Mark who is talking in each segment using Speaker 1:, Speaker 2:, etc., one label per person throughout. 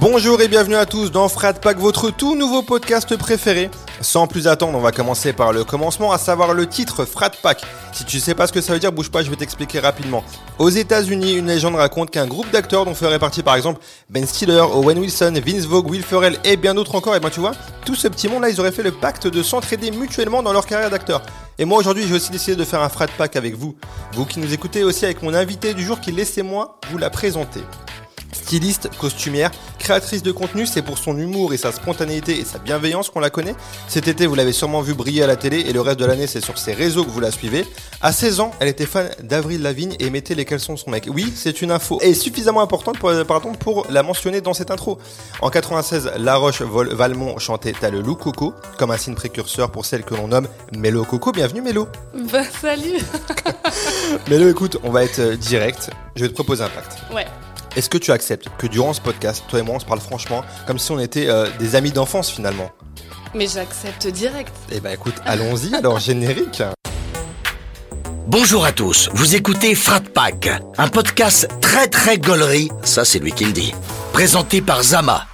Speaker 1: Bonjour et bienvenue à tous dans Frat Pack, votre tout nouveau podcast préféré. Sans plus attendre, on va commencer par le commencement, à savoir le titre Frat Pack. Si tu sais pas ce que ça veut dire, bouge pas, je vais t'expliquer rapidement. Aux États-Unis, une légende raconte qu'un groupe d'acteurs dont ferait partie par exemple Ben Stiller, Owen Wilson, Vince Vogue, Will Ferrell et bien d'autres encore, et ben tu vois, tout ce petit monde-là, ils auraient fait le pacte de s'entraider mutuellement dans leur carrière d'acteur. Et moi aujourd'hui, j'ai aussi décidé de faire un Frat Pack avec vous. Vous qui nous écoutez aussi avec mon invité du jour qui laissez-moi vous la présenter. Styliste, costumière, créatrice de contenu, c'est pour son humour et sa spontanéité et sa bienveillance qu'on la connaît. Cet été, vous l'avez sûrement vu briller à la télé et le reste de l'année, c'est sur ses réseaux que vous la suivez. À 16 ans, elle était fan d'Avril Lavigne et mettait les caleçons de son mec. Oui, c'est une info et suffisamment importante pour, pardon, pour la mentionner dans cette intro. En 96, La Roche Valmont chantait T'as le loup coco comme un signe précurseur pour celle que l'on nomme Mélo Coco. Bienvenue Mélo.
Speaker 2: Bah salut
Speaker 1: Mélo, écoute, on va être euh, direct. Je vais te proposer un pacte.
Speaker 2: Ouais,
Speaker 1: Est-ce que tu acceptes que durant ce podcast, toi et moi, on se parle franchement, comme si on était euh, des amis d'enfance finalement
Speaker 2: mais j'accepte direct.
Speaker 1: Eh ben écoute, allons-y alors, générique
Speaker 3: Bonjour à tous, vous écoutez Frat Pack, un podcast très très gaulerie, ça c'est lui qui le dit, présenté par Zama.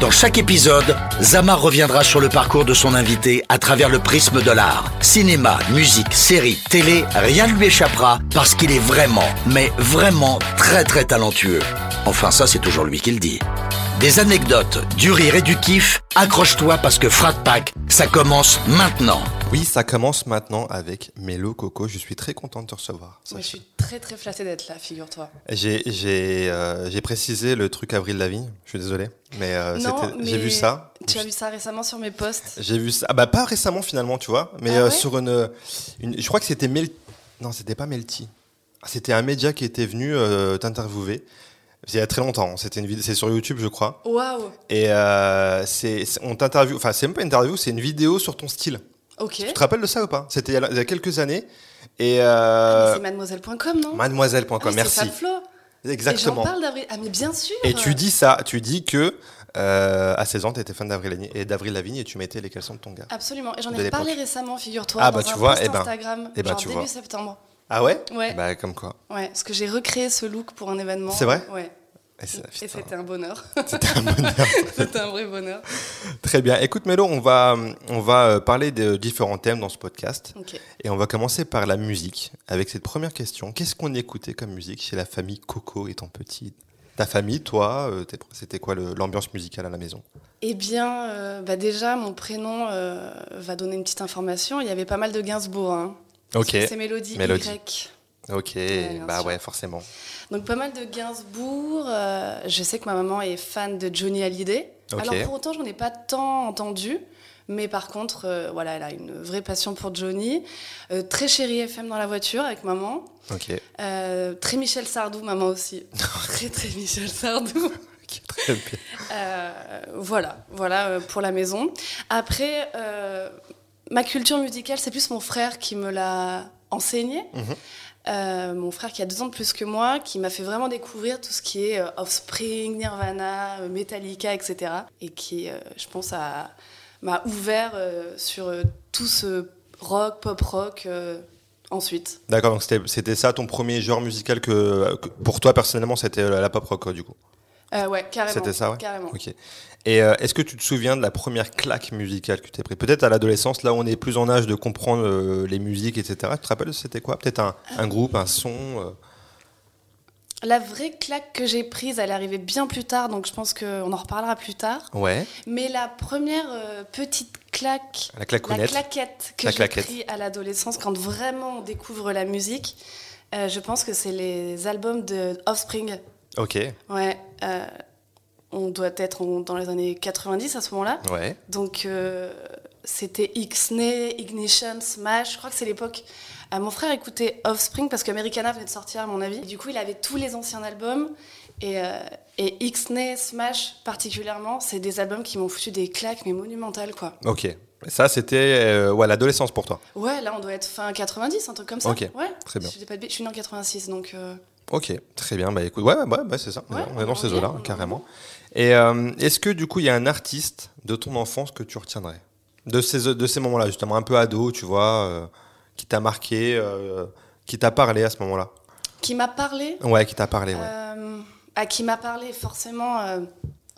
Speaker 3: Dans chaque épisode, Zama reviendra sur le parcours de son invité à travers le prisme de l'art. Cinéma, musique, série, télé, rien ne lui échappera parce qu'il est vraiment, mais vraiment très très talentueux. Enfin ça c'est toujours lui qui le dit. Des anecdotes, du rire et du kiff, accroche-toi parce que Frat Pack, ça commence maintenant.
Speaker 1: Oui, ça commence maintenant avec Mélo Coco, je suis très content de te recevoir.
Speaker 2: Moi, je
Speaker 1: sache.
Speaker 2: suis très très flattée d'être là, figure-toi.
Speaker 1: J'ai j'ai, euh, j'ai précisé le truc Avril Lavigne, je suis désolé, mais, euh,
Speaker 2: Non,
Speaker 1: c'était-
Speaker 2: mais
Speaker 1: j'ai vu ça.
Speaker 2: Tu as vu ça récemment sur mes posts
Speaker 1: J'ai vu ça. Ah bah pas récemment finalement, tu vois, mais
Speaker 2: Ah
Speaker 1: euh,
Speaker 2: ouais
Speaker 1: sur une, une- Je crois que c'était Mel. Non, c'était pas Melty. Ah, C'était un média qui était venu euh, t'interviewer. Il y a très longtemps. C'était une vidéo. C'est sur YouTube, je crois.
Speaker 2: Waouh
Speaker 1: Et euh, c'est c'est- on t'interview. Enfin, c'est même pas une interview. C'est une vidéo sur ton style.
Speaker 2: Ok.
Speaker 1: Tu te rappelles de ça ou pas C'était il, y a- il y a quelques années. Et
Speaker 2: Ah, mais
Speaker 1: euh,
Speaker 2: C'est mademoiselle.com, non
Speaker 1: mademoiselle.com.
Speaker 2: Ah, mais C'est
Speaker 1: merci.
Speaker 2: Fab Flo. Et j'en
Speaker 1: Exactement.
Speaker 2: parle d'avril. Ah mais bien sûr
Speaker 1: Et tu dis ça. Tu dis que euh, à 16 ans, t'étais fan d'Avril Lavigne et d'Avril Lavigne et tu mettais les caleçons de ton gars.
Speaker 2: Absolument. Et j'en
Speaker 1: de
Speaker 2: ai
Speaker 1: l'époque.
Speaker 2: parlé récemment, figure-toi.
Speaker 1: Ah,
Speaker 2: dans
Speaker 1: bah, tu
Speaker 2: un
Speaker 1: vois,
Speaker 2: post
Speaker 1: eh ben,
Speaker 2: Instagram,
Speaker 1: eh ben,
Speaker 2: genre
Speaker 1: tu
Speaker 2: début
Speaker 1: vois.
Speaker 2: septembre.
Speaker 1: Ah ouais
Speaker 2: Ouais.
Speaker 1: Bah comme quoi.
Speaker 2: Ouais, parce que j'ai recréé ce look pour un événement.
Speaker 1: C'est vrai
Speaker 2: Ouais.
Speaker 1: Et ça,
Speaker 2: Et
Speaker 1: putain.
Speaker 2: c'était un bonheur.
Speaker 1: C'était un bonheur.
Speaker 2: c'était un vrai bonheur.
Speaker 1: Très bien. Écoute, Mélo, on va, on va euh, parler de différents thèmes dans ce podcast.
Speaker 2: Ok.
Speaker 1: Et on va commencer par la musique. Avec cette première question, qu'est-ce qu'on écoutait comme musique chez la famille Coco étant petit Ta famille, toi, euh, t'es- c'était quoi le- l'ambiance musicale à la maison
Speaker 2: Eh bien, euh, bah déjà, mon prénom euh, va donner une petite information. Il y avait pas mal de Gainsbourg. hein.
Speaker 1: Ok.
Speaker 2: C'est Mélodie,
Speaker 1: Mélodie.
Speaker 2: Y.
Speaker 1: Ok,
Speaker 2: bien
Speaker 1: bah
Speaker 2: sûr.
Speaker 1: ouais, forcément.
Speaker 2: Donc pas mal de Gainsbourg. euh, je sais que ma maman est fan de Johnny Hallyday.
Speaker 1: Ok.
Speaker 2: Alors pour autant, j'en ai pas tant entendu. Mais par contre, euh, voilà, elle a une vraie passion pour Johnny. Euh, très chérie FM dans la voiture avec maman.
Speaker 1: Ok.
Speaker 2: Euh, très Michel Sardou, maman aussi. très très Michel Sardou.
Speaker 1: Ok, très bien.
Speaker 2: Euh, voilà, voilà euh, pour la maison. Après, euh, ma culture musicale, c'est plus mon frère qui me l'a enseigné.
Speaker 1: Mhm.
Speaker 2: Euh, mon frère qui a deux ans de plus que moi, qui m'a fait vraiment découvrir tout ce qui est euh, Offspring, Nirvana, euh, Metallica, etc. Et qui, euh, je pense, a- m'a ouvert euh, sur euh, tout ce rock, pop rock euh, ensuite.
Speaker 1: D'accord, donc c'était- c'était ça ton premier genre musical que, que- pour toi personnellement, c'était la la pop rock du coup.
Speaker 2: Euh, ouais, carrément.
Speaker 1: C'était ça, ouais.
Speaker 2: Carrément.
Speaker 1: Ok. Et euh, est-ce que tu te souviens de la première claque musicale que tu t'es pris Peut-être à l'adolescence, là où on est plus en âge de comprendre euh, les musiques, etc. Tu te rappelles c'était quoi Peut-être un, un groupe, un son euh,
Speaker 2: La vraie claque que j'ai prise, elle est arrivée bien plus tard, donc je pense qu'on en reparlera plus tard.
Speaker 1: Ouais.
Speaker 2: Mais la première euh, petite claque,
Speaker 1: La
Speaker 2: la
Speaker 1: clacounette.
Speaker 2: claquette que
Speaker 1: La
Speaker 2: j'ai
Speaker 1: claquette.
Speaker 2: pris à l'adolescence, quand vraiment on découvre la musique, euh, je pense que c'est les albums de Offspring.
Speaker 1: ok.
Speaker 2: Ouais, euh, on doit être en- dans les années 90 à ce moment-là.
Speaker 1: Ouais.
Speaker 2: Donc euh, c'était X-Nay, Ignition, Smash, je crois que c'est l'époque. Euh, mon frère écoutait Offspring parce qu'Americana venait de sortir à mon avis. Du coup, il avait tous les anciens albums et, euh, et X-Nay, Smash particulièrement, c'est des albums qui m'ont foutu des claques mais monumentales quoi.
Speaker 1: Ok. Ça, c'était euh, ouais, l'adolescence pour toi.
Speaker 2: Ouais, là on doit être fin 90, un truc comme ça.
Speaker 1: Ok,
Speaker 2: ouais.
Speaker 1: très bien.
Speaker 2: Je, dis pas de bêtises, je suis née en 86 donc euh,
Speaker 1: Ok, très bien. Bah écoute, ouais, ouais, ouais, bah, c'est ça.
Speaker 2: Ouais,
Speaker 1: on est dans ces
Speaker 2: ok.
Speaker 1: eaux-là, hein, carrément. Et euh, est-ce que du coup, il y a un artiste de ton enfance que tu retiendrais De ces, de ces moments-là, justement, un peu ado, tu vois, euh, qui t'a marqué, euh, qui t'a parlé à ce moment-là
Speaker 2: qui m'a parlé.
Speaker 1: Ouais, qui t'a parlé, ouais.
Speaker 2: Euh, à qui m'a parlé forcément euh,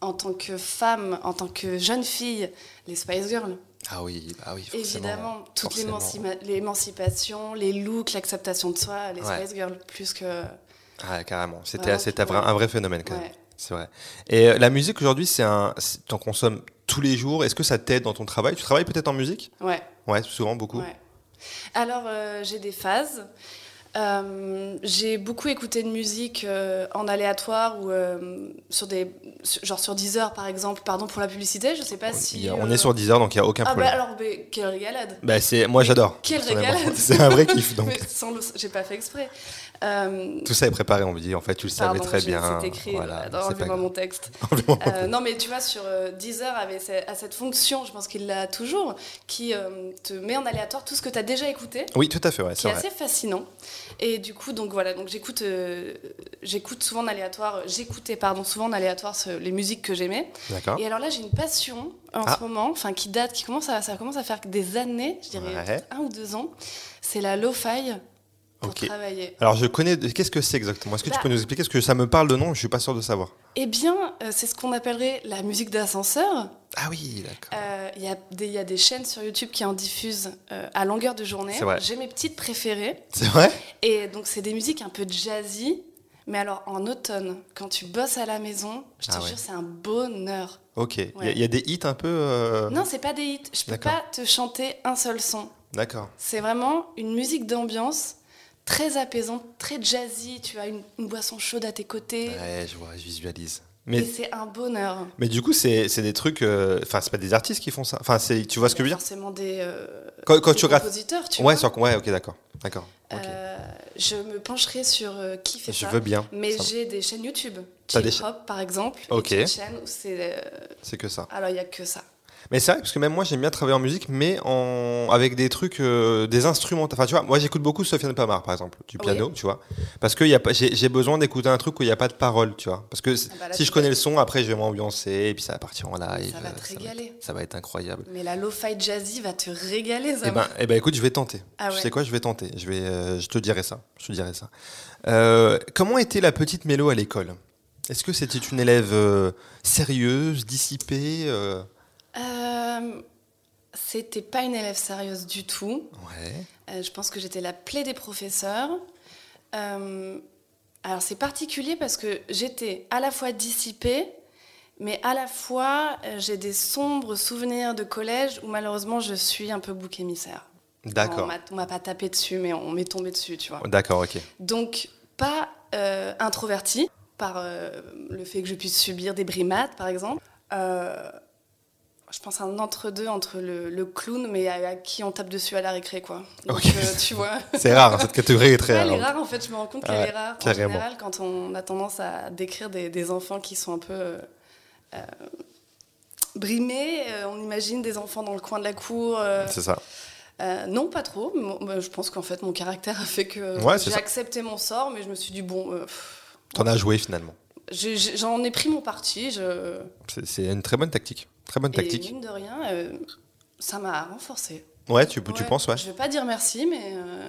Speaker 2: en tant que femme, en tant que jeune fille, les Spice Girls.
Speaker 1: Ah oui, bah oui, forcément.
Speaker 2: Évidemment, toute
Speaker 1: forcément.
Speaker 2: l'émancipa- l'émancipation, les looks, l'acceptation de soi, les
Speaker 1: Ouais.
Speaker 2: Spice Girls, plus que.
Speaker 1: Ah, carrément. C'était
Speaker 2: Vraiment,
Speaker 1: c'était un,
Speaker 2: ouais.
Speaker 1: vrai- un vrai phénomène, quand même.
Speaker 2: Ouais.
Speaker 1: C'est vrai. Et euh, la musique, aujourd'hui, c'est un. c'est- T'en consommes tous les jours. Est-ce que ça t'aide dans ton travail Tu travailles peut-être en musique
Speaker 2: Ouais.
Speaker 1: Ouais, souvent, beaucoup.
Speaker 2: Ouais. Alors, euh, j'ai des phases. Euh, j'ai beaucoup écouté de musique euh, en aléatoire ou euh, sur des sur- genre sur Deezer par exemple pardon pour la publicité je sais pas
Speaker 1: Il
Speaker 2: si
Speaker 1: y a-
Speaker 2: euh,
Speaker 1: On est sur 10 heures, donc il n'y a aucun
Speaker 2: ah bah
Speaker 1: problème.
Speaker 2: alors mais quelle régalade
Speaker 1: Bah, c'est moi j'adore.
Speaker 2: Quel
Speaker 1: personnellement.
Speaker 2: régal
Speaker 1: C'est un vrai kiff donc.
Speaker 2: Mais sans le- j'ai pas fait exprès Euh,
Speaker 1: Tout ça est préparé, on me dit. En fait, tu le savais
Speaker 2: pardon,
Speaker 1: très
Speaker 2: j'ai-
Speaker 1: bien.
Speaker 2: c'est écrit
Speaker 1: Voilà,
Speaker 2: euh, dans
Speaker 1: c'est pas grave.
Speaker 2: mon texte
Speaker 1: Enlevez-moi mon-
Speaker 2: Euh, non, mais tu vois, sur euh, Deezer avait ce- a cette fonction, je pense qu'il l'a toujours, qui euh, te met en aléatoire tout ce que tu as déjà écouté,
Speaker 1: Oui, tout à fait, ouais,
Speaker 2: qui
Speaker 1: c'est
Speaker 2: est
Speaker 1: vrai.
Speaker 2: assez fascinant. Et du coup, donc voilà, donc j'écoute, euh, j'écoute souvent en aléatoire, j'écoutais pardon souvent en aléatoire ce- les musiques que j'aimais.
Speaker 1: D'accord.
Speaker 2: Et alors là, j'ai une passion en
Speaker 1: Ah.
Speaker 2: ce moment, enfin qui date, qui commence à, ça commence à faire des années, je dirais
Speaker 1: Ouais.
Speaker 2: peut-être un ou deux ans. C'est la lo-fi pour
Speaker 1: Ok.
Speaker 2: travailler.
Speaker 1: Alors, je connais. Qu'est-ce que c'est exactement Est-ce que tu
Speaker 2: Bah-
Speaker 1: peux nous expliquer Parce que ça me parle de nom, je suis pas sûr de savoir.
Speaker 2: Eh bien, euh, c'est ce qu'on appellerait la musique d'ascenseur.
Speaker 1: Ah oui, d'accord.
Speaker 2: Euh, Il y, a des- il y a des chaînes sur YouTube qui en diffusent euh, à longueur de journée.
Speaker 1: C'est vrai.
Speaker 2: J'ai mes petites préférées.
Speaker 1: C'est vrai
Speaker 2: Et donc, c'est des musiques un peu jazzy. Mais alors, en automne, quand tu bosses à la maison, je te
Speaker 1: Ah ouais. Ah
Speaker 2: jure, c'est un bonheur.
Speaker 1: Ok. Il y, a-
Speaker 2: Ouais.
Speaker 1: il y a des hits un peu. euh,
Speaker 2: Non, c'est pas des hits. Je peux
Speaker 1: D'accord.
Speaker 2: pas te chanter un seul son.
Speaker 1: D'accord.
Speaker 2: C'est vraiment une musique d'ambiance très apaisante, très jazzy. Tu as une, une boisson chaude à tes côtés.
Speaker 1: Ouais, je vois, je visualise.
Speaker 2: Et
Speaker 1: Mais,
Speaker 2: c'est un bonheur.
Speaker 1: mais du coup, c'est c'est des trucs. euh, Enfin, c'est pas des artistes qui font ça. Enfin, c'est- tu vois ce que je veux dire
Speaker 2: Forcément des, euh,
Speaker 1: Quand, quand
Speaker 2: des
Speaker 1: tu regardes.
Speaker 2: compositeurs, tu
Speaker 1: Ouais,
Speaker 2: vois.
Speaker 1: sur- ouais, ok, d'accord. D'accord. ok.
Speaker 2: Euh, je me pencherai sur euh, qui fait
Speaker 1: je
Speaker 2: ça.
Speaker 1: veux bien.
Speaker 2: Mais
Speaker 1: Ça-
Speaker 2: j'ai des chaînes YouTube.
Speaker 1: T'as
Speaker 2: Chip
Speaker 1: des
Speaker 2: Hop, par exemple.
Speaker 1: Ok.
Speaker 2: Une chaîne où c'est. euh,
Speaker 1: C'est que ça.
Speaker 2: Alors, il n'y a que ça.
Speaker 1: Mais c'est vrai, parce que même moi, j'aime bien travailler en musique, mais en... avec des trucs, euh, des instruments. Enfin, tu vois, moi, j'écoute beaucoup Sofiane Pamar, par exemple, du
Speaker 2: Oui.
Speaker 1: piano, tu vois. Parce que y a pas... j'ai j'ai besoin d'écouter un truc où il n'y a pas de parole, tu vois. Parce que c-
Speaker 2: Ah bah là,
Speaker 1: si je
Speaker 2: tu
Speaker 1: connais le
Speaker 2: vas-
Speaker 1: son, après, je vais m'ambiancer, et puis ça va partir en live.
Speaker 2: Ça va te
Speaker 1: euh,
Speaker 2: régaler.
Speaker 1: être- ça va être incroyable.
Speaker 2: Mais la lo-fi jazzy va te régaler, ça.
Speaker 1: Eh ben, eh ben, écoute, je vais tenter.
Speaker 2: Ah
Speaker 1: Tu
Speaker 2: ouais.
Speaker 1: sais quoi, je vais tenter. Je, vais, euh, je te dirai ça. Je te dirai ça. Euh, comment était la petite Mélo à l'école Est-ce que c'était une élève euh, sérieuse, dissipée euh,
Speaker 2: Euh, C'était pas une élève sérieuse du tout.
Speaker 1: Ouais.
Speaker 2: Euh, je pense que j'étais la plaie des professeurs. Euh, alors, c'est particulier parce que j'étais à la fois dissipée. Mais à la fois, euh, j'ai des sombres souvenirs de collège où malheureusement je suis un peu bouc émissaire. On
Speaker 1: D'accord.
Speaker 2: m'a- On m'a pas tapé dessus, mais on m'est tombé dessus, tu vois.
Speaker 1: D'accord, ok.
Speaker 2: Donc, pas euh, introvertie, par euh, le fait que je puisse subir des brimades, par exemple. Euh, je pense un entre-deux entre le, le clown, mais à, à qui on tape dessus à la récré, quoi. Donc,
Speaker 1: Ok.
Speaker 2: euh, tu vois.
Speaker 1: C'est rare, hein, cette catégorie est très
Speaker 2: Ouais, elle est
Speaker 1: rare.
Speaker 2: rare, en fait, je me rends compte qu'elle
Speaker 1: Ouais,
Speaker 2: est rare. En
Speaker 1: carrément.
Speaker 2: général, quand on a tendance à décrire des, des enfants qui sont un peu. euh, euh, brimés, euh, on imagine des enfants dans le coin de la cour, euh,
Speaker 1: C'est ça.
Speaker 2: euh, non, pas trop. Mon- bah, je pense qu'en fait, mon caractère a fait que
Speaker 1: Ouais, c'est
Speaker 2: j'ai
Speaker 1: ça.
Speaker 2: accepté mon sort, mais je me suis dit, bon, euh, pff,
Speaker 1: T'en as joué finalement.
Speaker 2: j'ai- j'ai- j'en ai pris mon parti. Je...
Speaker 1: C'est- C'est une très bonne tactique. Très bonne
Speaker 2: Et
Speaker 1: tactique.
Speaker 2: mine de rien, euh, ça m'a renforcée.
Speaker 1: Ouais, tu, tu
Speaker 2: Ouais.
Speaker 1: penses, ouais.
Speaker 2: Je vais pas dire merci, mais euh,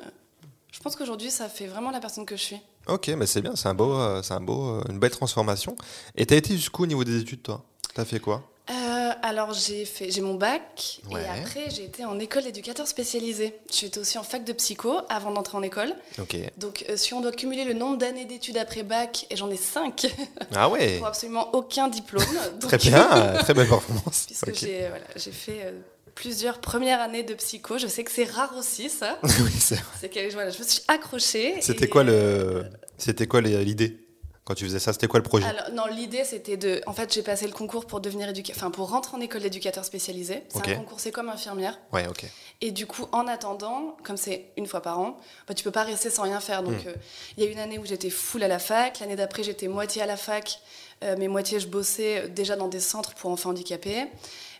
Speaker 2: je pense qu'aujourd'hui, ça fait vraiment la personne que je suis.
Speaker 1: Ok, mais c'est bien, c'est un beau, euh, c'est un beau, euh, une belle transformation. Et t'as été jusqu'où au niveau des études, toi T'as fait quoi
Speaker 2: Euh, alors, j'ai fait j'ai mon bac,
Speaker 1: Ouais.
Speaker 2: et après, j'ai été en école d'éducateur spécialisée. J'étais aussi en fac de psycho avant d'entrer en école.
Speaker 1: Ok.
Speaker 2: Donc, euh, si on doit cumuler le nombre d'années d'études après bac, et j'en ai 5
Speaker 1: Ah ouais.
Speaker 2: pour absolument aucun diplôme.
Speaker 1: Très
Speaker 2: donc-
Speaker 1: bien, euh, très belle performance.
Speaker 2: Puisque
Speaker 1: Ok.
Speaker 2: j'ai voilà, j'ai fait euh, plusieurs premières années de psycho. Je sais que c'est rare aussi, ça.
Speaker 1: Oui, c'est-
Speaker 2: C'est que voilà, je me suis accrochée.
Speaker 1: C'était
Speaker 2: et- euh,
Speaker 1: quoi le, c'était quoi les- l'idée quand tu faisais ça C'était quoi le projet
Speaker 2: Alors, non, l'idée c'était de. En fait, j'ai passé le concours pour devenir éduca- enfin pour rentrer en école d'éducateur spécialisé. C'est
Speaker 1: Ok.
Speaker 2: un concours, c'est comme infirmière.
Speaker 1: Ouais, ok.
Speaker 2: Et du coup, en attendant, comme c'est une fois par an, bah, tu peux pas rester sans rien faire.
Speaker 1: Hmm.
Speaker 2: Donc, euh, il y a une année où j'étais full à la fac. L'année d'après, j'étais moitié à la fac, euh, mais moitié je bossais euh, déjà dans des centres pour enfants handicapés.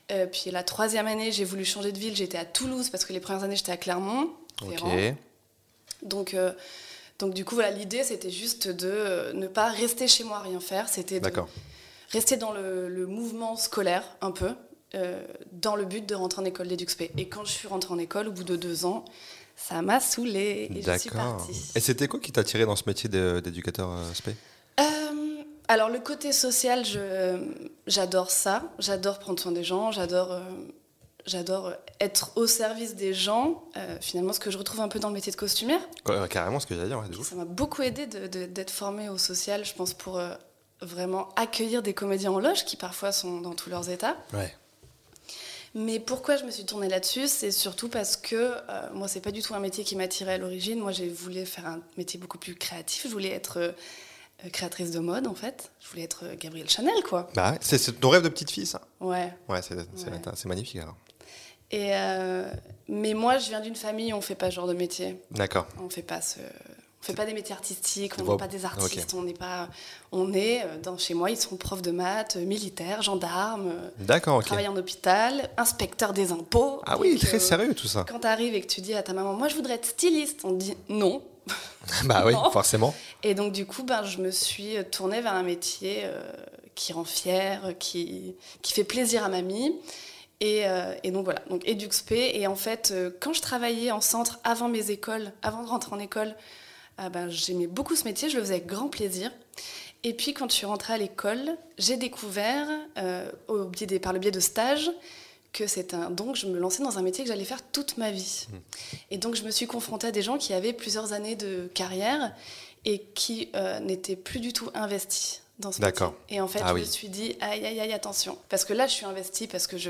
Speaker 2: Euh, puis la troisième année, j'ai voulu changer de ville. J'étais à Toulouse parce que les premières années, j'étais à Clermont.
Speaker 1: Ok.
Speaker 2: Ferrand. Donc, euh, donc du coup, voilà, l'idée, c'était juste de euh, ne pas rester chez moi à rien faire. C'était de
Speaker 1: D'accord.
Speaker 2: rester dans le, le mouvement scolaire un peu, euh, dans le but de rentrer en école d'éduxpé. Et quand je suis rentrée en école, au bout de deux ans, ça m'a saoulée et je suis
Speaker 1: D'accord.
Speaker 2: partie.
Speaker 1: Et c'était quoi qui t'a attiré dans ce métier de- d'éducateur euh, spé
Speaker 2: Euh, Alors le côté social, je- j'adore ça. J'adore prendre soin des gens. J'adore, euh, j'adore être au service des gens. Euh, finalement, ce que je retrouve un peu dans le métier de costumière.
Speaker 1: Quoi, euh, Carrément ce que j'allais dire, ouais, de ouf.
Speaker 2: Ça m'a beaucoup aidé de- de- d'être formée au social, je pense, pour euh, vraiment accueillir des comédiens en loge qui parfois sont dans tous leurs états.
Speaker 1: Ouais.
Speaker 2: Mais pourquoi je me suis tournée là-dessus, c'est surtout parce que euh, moi, c'est pas du tout un métier qui m'attirait à l'origine. Moi, j'ai voulu faire un métier beaucoup plus créatif. Je voulais être euh, euh, créatrice de mode, en fait. Je voulais être euh, Gabrielle Chanel, quoi.
Speaker 1: Bah, ouais, c'est- c'est ton rêve de petite fille, ça
Speaker 2: Ouais.
Speaker 1: Ouais, c'est c'est-
Speaker 2: Ouais.
Speaker 1: c'est magnifique alors.
Speaker 2: Et euh, mais moi, je viens d'une famille où on fait pas ce genre de métier.
Speaker 1: D'accord.
Speaker 2: On fait pas ce, on fait pas des métiers artistiques. On
Speaker 1: Wow.
Speaker 2: n'est pas des artistes. On n'est pas, on est euh, dans chez moi. Ils sont profs de maths, euh, militaires, gendarmes, euh,
Speaker 1: D'accord, ok.
Speaker 2: travaillent en hôpital, inspecteurs des impôts.
Speaker 1: Ah oui,
Speaker 2: Donc,
Speaker 1: très
Speaker 2: euh,
Speaker 1: sérieux tout ça.
Speaker 2: Quand t'arrives et que tu dis à ta maman, moi je voudrais être styliste, on te dit non.
Speaker 1: bah oui,
Speaker 2: Non.
Speaker 1: forcément.
Speaker 2: Et donc du coup, ben, je me suis tournée vers un métier euh, qui rend fière, qui, qui fait plaisir à mamie. Et, euh, et donc voilà, donc EduxP. Et en fait, euh, quand je travaillais en centre avant mes écoles, avant de rentrer en école, ah ben, j'aimais beaucoup ce métier, je le faisais avec grand plaisir. Et puis quand je suis rentrée à l'école, j'ai découvert, euh, au biais des- par le biais de stages, que c'est un don que je me lançais dans un métier que j'allais faire toute ma vie. Et donc je me suis confrontée à des gens qui avaient plusieurs années de carrière et qui euh, n'étaient plus du tout investis dans ce métier.
Speaker 1: D'accord.
Speaker 2: Et en fait,
Speaker 1: Ah
Speaker 2: je
Speaker 1: oui.
Speaker 2: me suis dit, aïe, aïe, aïe, attention. Parce que là, je suis investie, parce que je,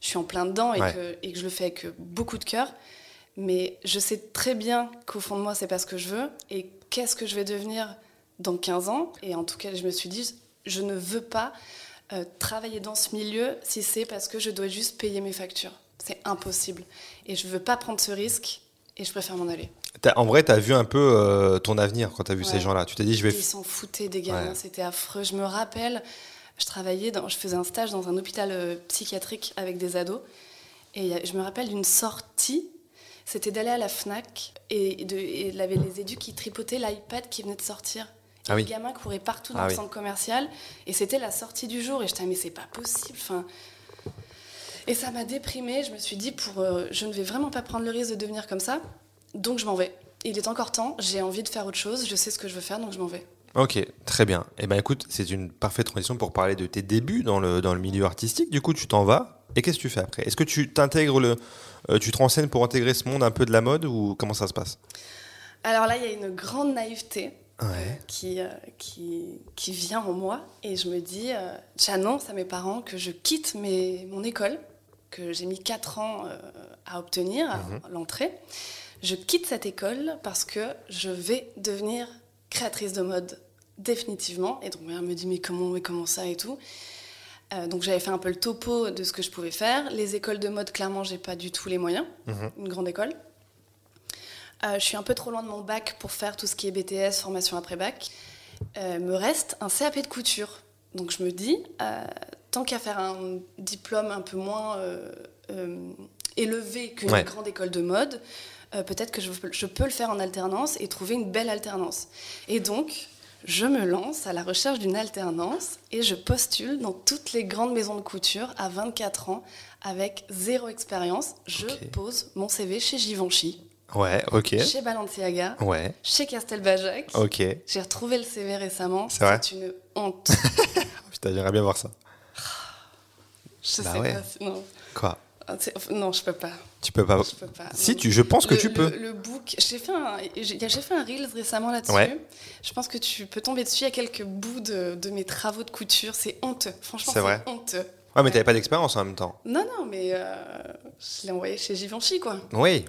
Speaker 2: je suis en plein dedans et,
Speaker 1: Ouais.
Speaker 2: que, et que je le fais avec euh, beaucoup de cœur. Mais je sais très bien qu'au fond de moi, c'est pas ce que je veux. Et qu'est-ce que je vais devenir dans 15 ans Et en tout cas, je me suis dit, je ne veux pas euh, travailler dans ce milieu si c'est parce que je dois juste payer mes factures. C'est impossible. Et je veux pas prendre ce risque et je préfère m'en aller.
Speaker 1: T'as- en vrai, t'as vu un peu euh, ton avenir quand t'as vu ces
Speaker 2: Ouais.
Speaker 1: gens-là. Tu t'es dit, je vais.
Speaker 2: Ils s'en foutaient des gamins,
Speaker 1: Ouais.
Speaker 2: c'était affreux. Je me rappelle, je travaillais, dans, je faisais un stage dans un hôpital euh, psychiatrique avec des ados. Et il y a- je me rappelle d'une sortie, c'était d'aller à la FNAC et, de, et il y avait les éducs qui tripotaient l'iPad qui venait de sortir. Et
Speaker 1: Ah oui.
Speaker 2: Les gamins couraient partout dans
Speaker 1: Ah
Speaker 2: le
Speaker 1: oui.
Speaker 2: centre commercial et c'était la sortie du jour. Et je disais, mais c'est pas possible. Enfin, et ça m'a déprimée. Je me suis dit, pour, euh, je ne vais vraiment pas prendre le risque de devenir comme ça. Donc je m'en vais. Il est encore temps. J'ai envie de faire autre chose. Je sais ce que je veux faire, donc je m'en vais.
Speaker 1: Ok, très bien. Eh ben écoute, c'est une parfaite transition pour parler de tes débuts dans le, dans le milieu artistique. Du coup, tu t'en vas. Et qu'est-ce que tu fais après Est-ce que tu t'intègres le. euh, tu te renseignes pour intégrer ce monde un peu de la mode ou comment ça se passe
Speaker 2: Alors là, il y a une grande naïveté
Speaker 1: Ouais.
Speaker 2: euh, qui, euh, qui, qui vient en moi. Et je me dis, euh, j'annonce à mes parents que je quitte mes, mon école, que j'ai mis 4 ans euh, à obtenir, à
Speaker 1: Mhm.
Speaker 2: l'entrée. Je quitte cette école parce que je vais devenir créatrice de mode définitivement. Et donc, ma mère me dit, mais comment, mais comment ça et tout. Euh, donc j'avais fait un peu le topo de ce que je pouvais faire. Les écoles de mode, clairement, j'ai pas du tout les moyens.
Speaker 1: Mhm.
Speaker 2: Une grande école. Euh, je suis un peu trop loin de mon bac pour faire tout ce qui est BTS, formation après bac. Euh, me reste un CAP de couture. Donc je me dis, euh, tant qu'à faire un diplôme un peu moins euh, euh, élevé qu'une
Speaker 1: Ouais.
Speaker 2: grande école de mode, euh, peut-être que je, peux- je peux le faire en alternance et trouver une belle alternance. Et donc, je me lance à la recherche d'une alternance et je postule dans toutes les grandes maisons de couture à 24 ans avec zéro expérience. Je
Speaker 1: Ok.
Speaker 2: pose mon CV chez Givenchy
Speaker 1: Ouais, ok.
Speaker 2: chez Balenciaga,
Speaker 1: Ouais,
Speaker 2: chez Castelbajac.
Speaker 1: ok.
Speaker 2: J'ai retrouvé le CV récemment.
Speaker 1: C'est vrai Bah
Speaker 2: une honte.
Speaker 1: Putain, j'aimerais bien voir ça.
Speaker 2: Je
Speaker 1: Bah
Speaker 2: sais
Speaker 1: ouais.
Speaker 2: pas. si- Non.
Speaker 1: Quoi
Speaker 2: Ah, c'est- non, je peux pas.
Speaker 1: Tu peux pas.
Speaker 2: Je peux pas.
Speaker 1: Oh. Si,
Speaker 2: Non.
Speaker 1: tu, je pense que
Speaker 2: Le-
Speaker 1: tu
Speaker 2: le-
Speaker 1: peux.
Speaker 2: Le, book, j'ai fait un, j'ai j'ai fait un reels récemment là-dessus.
Speaker 1: Ouais.
Speaker 2: Je pense que tu peux tomber dessus à quelques bouts de, de mes travaux de couture. C'est honteux. Franchement,
Speaker 1: C'est vrai.
Speaker 2: c'est honteux.
Speaker 1: Ouais, Ah, mais t'avais pas d'expérience en même temps.
Speaker 2: Non, non, mais euh, je l'ai envoyé chez Givenchy, quoi.
Speaker 1: Oui.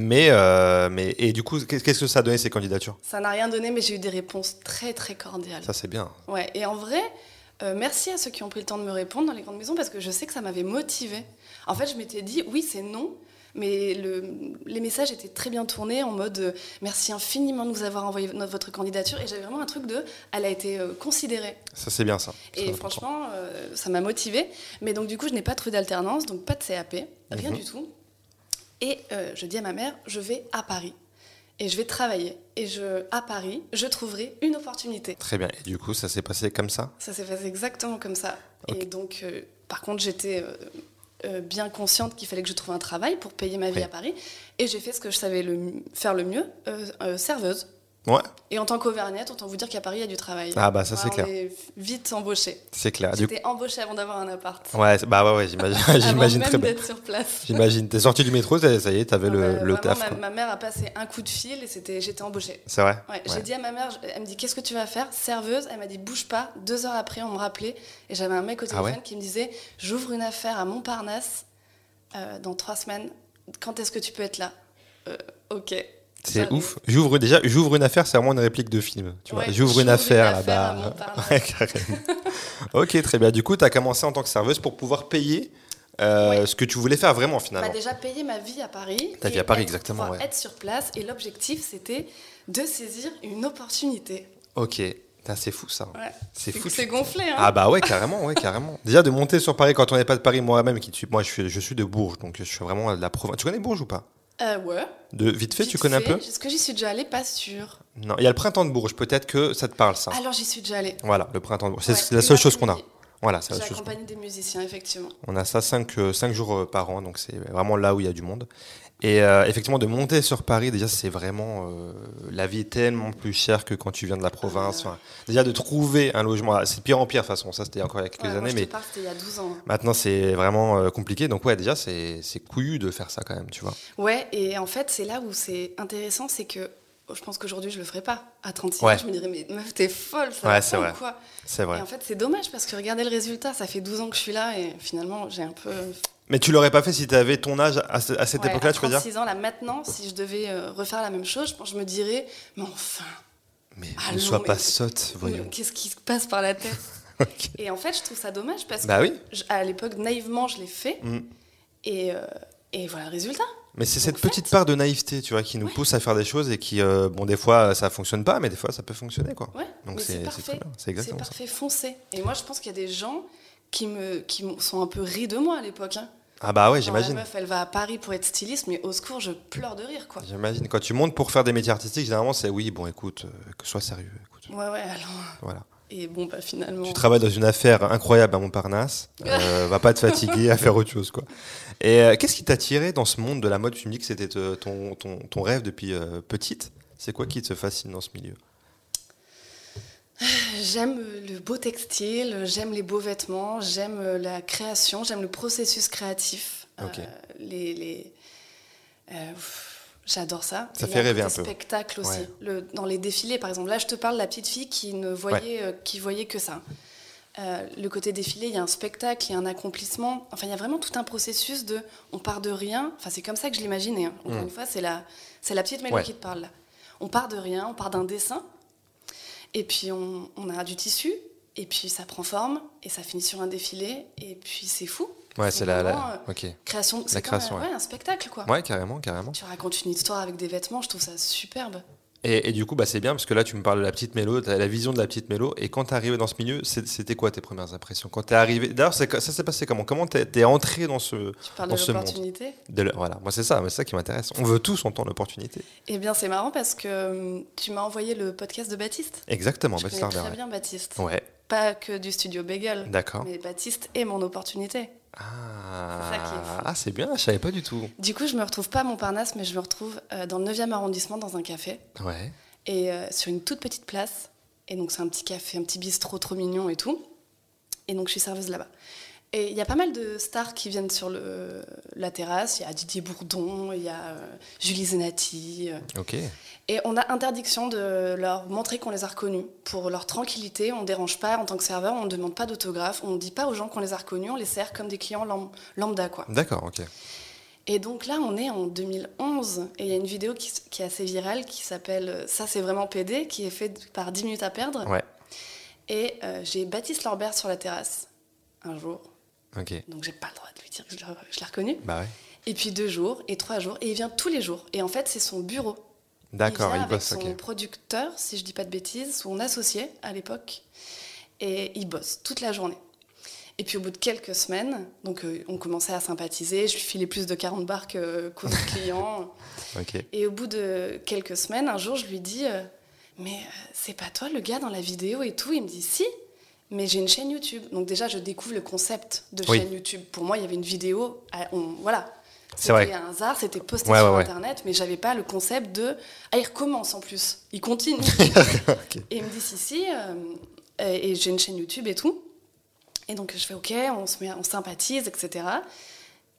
Speaker 1: Mais, euh, mais. Et du coup, qu'est- qu'est-ce que ça a donné ces candidatures
Speaker 2: Ça n'a rien donné, mais j'ai eu des réponses très, très cordiales.
Speaker 1: Ça, c'est bien.
Speaker 2: Ouais, et en vrai, euh, merci à ceux qui ont pris le temps de me répondre dans les grandes maisons parce que je sais que ça m'avait motivée. En fait, je m'étais dit, oui, c'est non. Mais le- les messages étaient très bien tournés en mode euh, merci infiniment de nous avoir envoyé no- votre candidature et j'avais vraiment un truc de elle a été euh, considérée
Speaker 1: Ça, c'est bien ça.
Speaker 2: et
Speaker 1: Ça,
Speaker 2: franchement euh, ça m'a motivée mais donc du coup je n'ai pas trouvé d'alternance donc pas de CAP rien
Speaker 1: Mhm.
Speaker 2: du tout et euh, je dis à ma mère je vais à Paris et je vais travailler et je à Paris je trouverai une opportunité
Speaker 1: Très bien. Et du coup, ça s'est passé comme ça
Speaker 2: ça s'est passé exactement comme ça.
Speaker 1: Ok.
Speaker 2: Et donc, euh, par contre, j'étais euh, euh, bien consciente qu'il fallait que je trouve un travail pour payer ma vie
Speaker 1: Oui.
Speaker 2: à Paris. Et j'ai fait ce que je savais le, m- faire le mieux, euh, euh, serveuse.
Speaker 1: Ouais.
Speaker 2: Et en tant qu'Auvergnate, autant vous dire qu'à Paris, il y a du travail.
Speaker 1: Ah bah ça c'est
Speaker 2: Ouais,
Speaker 1: clair.
Speaker 2: On est vite embauché.
Speaker 1: C'est clair. Du coup-
Speaker 2: J'étais embauché avant d'avoir un appart.
Speaker 1: Ouais, c'est- bah ouais, ouais j'imagine, j'imagine
Speaker 2: avant
Speaker 1: très
Speaker 2: même
Speaker 1: bien.
Speaker 2: d'être sur place.
Speaker 1: J'imagine. T'es sorti du métro, ça ça y est, t'avais
Speaker 2: Non,
Speaker 1: le,
Speaker 2: bah,
Speaker 1: le
Speaker 2: vraiment,
Speaker 1: taf.
Speaker 2: ma,
Speaker 1: quoi.
Speaker 2: ma mère a passé un coup de fil et c'était j'étais embauchée.
Speaker 1: C'est vrai.
Speaker 2: Ouais,
Speaker 1: Ouais.
Speaker 2: J'ai dit à ma mère, je- elle me dit qu'est-ce que tu vas faire Serveuse, elle m'a dit bouge pas. Deux heures après, on me rappelait et j'avais un mec au téléphone
Speaker 1: Ah ouais
Speaker 2: qui me disait j'ouvre une affaire à Montparnasse euh, dans trois semaines. Quand est-ce que tu peux être là Euh, Ok.
Speaker 1: C'est
Speaker 2: J'arrive.
Speaker 1: ouf. J'ouvre déjà, j'ouvre une affaire, c'est vraiment une réplique de film. Tu vois,
Speaker 2: Ouais,
Speaker 1: j'ouvre une
Speaker 2: j'ouvre
Speaker 1: affaire
Speaker 2: une affaire à
Speaker 1: là-bas.
Speaker 2: Montparnasse.
Speaker 1: Ouais, carrément. ok, très bien. Du coup, t'as commencé en tant que serveuse pour pouvoir payer euh, ce que tu voulais faire vraiment
Speaker 2: Bah,
Speaker 1: finalement.
Speaker 2: déjà payé ma vie à Paris.
Speaker 1: Ta
Speaker 2: et
Speaker 1: vie à Paris,
Speaker 2: être-
Speaker 1: exactement,
Speaker 2: pouvoir
Speaker 1: ouais.
Speaker 2: Être sur place et l'objectif c'était de saisir une opportunité.
Speaker 1: Ok. Putain, c'est fou ça.
Speaker 2: Ouais.
Speaker 1: C'est fou.
Speaker 2: C'est
Speaker 1: tu-
Speaker 2: gonflé. Hein.
Speaker 1: Ah bah ouais, carrément, ouais, carrément. Déjà de monter sur Paris quand on n'est pas de Paris moi-même, qui suis- moi je suis, je suis de Bourges, donc je suis vraiment de la province. Tu connais Bourges ou pas
Speaker 2: Euh, ouais.
Speaker 1: De vite fait, tu
Speaker 2: Vite
Speaker 1: connais
Speaker 2: fait.
Speaker 1: un peu
Speaker 2: Est-ce que j'y suis déjà allée Pas sûre.
Speaker 1: Non, il y a le printemps de Bourges, peut-être que ça te parle ça.
Speaker 2: Alors j'y suis déjà allée.
Speaker 1: Voilà, le printemps de Bourges. Ah. C'est
Speaker 2: Ah, Ouais,
Speaker 1: c'est la seule
Speaker 2: une
Speaker 1: chose qu'on a.
Speaker 2: après-midi.
Speaker 1: Voilà, c'est
Speaker 2: J'ai
Speaker 1: la seule chose.
Speaker 2: accompagné des musiciens, effectivement.
Speaker 1: On a ça 5 cinq, euh, cinq jours euh, par an, donc c'est vraiment là où il y a du monde. Et euh, effectivement, de monter sur Paris, déjà, c'est vraiment. euh, la vie est tellement plus chère que quand tu viens de la province.
Speaker 2: Ah.
Speaker 1: Enfin, déjà, de trouver un logement, ah, c'est de pire en pire, de toute façon. Ça, c'était encore il y a quelques
Speaker 2: Ouais, moi,
Speaker 1: années,
Speaker 2: je
Speaker 1: mais
Speaker 2: te parle, c'était il y a 12 ans. hein.
Speaker 1: maintenant, c'est vraiment euh, compliqué. Donc, ouais, déjà, c'est c'est couillu de faire ça quand même, tu vois.
Speaker 2: Ouais, et en fait, c'est là où c'est intéressant, c'est que oh, je pense qu'aujourd'hui, je le ferais pas. À 36
Speaker 1: Ouais.
Speaker 2: ans, je me dirais, mais meuf, t'es folle, ça
Speaker 1: Ouais,
Speaker 2: va
Speaker 1: c'est
Speaker 2: pas ou
Speaker 1: vrai.
Speaker 2: quoi
Speaker 1: C'est vrai.
Speaker 2: Et en fait, c'est dommage parce que regardez le résultat, ça fait 12 ans que je suis là et finalement, j'ai un peu.
Speaker 1: Mais tu l'aurais pas fait si tu avais ton âge à, ce- à cette
Speaker 2: Ouais,
Speaker 1: époque-là,
Speaker 2: à
Speaker 1: tu peux dire
Speaker 2: 36 ans, là, maintenant, si je devais euh, refaire la même chose, je pense que je me dirais, mais enfin,
Speaker 1: Mais ne
Speaker 2: Allons,
Speaker 1: sois pas
Speaker 2: Ah, mais-
Speaker 1: sotte, voyons.
Speaker 2: qu'est-ce qui se passe par la tête
Speaker 1: Ok.
Speaker 2: Et en fait, je trouve ça dommage parce
Speaker 1: Bah
Speaker 2: que
Speaker 1: oui.
Speaker 2: je- à l'époque, naïvement, je l'ai fait.
Speaker 1: Mm.
Speaker 2: Et, euh, et voilà le résultat.
Speaker 1: Mais c'est cette
Speaker 2: en fait-
Speaker 1: petite part de naïveté, tu vois, qui nous pousse à faire des choses et qui, euh, bon, des fois, ça fonctionne pas, mais des fois, ça peut fonctionner, quoi.
Speaker 2: Ouais.
Speaker 1: Donc
Speaker 2: mais
Speaker 1: c'est
Speaker 2: c'est
Speaker 1: c'est très
Speaker 2: parfait.
Speaker 1: bien, c'est
Speaker 2: C'est
Speaker 1: exactement ça.
Speaker 2: parfait, foncé. Et moi, je pense qu'il y a des gens qui, me, qui m'ont- sont un peu ris de moi à l'époque. hein.
Speaker 1: Ah bah ouais,
Speaker 2: Genre, la
Speaker 1: j'imagine.
Speaker 2: meuf, elle va à Paris pour être styliste, mais au secours, je pleure de rire, quoi.
Speaker 1: J'imagine. Quand tu montes pour faire des métiers artistiques, généralement, c'est oui, bon, écoute, euh, que sois sérieux. écoute,
Speaker 2: Ouais, ouais, alors.
Speaker 1: Voilà.
Speaker 2: Et bon, bah finalement.
Speaker 1: Tu travailles dans une affaire incroyable à Montparnasse, euh, va pas te fatiguer à faire autre chose, quoi. Et euh, qu'est-ce qui t'a attiré dans ce monde de la mode Tu me dis que c'était euh, ton, ton, ton rêve depuis euh, petite. C'est quoi qui te fascine dans ce milieu
Speaker 2: J'aime euh, le beau textile, j'aime les beaux vêtements, j'aime euh, la création, j'aime le processus créatif. euh,
Speaker 1: Ok.
Speaker 2: les, les- euh, pff, J'adore ça.
Speaker 1: Ça
Speaker 2: Et
Speaker 1: fait
Speaker 2: il y a
Speaker 1: rêver
Speaker 2: côté
Speaker 1: un peu.
Speaker 2: spectacle aussi.
Speaker 1: Ouais.
Speaker 2: Le- dans les défilés, par exemple. Là, je te parle de la petite fille qui ne voyait, euh, qui voyait que ça. Euh, le côté défilé, il y a un spectacle, il y a un accomplissement. Enfin, il y a vraiment tout un processus de on part de rien. Enfin, c'est comme ça que je l'imaginais. hein. Encore
Speaker 1: Mm.
Speaker 2: une fois, c'est la, c'est la petite Mélou
Speaker 1: Ouais.
Speaker 2: qui te parle là. On part de rien, on part d'un dessin, et puis on, on a du tissu, et puis ça prend forme, et ça finit sur un défilé, et puis c'est fou.
Speaker 1: Ouais,
Speaker 2: C'est
Speaker 1: c'est la, la-
Speaker 2: vraiment, euh, ah.
Speaker 1: Ok.
Speaker 2: Création, c'est comme
Speaker 1: création,
Speaker 2: un,
Speaker 1: ouais.
Speaker 2: ouais, un spectacle quoi.
Speaker 1: Ouais, carrément, carrément.
Speaker 2: Tu racontes une histoire avec des vêtements, je trouve ça superbe.
Speaker 1: Et, et du coup, bah, c'est bien parce que là, tu me parles de la petite mélo, t'as la vision de la petite mélo. Et quand t'es arrivé dans ce milieu, c'est- c'était quoi tes premières impressions Quand t'es arrivé, d'ailleurs, c'est co- ça s'est passé comment Comment t'es t'es entré dans ce,
Speaker 2: Tu parles
Speaker 1: Dans
Speaker 2: de
Speaker 1: ce monde.
Speaker 2: l'opportunité.
Speaker 1: de le- voilà, moi c'est ça, c'est ça qui m'intéresse. On veut tous entendre l'opportunité.
Speaker 2: Eh bien, c'est marrant parce que hum, tu m'as envoyé le podcast de Baptiste.
Speaker 1: Exactement,
Speaker 2: je
Speaker 1: Baptiste
Speaker 2: connais
Speaker 1: Arbert,
Speaker 2: très bien Baptiste.
Speaker 1: ouais. Ouais,
Speaker 2: Pas que du studio Bagel,
Speaker 1: d'accord.
Speaker 2: mais Baptiste est mon opportunité.
Speaker 1: Ah,
Speaker 2: C'est ça qui est fou.
Speaker 1: ah, c'est bien, je savais pas du tout.
Speaker 2: Du coup, je me retrouve pas à Montparnasse, mais je me retrouve euh, dans le 9e arrondissement dans un café.
Speaker 1: Ouais.
Speaker 2: et euh, sur une toute petite place. Et donc c'est un petit café, un petit bistrot trop mignon et tout. Et donc je suis serveuse là-bas. Et il y a pas mal de stars qui viennent sur le, la terrasse. Il y a Didier Bourdon, il y a euh, Julie Zenati. euh.
Speaker 1: Ok.
Speaker 2: Et on a interdiction de leur montrer qu'on les a reconnus. Pour leur tranquillité, on ne dérange pas en tant que serveur, on ne demande pas d'autographe, on ne dit pas aux gens qu'on les a reconnus, on les sert comme des clients lam- lambda. quoi.
Speaker 1: D'accord, ok.
Speaker 2: Et donc là, on est en 2011 et il y a une vidéo qui, s- qui est assez virale qui s'appelle euh, Ça, c'est vraiment PD, qui est faite par 10 minutes à perdre.
Speaker 1: Ouais.
Speaker 2: Et euh, j'ai Baptiste Lorbert sur la terrasse un jour,
Speaker 1: Ok.
Speaker 2: donc j'ai pas le droit de lui dire que je l'ai- je l'ai reconnu.
Speaker 1: Bah ouais.
Speaker 2: Et puis deux jours, et trois jours, et il vient tous les jours. Et en fait, c'est son bureau.
Speaker 1: D'accord,
Speaker 2: vient
Speaker 1: il,
Speaker 2: avec
Speaker 1: bosse,
Speaker 2: son
Speaker 1: ok.
Speaker 2: producteur, si je dis pas de bêtises, son associé à l'époque. Et il bosse toute la journée. Et puis au bout de quelques semaines, donc euh, on commençait à sympathiser, je lui filais plus de 40 bars que- qu'aux autres clients.
Speaker 1: Ok.
Speaker 2: Et au bout de quelques semaines, un jour, je lui dis euh, Mais euh, c'est pas toi le gars dans la vidéo et tout Il me dit Si, mais j'ai une chaîne YouTube. Donc, déjà, je découvre le concept de
Speaker 1: Oui.
Speaker 2: chaîne YouTube. Pour moi, il y avait une vidéo. à- on- voilà.
Speaker 1: C'est vrai.
Speaker 2: C'était un hasard, c'était posté
Speaker 1: Ouais,
Speaker 2: sur
Speaker 1: ouais, ouais.
Speaker 2: Internet, mais j'avais pas le concept de ah, il recommence en plus, il continue. Et il me dit si, si, euh, et et j'ai une chaîne YouTube et tout. Et donc je fais ok, on, se met, on sympathise, etc.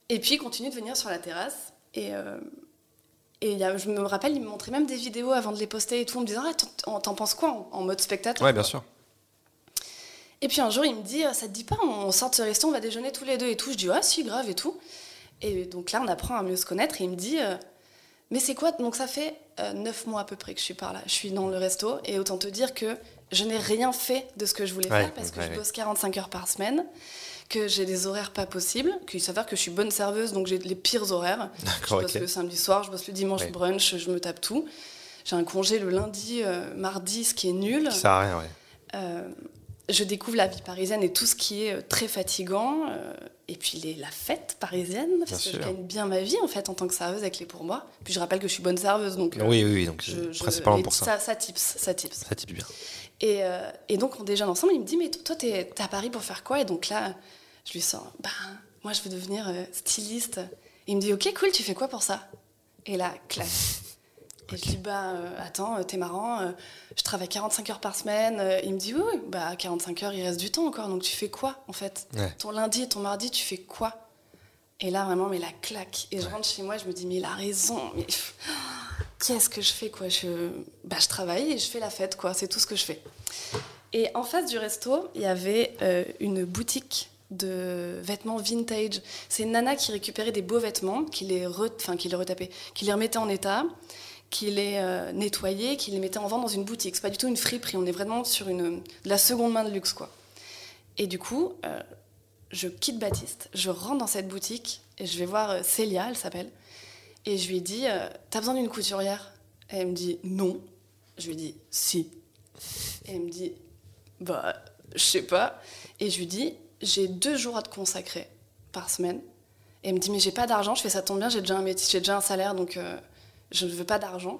Speaker 2: Et puis il continue de venir sur la terrasse. Et, euh, et il y a- je me rappelle, il me montrait même des vidéos avant de les poster et tout, en me disant ah, t'en- t'en penses quoi en, en mode spectateur
Speaker 1: Ouais, bien sûr.
Speaker 2: et puis un jour, il me dit, euh, ça te dit pas, on sort de ce resto, on va déjeuner tous les deux et tout. Je dis, ah si, grave et tout. Et donc là, on apprend à mieux se connaître. Et il me dit, euh, mais c'est quoi Donc ça fait euh, neuf mois à peu près que je suis par là. Je suis dans le resto et autant te dire que je n'ai rien fait de ce que je voulais
Speaker 1: Ouais,
Speaker 2: faire parce que
Speaker 1: ouais,
Speaker 2: je
Speaker 1: ouais.
Speaker 2: bosse 45 heures par semaine, que j'ai des horaires pas possibles, qu'il s'avère que je suis bonne serveuse, donc j'ai les pires horaires. Je
Speaker 1: D'accord,
Speaker 2: bosse
Speaker 1: ok.
Speaker 2: le samedi soir, je bosse le dimanche
Speaker 1: Ouais.
Speaker 2: brunch, je me tape tout. J'ai un congé le lundi, euh, mardi, ce qui est nul.
Speaker 1: Ça sert à rien, ouais.
Speaker 2: Euh, je découvre la vie parisienne et tout ce qui est euh, très fatigant. euh, et puis les- la fête parisienne, parce que
Speaker 1: sûr.
Speaker 2: je gagne bien ma vie en fait en tant que serveuse avec les pourboires. Puis je rappelle que je suis bonne serveuse, donc euh,
Speaker 1: Oui, oui, oui, donc
Speaker 2: je, je-
Speaker 1: principalement
Speaker 2: et
Speaker 1: pour ça. ça.
Speaker 2: Ça, ça tips, ça tips.
Speaker 1: type bien.
Speaker 2: Et, euh, et donc on déjeune ensemble. Il me dit mais toi t'es t'es à Paris pour faire quoi Et donc là, je lui sens bah moi je veux devenir euh, styliste. Et il me dit ok cool, tu fais quoi pour ça Et là clac. Et je dis bah euh, attends euh, t'es marrant, euh, je travaille 45 heures par semaine. Euh, il me dit oui, oui bah 45 heures il reste du temps encore donc tu fais quoi en fait
Speaker 1: Ouais.
Speaker 2: Ton lundi et ton mardi tu fais quoi Et là vraiment mais la claque. Et je rentre chez moi je me dis mais il a raison. Mais... Qu'est-ce que je fais quoi je... Bah, je travaille et je fais la fête quoi, c'est tout ce que je fais. Et en face du resto, il y avait euh, une boutique de vêtements vintage. C'est une nana qui récupérait des beaux vêtements, qui les, re- enfin, qui les retapait, qui les remettait en état, qui les euh, nettoyait, qui les mettait en vente dans une boutique. C'est pas du tout une friperie, on est vraiment sur une, de la seconde main de luxe, quoi. Et du coup, euh, je quitte Baptiste, je rentre dans cette boutique et je vais voir euh, Célia, elle s'appelle, et je lui dis euh, T'as besoin d'une couturière Et elle me dit Non. Je lui dis Si. Et elle me dit Bah, je sais pas. Et je lui dis J'ai deux jours à te consacrer par semaine. Et elle me dit Mais j'ai pas d'argent, je fais ça tombe bien, j'ai déjà un métier, j'ai déjà un salaire, donc euh, je ne veux pas d'argent.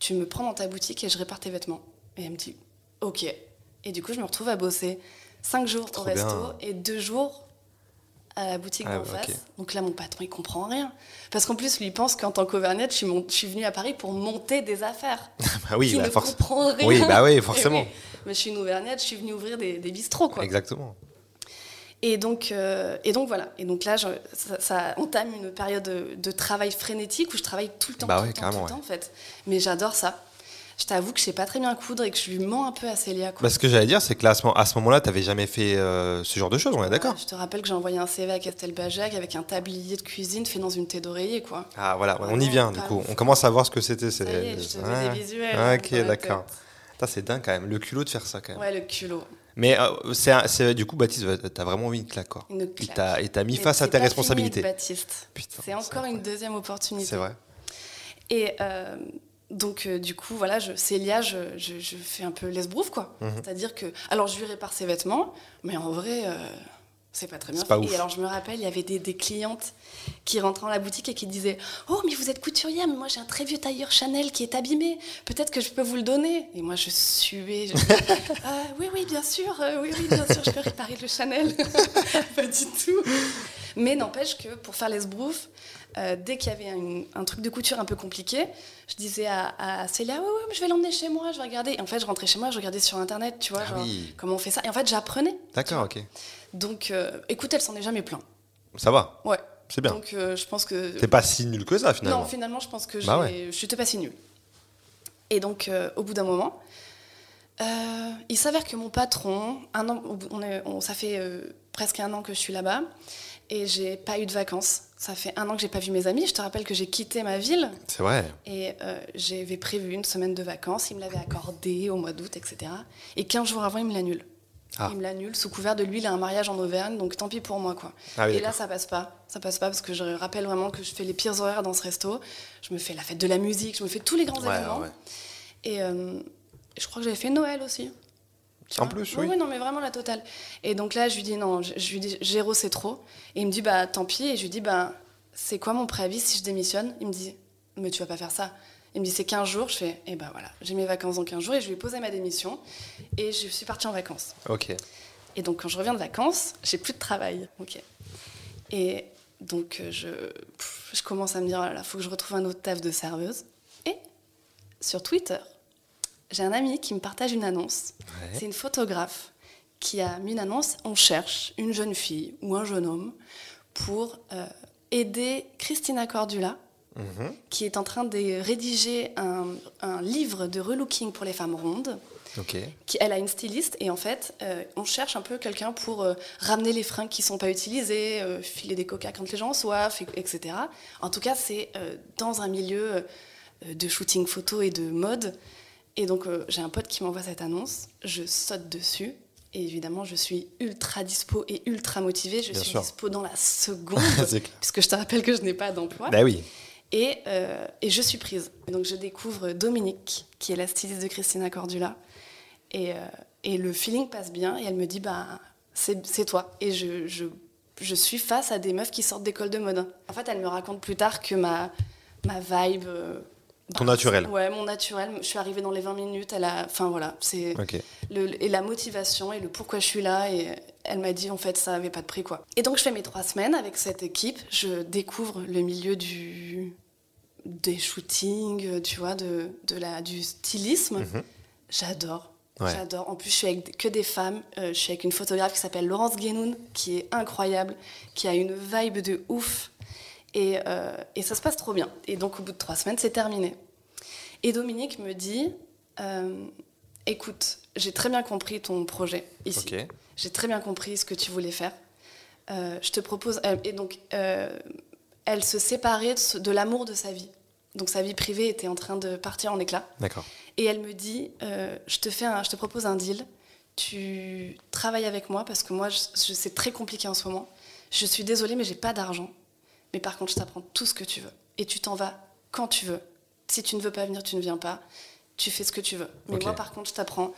Speaker 2: Tu me prends dans ta boutique et je répare tes vêtements. Et elle me dit Ok. Et du coup, je me retrouve à bosser cinq jours
Speaker 1: Trop
Speaker 2: au resto
Speaker 1: bien.
Speaker 2: et deux jours à la boutique
Speaker 1: Ah
Speaker 2: d'en
Speaker 1: bah,
Speaker 2: face.
Speaker 1: ok.
Speaker 2: Donc là, mon patron, il comprend rien. Parce qu'en plus, lui, il pense qu'en tant qu'auvergnate, je suis, mon- je suis venue à Paris pour monter des affaires.
Speaker 1: Bah oui,
Speaker 2: Qui
Speaker 1: bah
Speaker 2: ne
Speaker 1: forcément.
Speaker 2: comprend rien.
Speaker 1: Oui, bah oui,
Speaker 2: Eh
Speaker 1: forcément.
Speaker 2: Mais je suis une auvergnate, je suis venue ouvrir des, des bistrots, quoi.
Speaker 1: Exactement.
Speaker 2: Et donc, euh, et donc voilà. Et donc là, je- ça, ça entame une période de, de travail frénétique où je travaille tout le temps,
Speaker 1: Bah
Speaker 2: tout,
Speaker 1: ouais,
Speaker 2: le temps, tout
Speaker 1: carrément,
Speaker 2: le temps, en fait. Mais j'adore ça. Je t'avoue que je sais pas très bien coudre et que je lui mens un peu à Célia, quoi.
Speaker 1: Bah, ce que j'allais dire, c'est que là, à ce mo- à ce moment-là, t'avais jamais fait euh, ce genre de choses, on est d'accord
Speaker 2: Je te rappelle que j'ai envoyé un CV à Castelbajac avec un tablier de cuisine fait dans une thé d'oreiller, quoi.
Speaker 1: Ah voilà, ouais, on y vient du
Speaker 2: Pas
Speaker 1: coup.
Speaker 2: ouf.
Speaker 1: On commence à voir ce que c'était. c'est-
Speaker 2: Ça y est, je te mets
Speaker 1: Ouais.
Speaker 2: des visuels.
Speaker 1: Ah,
Speaker 2: dans la
Speaker 1: ok, d'accord.
Speaker 2: tête.
Speaker 1: Putain, C'est dingue quand même, le culot de faire ça quand même.
Speaker 2: Ouais, le culot.
Speaker 1: Mais euh, c'est un- c'est- du coup, Baptiste, euh, t'as vraiment mis une claque quoi.
Speaker 2: Une
Speaker 1: Il
Speaker 2: claque.
Speaker 1: t'a- Il t'a mis
Speaker 2: Mais
Speaker 1: face à
Speaker 2: c'est
Speaker 1: tes
Speaker 2: pas
Speaker 1: responsabilités.
Speaker 2: fini avec Baptiste.
Speaker 1: Putain,
Speaker 2: C'est encore une deuxième opportunité.
Speaker 1: C'est vrai.
Speaker 2: Et euh, donc, euh, du coup, voilà, je, Célia, je, je, je fais un peu l'esbrouf, quoi.
Speaker 1: Mhm.
Speaker 2: C'est-à-dire que. Alors, je lui répare ses vêtements, mais en vrai, euh, c'est pas très bien.
Speaker 1: C'est pas
Speaker 2: fait.
Speaker 1: ouf.
Speaker 2: Et alors, je me rappelle, il y avait des, des clientes qui rentraient dans la boutique et qui disaient Oh, mais vous êtes couturière, mais moi, j'ai un très vieux tailleur Chanel qui est abîmé. Peut-être que je peux vous le donner. Et moi, je suais. je dis, Ah, oui, oui, bien sûr, euh, oui, oui, bien sûr, je peux réparer le Chanel. pas du tout. Mais n'empêche que pour faire l'esbrouf, euh, dès qu'il y avait un, un truc de couture un peu compliqué, je disais à, à Célia, ouais, ouais, mais je vais l'emmener chez moi, je vais regarder. Et en fait, je rentrais chez moi, je regardais sur Internet, tu vois,
Speaker 1: Ah
Speaker 2: genre,
Speaker 1: oui.
Speaker 2: comment on fait ça. Et en fait, j'apprenais.
Speaker 1: D'accord, ok.
Speaker 2: Donc, euh, écoute, elle s'en est jamais plainte.
Speaker 1: Ça va,
Speaker 2: Ouais.
Speaker 1: c'est bien.
Speaker 2: Donc, euh, je pense que.
Speaker 1: T'es pas si nul que ça finalement.
Speaker 2: Non, finalement, je pense que
Speaker 1: Bah
Speaker 2: j'ai- je suis pas si nulle. Et donc, euh, au bout d'un moment, euh, il s'avère que mon patron, un an, au bout- on est- on- ça fait euh, presque un an que je suis là-bas, et j'ai pas eu de vacances. Ça fait un an que j'ai pas vu mes amis. Je te rappelle que j'ai quitté ma ville
Speaker 1: C'est vrai.
Speaker 2: et euh, j'avais prévu une semaine de vacances. Il me l'avait accordée au mois d'août, etc. Et 15 jours avant, il me l'annule.
Speaker 1: Ah.
Speaker 2: Il me l'annule sous couvert de lui, il a un mariage en Auvergne, donc tant pis pour moi, quoi.
Speaker 1: Ah oui,
Speaker 2: et là,
Speaker 1: d'accord.
Speaker 2: ça passe pas. Ça passe pas parce que je rappelle vraiment que je fais les pires horaires dans ce resto. Je me fais la fête de la musique, je me fais tous les grands
Speaker 1: Ouais,
Speaker 2: événements.
Speaker 1: ouais.
Speaker 2: Et euh, je crois que j'avais fait Noël aussi. Tu
Speaker 1: En
Speaker 2: vois
Speaker 1: plus,
Speaker 2: Ouais,
Speaker 1: oui.
Speaker 2: ouais, non, mais vraiment la totale. Et donc là, je lui dis non, je, je lui dis Géro, c'est trop. Et il me dit bah tant pis. Et je lui dis bah c'est quoi mon préavis si je démissionne Il me dit mais tu vas pas faire ça. Il me dit c'est 15 jours. Je fais et ben voilà, j'ai mes vacances dans 15 jours et je lui ai posé ma démission et je suis partie en vacances.
Speaker 1: Ok.
Speaker 2: Et donc, quand je reviens de vacances, j'ai plus de travail. Ok. Et donc, euh, je, pff, je commence à me dire, il faut que je retrouve un autre taf de serveuse. Et sur Twitter, j'ai un ami qui me partage une annonce.
Speaker 1: Ouais.
Speaker 2: C'est une photographe qui a mis une annonce, on cherche une jeune fille ou un jeune homme pour euh, aider Christina Cordula,
Speaker 1: Mhm.
Speaker 2: qui est en train de rédiger un, un livre de relooking pour les femmes rondes.
Speaker 1: Ok.
Speaker 2: Qui, elle a une styliste et en fait, euh, on cherche un peu quelqu'un pour euh, ramener les fringues qui sont pas utilisées, euh, filer des coca quand les gens ont soif, et- etc. En tout cas, c'est euh, dans un milieu euh, de shooting photo et de mode. Et donc, euh, j'ai un pote qui m'envoie cette annonce. Je saute dessus. Et évidemment, je suis ultra dispo et ultra motivée. Je
Speaker 1: Bien
Speaker 2: suis
Speaker 1: sûr.
Speaker 2: dispo dans la seconde,
Speaker 1: C'est clair.
Speaker 2: puisque je te rappelle que je n'ai pas d'emploi.
Speaker 1: Bah oui.
Speaker 2: Et, euh, et je suis prise. Et donc je découvre Dominique, qui est la styliste de Christina Cordula. Et, euh, et le feeling passe bien. Et elle me dit, bah, c'est c'est toi. Et je, je, je suis face à des meufs qui sortent d'école de mode. En fait, elle me raconte plus tard que ma, ma vibe. euh,
Speaker 1: Ton naturel.
Speaker 2: Ouais, mon naturel. Je suis arrivée dans les 20 minutes. Elle a, enfin voilà, c'est
Speaker 1: Ok.
Speaker 2: le- et la motivation et le pourquoi je suis là. Et elle m'a dit en fait ça avait pas de prix quoi. Et donc je fais mes trois semaines avec cette équipe. Je découvre le milieu du des shootings, euh, tu vois, de, de la du stylisme. J'adore.
Speaker 1: Mhm. Ouais.
Speaker 2: J'adore. En plus, je suis avec que des femmes. Euh, je suis avec une photographe qui s'appelle Laurence Guénoun, qui est incroyable, qui a une vibe de ouf. Et, euh, et ça se passe trop bien. Et donc, au bout de trois semaines, c'est terminé. Et Dominique me dit euh, Écoute, j'ai très bien compris ton projet ici.
Speaker 1: Ok.
Speaker 2: J'ai très bien compris ce que tu voulais faire. Euh, je te propose. euh, et donc, euh, elle se séparait de, ce- de l'amour de sa vie. Donc, sa vie privée était en train de partir en éclats.
Speaker 1: D'accord.
Speaker 2: Et elle me dit euh, je, te fais un- je te propose un deal. Tu travailles avec moi parce que moi, je, je- c'est très compliqué en ce moment. Je suis désolée, mais j'ai pas d'argent. Mais par contre, je t'apprends tout ce que tu veux. Et tu t'en vas quand tu veux. Si tu ne veux pas venir, tu ne viens pas. Tu fais ce que tu veux. Mais
Speaker 1: Ok.
Speaker 2: moi, par contre, je t'apprends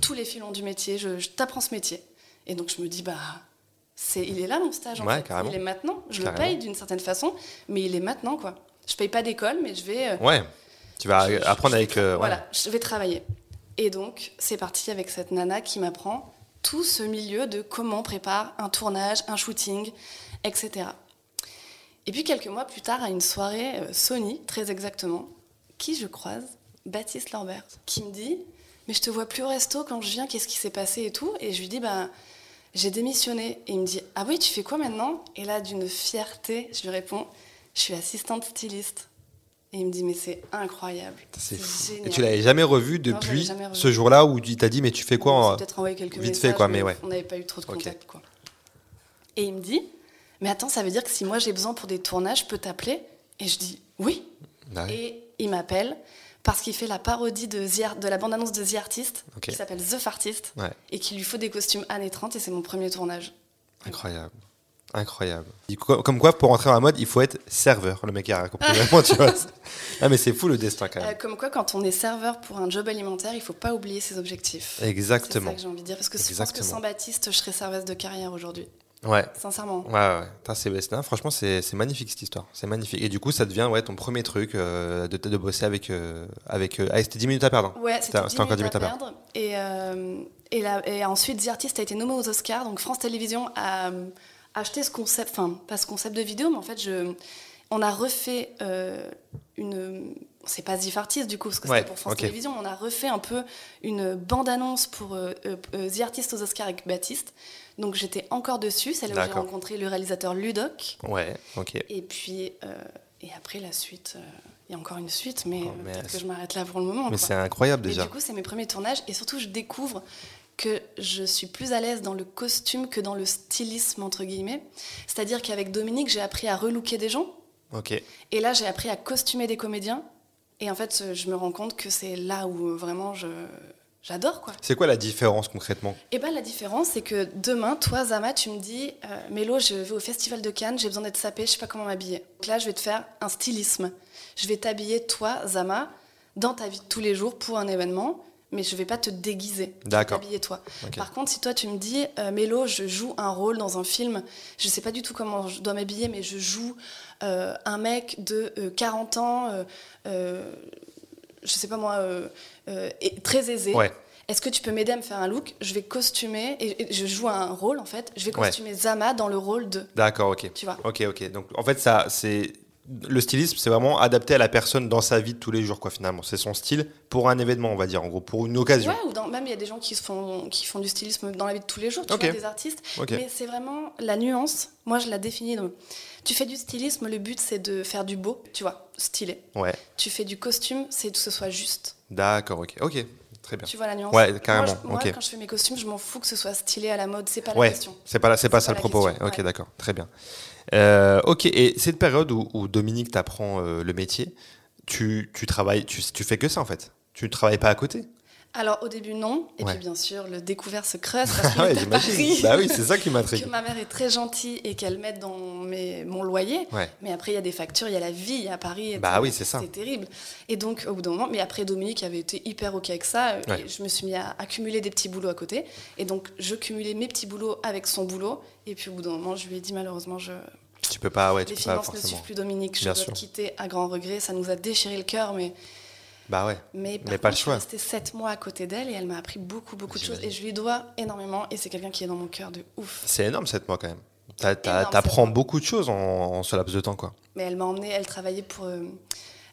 Speaker 2: tous les filons du métier. Je, je t'apprends ce métier. Et donc, je me dis bah. C'est, il est là mon stage en
Speaker 1: Ouais,
Speaker 2: fait.
Speaker 1: carrément.
Speaker 2: Il est maintenant. Je
Speaker 1: Carrément.
Speaker 2: le paye d'une certaine façon, mais il est maintenant quoi. Je paye pas d'école, mais je vais euh,
Speaker 1: Ouais. Tu vas
Speaker 2: je- je-
Speaker 1: apprendre
Speaker 2: je-
Speaker 1: avec. euh, ouais.
Speaker 2: Voilà, je vais travailler. Et donc, c'est parti avec cette nana qui m'apprend tout ce milieu de comment on prépare un tournage, un shooting, etc. Et puis, quelques mois plus tard, à une soirée euh, Sony, très exactement, qui je croise Baptiste Lambert, qui me dit Mais je te vois plus au resto quand je viens, qu'est-ce qui s'est passé et tout Et je lui dis Bah. J'ai démissionné et il me dit Ah oui, tu fais quoi maintenant Et là, d'une fierté, je lui réponds Je suis assistante styliste. Et il me dit Mais c'est incroyable.
Speaker 1: C'est fou.
Speaker 2: génial.
Speaker 1: Et tu l'avais jamais revu
Speaker 2: l'avais
Speaker 1: depuis
Speaker 2: jamais revu.
Speaker 1: ce jour-là où il t'a dit mais tu fais quoi
Speaker 2: On
Speaker 1: en-
Speaker 2: s'est peut-être envoyé quelques
Speaker 1: vite fait,
Speaker 2: messages,
Speaker 1: quoi, mais ouais.
Speaker 2: on n'avait pas eu trop de
Speaker 1: Ok.
Speaker 2: contact. Quoi. Et il me dit Mais attends, ça veut dire que si moi j'ai besoin pour des tournages, je peux t'appeler Et je dis Oui.
Speaker 1: Ah ouais.
Speaker 2: Et il m'appelle parce qu'il fait la parodie de, The Ar- de la bande-annonce de The Artist
Speaker 1: Ok.
Speaker 2: qui s'appelle The Fartist
Speaker 1: Ouais.
Speaker 2: et qu'il lui faut des costumes années 30 et c'est mon premier tournage.
Speaker 1: Incroyable. Incroyable. Il- co- Comme quoi, pour entrer dans la mode, il faut être serveur. Le mec a compris vraiment, tu vois. Ah, mais c'est fou le destin quand
Speaker 2: Euh,
Speaker 1: même.
Speaker 2: comme quoi, quand on est serveur pour un job alimentaire, il faut pas oublier ses objectifs. C'est ça
Speaker 1: Exactement.
Speaker 2: que j'ai envie de dire. Parce que je pense que
Speaker 1: Exactement.
Speaker 2: sans Baptiste, je serais serveuse de carrière aujourd'hui.
Speaker 1: Ouais.
Speaker 2: Sincèrement.
Speaker 1: Ouais, ouais. Putain, c'est- c'est- non, franchement, c'est c'est magnifique cette histoire. C'est magnifique. Et du coup, ça devient ouais, ton premier truc euh, de, de bosser avec. euh, avec euh, ah, c'était 10 minutes à perdre. hein.
Speaker 2: Ouais, c'était
Speaker 1: C'était-
Speaker 2: 10
Speaker 1: c'était encore hein. 10
Speaker 2: minutes à
Speaker 1: minutes à
Speaker 2: perdre. Et, euh, et, la- et ensuite, The Artist a été nommé aux Oscars. Donc France Télévisions a euh, acheté ce concept, enfin, pas ce concept de vidéo, mais en fait, je, on a refait euh, une. C'est pas The Artist du coup, parce que
Speaker 1: Ouais,
Speaker 2: c'était pour France
Speaker 1: ok.
Speaker 2: Télévisions. On a refait un peu une bande-annonce pour euh, euh, euh, The Artist aux Oscars avec Baptiste. Donc j'étais encore dessus. C'est là où j'ai
Speaker 1: D'accord.
Speaker 2: rencontré le réalisateur Ludoc.
Speaker 1: Ouais, ok.
Speaker 2: Et puis, euh, et après la suite, euh, il y a encore une suite, mais
Speaker 1: Oh,
Speaker 2: euh,
Speaker 1: mais
Speaker 2: peut-être
Speaker 1: c'est-
Speaker 2: que je m'arrête là pour le moment.
Speaker 1: Mais
Speaker 2: quoi.
Speaker 1: c'est incroyable
Speaker 2: Mais
Speaker 1: déjà.
Speaker 2: du coup, c'est mes premiers tournages et surtout, je découvre que je suis plus à l'aise dans le costume que dans le stylisme, entre guillemets. C'est-à-dire qu'avec Dominique, j'ai appris à relooker des gens
Speaker 1: Ok.
Speaker 2: et là, j'ai appris à costumer des comédiens. Et en fait, euh, je me rends compte que c'est là où euh, vraiment je. J'adore quoi.
Speaker 1: C'est quoi la différence concrètement
Speaker 2: Et ben la différence, c'est que demain, toi, Zama, tu me dis euh, Mélo, je vais au Festival de Cannes, j'ai besoin d'être sapée, je sais pas comment m'habiller. Donc là, je vais te faire un stylisme. Je vais t'habiller, toi, Zama, dans ta vie de tous les jours pour un événement, mais je vais pas te déguiser. Je vais
Speaker 1: D'accord.
Speaker 2: t'habiller, toi.
Speaker 1: Ok.
Speaker 2: Par contre, si toi, tu me dis euh, Mélo, je joue un rôle dans un film, je sais pas du tout comment je dois m'habiller, mais je joue euh, un mec de euh, 40 ans, euh, euh, je sais pas moi, euh, euh, et très aisé.
Speaker 1: Ouais.
Speaker 2: Est-ce que tu peux m'aider à me faire un look Je vais costumer, et, et je joue un rôle en fait, je vais
Speaker 1: Ouais.
Speaker 2: costumer Zama dans le rôle de.
Speaker 1: D'accord, ok.
Speaker 2: Tu vois.
Speaker 1: Ok, ok. Donc en fait, ça, c'est le stylisme, c'est vraiment adapté à la personne dans sa vie de tous les jours, quoi, finalement. C'est son style pour un événement, on va dire, en gros, pour une occasion.
Speaker 2: Ouais, ou dans- même il y a des gens qui, se font, qui font du stylisme dans la vie de tous les jours, tu
Speaker 1: Ok.
Speaker 2: vois, des artistes.
Speaker 1: Ok.
Speaker 2: Mais c'est vraiment la nuance. Moi, je la définis. Donc, tu fais du stylisme, le but, c'est de faire du beau, tu vois, stylé.
Speaker 1: Ouais,
Speaker 2: Tu fais du costume, c'est que ce soit juste.
Speaker 1: d'accord, ok. Ok, très bien.
Speaker 2: Tu vois la nuance
Speaker 1: Ouais, carrément,
Speaker 2: Moi, je- moi,
Speaker 1: ok.
Speaker 2: quand je fais mes costumes, je m'en fous que ce soit stylé à la mode, c'est pas la
Speaker 1: Ouais,
Speaker 2: question.
Speaker 1: c'est pas, là- c'est pas
Speaker 2: C'est
Speaker 1: ça
Speaker 2: pas
Speaker 1: le
Speaker 2: la
Speaker 1: propos, ouais.
Speaker 2: question,
Speaker 1: Ok,
Speaker 2: ouais.
Speaker 1: d'accord, très bien. Euh, ok, et cette période où, où Dominique t'apprend euh, le métier, tu, tu travailles, tu, tu fais que ça en fait. Tu ne travailles pas à côté.
Speaker 2: Alors, au début, non. Et
Speaker 1: Ouais.
Speaker 2: puis, bien sûr, le découvert se creuse parce qu'il
Speaker 1: ouais,
Speaker 2: est à Paris.
Speaker 1: Bah oui, c'est ça qui m'intrigue.
Speaker 2: que ma mère est très gentille et qu'elle m'aide dans mes- mon loyer.
Speaker 1: Ouais.
Speaker 2: Mais après, il y a des factures, il y a la vie il y a Paris. et
Speaker 1: Bah
Speaker 2: tout.
Speaker 1: oui, c'est ça.
Speaker 2: C'est terrible. Et donc, au bout d'un moment, mais après, Dominique avait été hyper OK avec ça. et
Speaker 1: Ouais.
Speaker 2: je me suis mis à accumuler des petits boulots à côté. Et donc, je cumulais mes petits boulots avec son boulot. Et puis, au bout d'un moment, je lui ai dit, malheureusement, je...
Speaker 1: Tu peux pas, ouais, tu
Speaker 2: les
Speaker 1: peux pas
Speaker 2: finances ne
Speaker 1: forcément.
Speaker 2: suivent plus Dominique. Je
Speaker 1: Bien
Speaker 2: dois
Speaker 1: sûr.
Speaker 2: te quitter à grand regret. Ça nous a déchiré le cœur, mais
Speaker 1: Bah ouais.
Speaker 2: mais, par
Speaker 1: Mais pas le
Speaker 2: contre,
Speaker 1: choix.
Speaker 2: Je suis restée 7 mois à côté d'elle et elle m'a appris beaucoup, beaucoup de choses.
Speaker 1: J'imagine.
Speaker 2: Et je lui dois énormément. Et c'est quelqu'un qui est dans mon cœur de ouf.
Speaker 1: C'est énorme cette mois quand même. T'as- t'as-
Speaker 2: énorme,
Speaker 1: T'apprends
Speaker 2: sept mois.
Speaker 1: beaucoup de choses en, en ce laps de temps, quoi.
Speaker 2: Mais elle m'a emmenée, elle travaillait pour euh,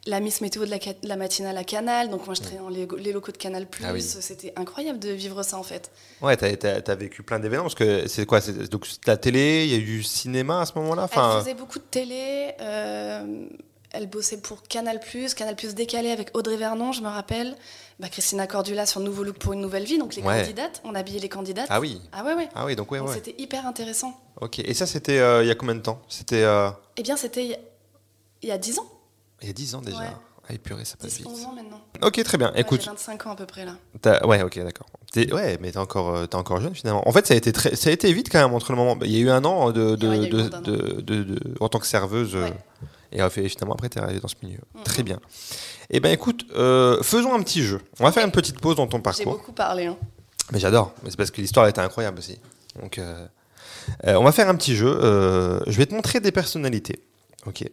Speaker 2: la Miss Météo de la, ca- la matinale à Canal. Donc moi, je traînais dans les, les locaux de Canal.
Speaker 1: Ah oui.
Speaker 2: C'était incroyable de vivre ça en fait.
Speaker 1: Ouais, t'as t'as- t'as vécu plein d'événements parce que c'est quoi c'est- Donc la télé, il y a eu du cinéma à ce moment-là.
Speaker 2: elle
Speaker 1: Enfin,
Speaker 2: faisait beaucoup de télé. euh, elle bossait pour Canal, Canal décalé avec Audrey Vernon, je me rappelle. Bah, Christina Cordula sur Nouveau Look pour une nouvelle vie. Donc les
Speaker 1: Ouais.
Speaker 2: candidates, on habillait les candidates.
Speaker 1: ah oui,
Speaker 2: Ah ouais, ouais.
Speaker 1: ah oui, donc ouais,
Speaker 2: Donc,
Speaker 1: ouais.
Speaker 2: C'était hyper intéressant.
Speaker 1: Ok. Et ça, c'était euh, il y a combien de temps C'était euh,
Speaker 2: Eh bien, c'était il y a- il y a 10 ans.
Speaker 1: il y a 10 ans déjà.
Speaker 2: Ouais.
Speaker 1: Ah, et purée, ça passe
Speaker 2: 10,
Speaker 1: vite.
Speaker 2: 11 ans maintenant.
Speaker 1: Ok, très bien.
Speaker 2: Ouais,
Speaker 1: Écoute,
Speaker 2: j'ai 25 ans à peu près là.
Speaker 1: T'as- Ouais, ok, d'accord. T'es- Ouais, mais t'es encore, euh, t'es encore jeune finalement. En fait, ça a été très, ça a été vite quand même entre le moment. bah, Il y a eu un an de, de,
Speaker 2: Ouais, il y a eu
Speaker 1: de,
Speaker 2: moins d'un an.
Speaker 1: de- de- de- en tant que serveuse. euh,
Speaker 2: Ouais.
Speaker 1: Et euh, finalement, après, t'es arrivé dans ce milieu.
Speaker 2: Mhm.
Speaker 1: Très bien. Eh ben, écoute, euh, faisons un petit jeu. On va faire une petite pause dans ton
Speaker 2: J'ai
Speaker 1: parcours.
Speaker 2: beaucoup parlé. hein.
Speaker 1: Mais j'adore. Mais c'est parce que l'histoire était incroyable aussi. Donc, euh, euh, on va faire un petit jeu. Euh, je vais te montrer des personnalités. Ok.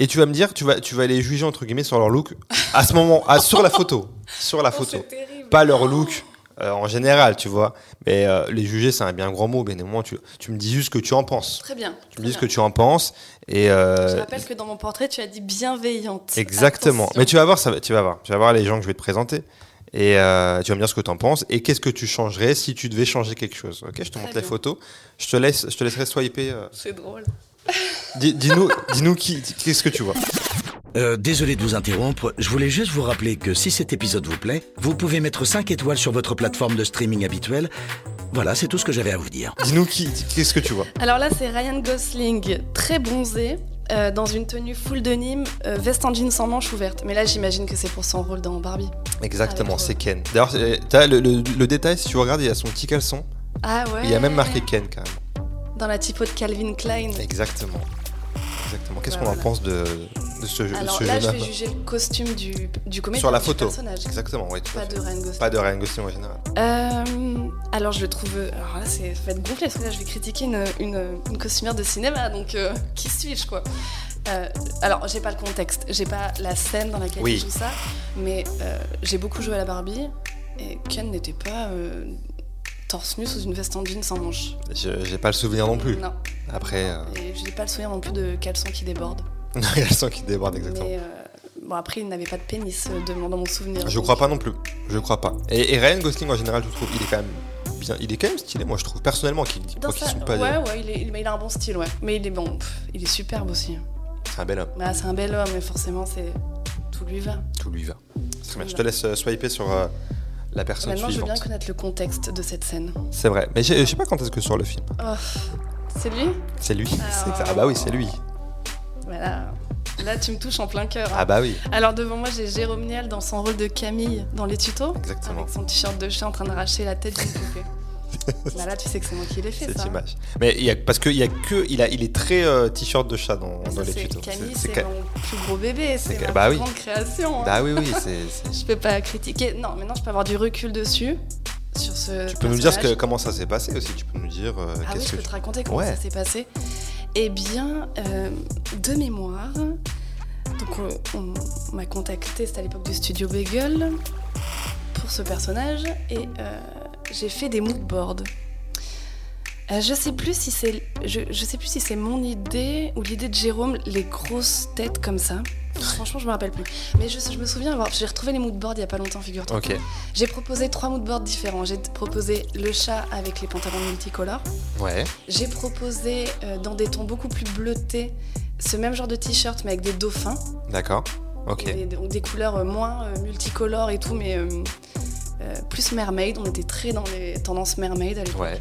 Speaker 1: Et tu vas me dire, tu vas, tu vas les juger entre guillemets sur leur look à ce moment, à, sur la photo, sur la
Speaker 2: Oh,
Speaker 1: photo
Speaker 2: c'est terrible.
Speaker 1: pas leur look euh, en général, tu vois. Mais euh, les juger, c'est un bien grand mot. Mais néanmoins, tu, tu me dis juste ce que tu en penses.
Speaker 2: Très bien.
Speaker 1: Tu me dis ce que tu en penses. Et euh,
Speaker 2: Je rappelle que dans mon portrait, tu as dit bienveillante.
Speaker 1: exactement.
Speaker 2: Attention.
Speaker 1: Mais tu vas voir, ça, va- tu vas voir, tu vas voir les gens que je vais te présenter. Et euh, tu vas me dire ce que tu en penses. Et qu'est-ce que tu changerais si tu devais changer quelque chose. Ok, je te
Speaker 2: Très
Speaker 1: montre les
Speaker 2: bien.
Speaker 1: photos. Je te laisse, je te laisserai swiper. euh.
Speaker 2: C'est drôle.
Speaker 1: Dis- Dis-nous, dis-nous qui, qu'est-ce que tu vois.
Speaker 3: Euh, désolé de vous interrompre, je voulais juste vous rappeler que si cet épisode vous plaît, vous pouvez mettre 5 étoiles sur votre plateforme de streaming habituelle. Voilà, c'est tout ce que j'avais à vous dire.
Speaker 1: Dis-nous qui, qu'est-ce que tu vois.
Speaker 2: Alors là, c'est Ryan Gosling, très bronzé, euh, dans une tenue full de Nîmes, euh, veste en jean sans manches ouverte. Mais là, j'imagine que c'est pour son rôle dans Barbie.
Speaker 1: Exactement,
Speaker 2: Avec, euh,
Speaker 1: c'est Ken. D'ailleurs, c'est- t'as le, le- le détail, si tu regardes, il y a son petit caleçon.
Speaker 2: Ah ouais.
Speaker 1: Il y a même marqué Ken quand même.
Speaker 2: Dans la typo de Calvin Klein.
Speaker 1: Exactement. Exactement. Qu'est-ce
Speaker 2: Bah,
Speaker 1: qu'on en
Speaker 2: voilà.
Speaker 1: pense de, de ce, jeu-
Speaker 2: Alors
Speaker 1: ce
Speaker 2: là, je
Speaker 1: jeune
Speaker 2: vais
Speaker 1: homme
Speaker 2: juger le costume du, du comédien.
Speaker 1: Sur la
Speaker 2: du
Speaker 1: photo.
Speaker 2: personnage.
Speaker 1: Exactement, oui. tout à
Speaker 2: Pas
Speaker 1: fait.
Speaker 2: de Ryan Gosling.
Speaker 1: Pas de Ryan Gosling en général.
Speaker 2: Euh, alors je le trouve. Alors là, c'est ça va être gonflé parce que là, je vais critiquer une, une- une costumière de cinéma, donc euh, qui suis-je quoi Euh, Alors j'ai pas le contexte, j'ai pas la scène dans laquelle
Speaker 1: Oui.
Speaker 2: il joue ça, mais euh, j'ai beaucoup joué à la Barbie et Ken n'était pas euh, torse nu sous une veste en jean sans manches.
Speaker 1: Je- J'ai pas le souvenir non plus.
Speaker 2: Non.
Speaker 1: Après, euh,
Speaker 2: Et j'ai pas le souvenir non plus de caleçon qui déborde.
Speaker 1: il y a le sang qui déborde, exactement.
Speaker 2: Mais euh, bon après il n'avait pas de pénis euh, de mon- dans mon souvenir.
Speaker 1: Je
Speaker 2: donc-
Speaker 1: crois pas non plus. Je crois pas. Et, et Ryan Gosling en général, je trouve, il est quand même bien. Il est quand même stylé, moi je trouve. Personnellement, qui
Speaker 2: Dans sa-
Speaker 1: sont pas.
Speaker 2: Ouais, ouais, il, est- il- mais il a un bon style, ouais. Mais il est bon, pff, il est superbe aussi.
Speaker 1: C'est un bel homme.
Speaker 2: Bah, c'est un bel homme, mais forcément, c'est tout lui va.
Speaker 1: Tout lui va. Très bien. Je te laisse euh, swiper sur euh, la personne
Speaker 2: Maintenant, je veux bien
Speaker 1: suivante.
Speaker 2: connaître le contexte de cette scène.
Speaker 1: C'est vrai. Mais j'ai- je sais pas quand est-ce que sort le film.
Speaker 2: Oh, c'est lui
Speaker 1: C'est lui.
Speaker 2: Ah,
Speaker 1: c'est-
Speaker 2: ouais.
Speaker 1: Ah bah oui, c'est lui.
Speaker 2: euh, Voilà. Là, tu me touches en plein cœur. hein.
Speaker 1: Ah bah oui.
Speaker 2: Alors, devant moi, j'ai Jérôme Niel dans son rôle de Camille dans les tutos.
Speaker 1: Exactement.
Speaker 2: Avec son t-shirt de chien en train d'arracher la tête d'une poupée. bah, là, tu sais que c'est moi qui l'ai fait,
Speaker 1: cette
Speaker 2: ça. hein.
Speaker 1: image. Mais il y a, parce qu'il y a que il a il est très euh, t-shirt de chat dans,
Speaker 2: Bah,
Speaker 1: dans
Speaker 2: ça,
Speaker 1: les
Speaker 2: c'est-
Speaker 1: tutos.
Speaker 2: Camille,
Speaker 1: C'est- c'est
Speaker 2: c'est
Speaker 1: ca-
Speaker 2: mon plus gros bébé.
Speaker 1: c'est
Speaker 2: C'est
Speaker 1: ca-
Speaker 2: ma
Speaker 1: bah
Speaker 2: plus
Speaker 1: oui.
Speaker 2: grande création. hein.
Speaker 1: Ah oui oui, c'est- c'est-
Speaker 2: Je peux pas critiquer. Non, mais non, je peux avoir du recul dessus. Sur ce
Speaker 1: Tu peux nous dire ce
Speaker 2: personnage.
Speaker 1: que, comment ça s'est passé aussi. Tu peux nous dire euh,
Speaker 2: Ah oui,
Speaker 1: qu'est-ce
Speaker 2: je peux
Speaker 1: que.
Speaker 2: te
Speaker 1: tu-
Speaker 2: raconter comment
Speaker 1: Ouais.
Speaker 2: ça s'est passé. Eh bien, euh, de mémoire, donc euh, on, on m'a contacté, c'était à l'époque du studio Bagel, pour ce personnage, et euh, j'ai fait des moodboards. Euh, je sais plus si c'est je, je sais plus si c'est mon idée ou l'idée de Jérôme, les grosses têtes comme ça. Franchement, je me rappelle plus. Mais je, je me souviens avoir. J'ai retrouvé les moodboards il y a pas longtemps, figure-toi.
Speaker 1: Ok.
Speaker 2: J'ai proposé trois moodboards différents. J'ai proposé le chat avec les pantalons multicolores.
Speaker 1: Ouais.
Speaker 2: J'ai proposé euh, dans des tons beaucoup plus bleutés ce même genre de t-shirt mais avec des dauphins.
Speaker 1: D'accord. Ok.
Speaker 2: Et des, donc des couleurs euh, moins euh, multicolores et tout, mais euh, euh, plus mermaid. On était très dans les tendances mermaid à l'époque.
Speaker 1: Ouais.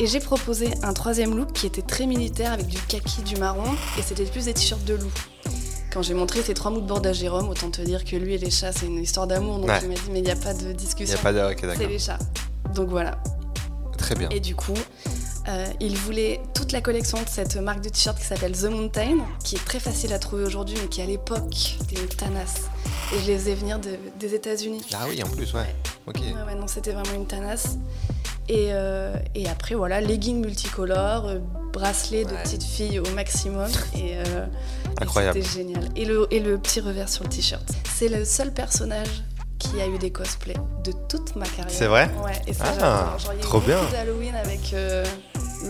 Speaker 2: Et j'ai proposé un troisième look qui était très militaire avec du kaki, du marron, et c'était plus des t-shirts de loup. Quand j'ai montré ces trois moodboards à Jérôme, autant te dire que lui et les chats, c'est une histoire d'amour, donc
Speaker 1: Ouais.
Speaker 2: il m'a dit, mais il n'y a pas de
Speaker 1: Il n'y
Speaker 2: discussion.
Speaker 1: a pas de. Ok,
Speaker 2: C'est
Speaker 1: d'accord.
Speaker 2: les chats. Donc voilà.
Speaker 1: Très bien.
Speaker 2: Et du coup, euh, il voulait toute la collection de cette marque de t-shirt qui s'appelle The Mountain, qui est très facile à trouver aujourd'hui, mais qui à l'époque était une tanasse. Et je les ai venir de- des États-Unis.
Speaker 1: Ah oui, en plus, ouais. Ok.
Speaker 2: Ouais, ouais, non, c'était vraiment une tanasse. Et, euh, et après, voilà, leggings multicolores, euh, bracelets de
Speaker 1: Ouais.
Speaker 2: petite fille au maximum. Et, euh, et
Speaker 1: Incroyable.
Speaker 2: C'était génial. Et le, et le petit revers sur le t-shirt. C'est le seul personnage qui a eu des cosplays de toute ma carrière.
Speaker 1: C'est vrai
Speaker 2: Ouais, et ça,
Speaker 1: Ah,
Speaker 2: j'adore. Genre, il y a eu
Speaker 1: trop
Speaker 2: beaucoup
Speaker 1: bien.
Speaker 2: d'Halloween avec. euh,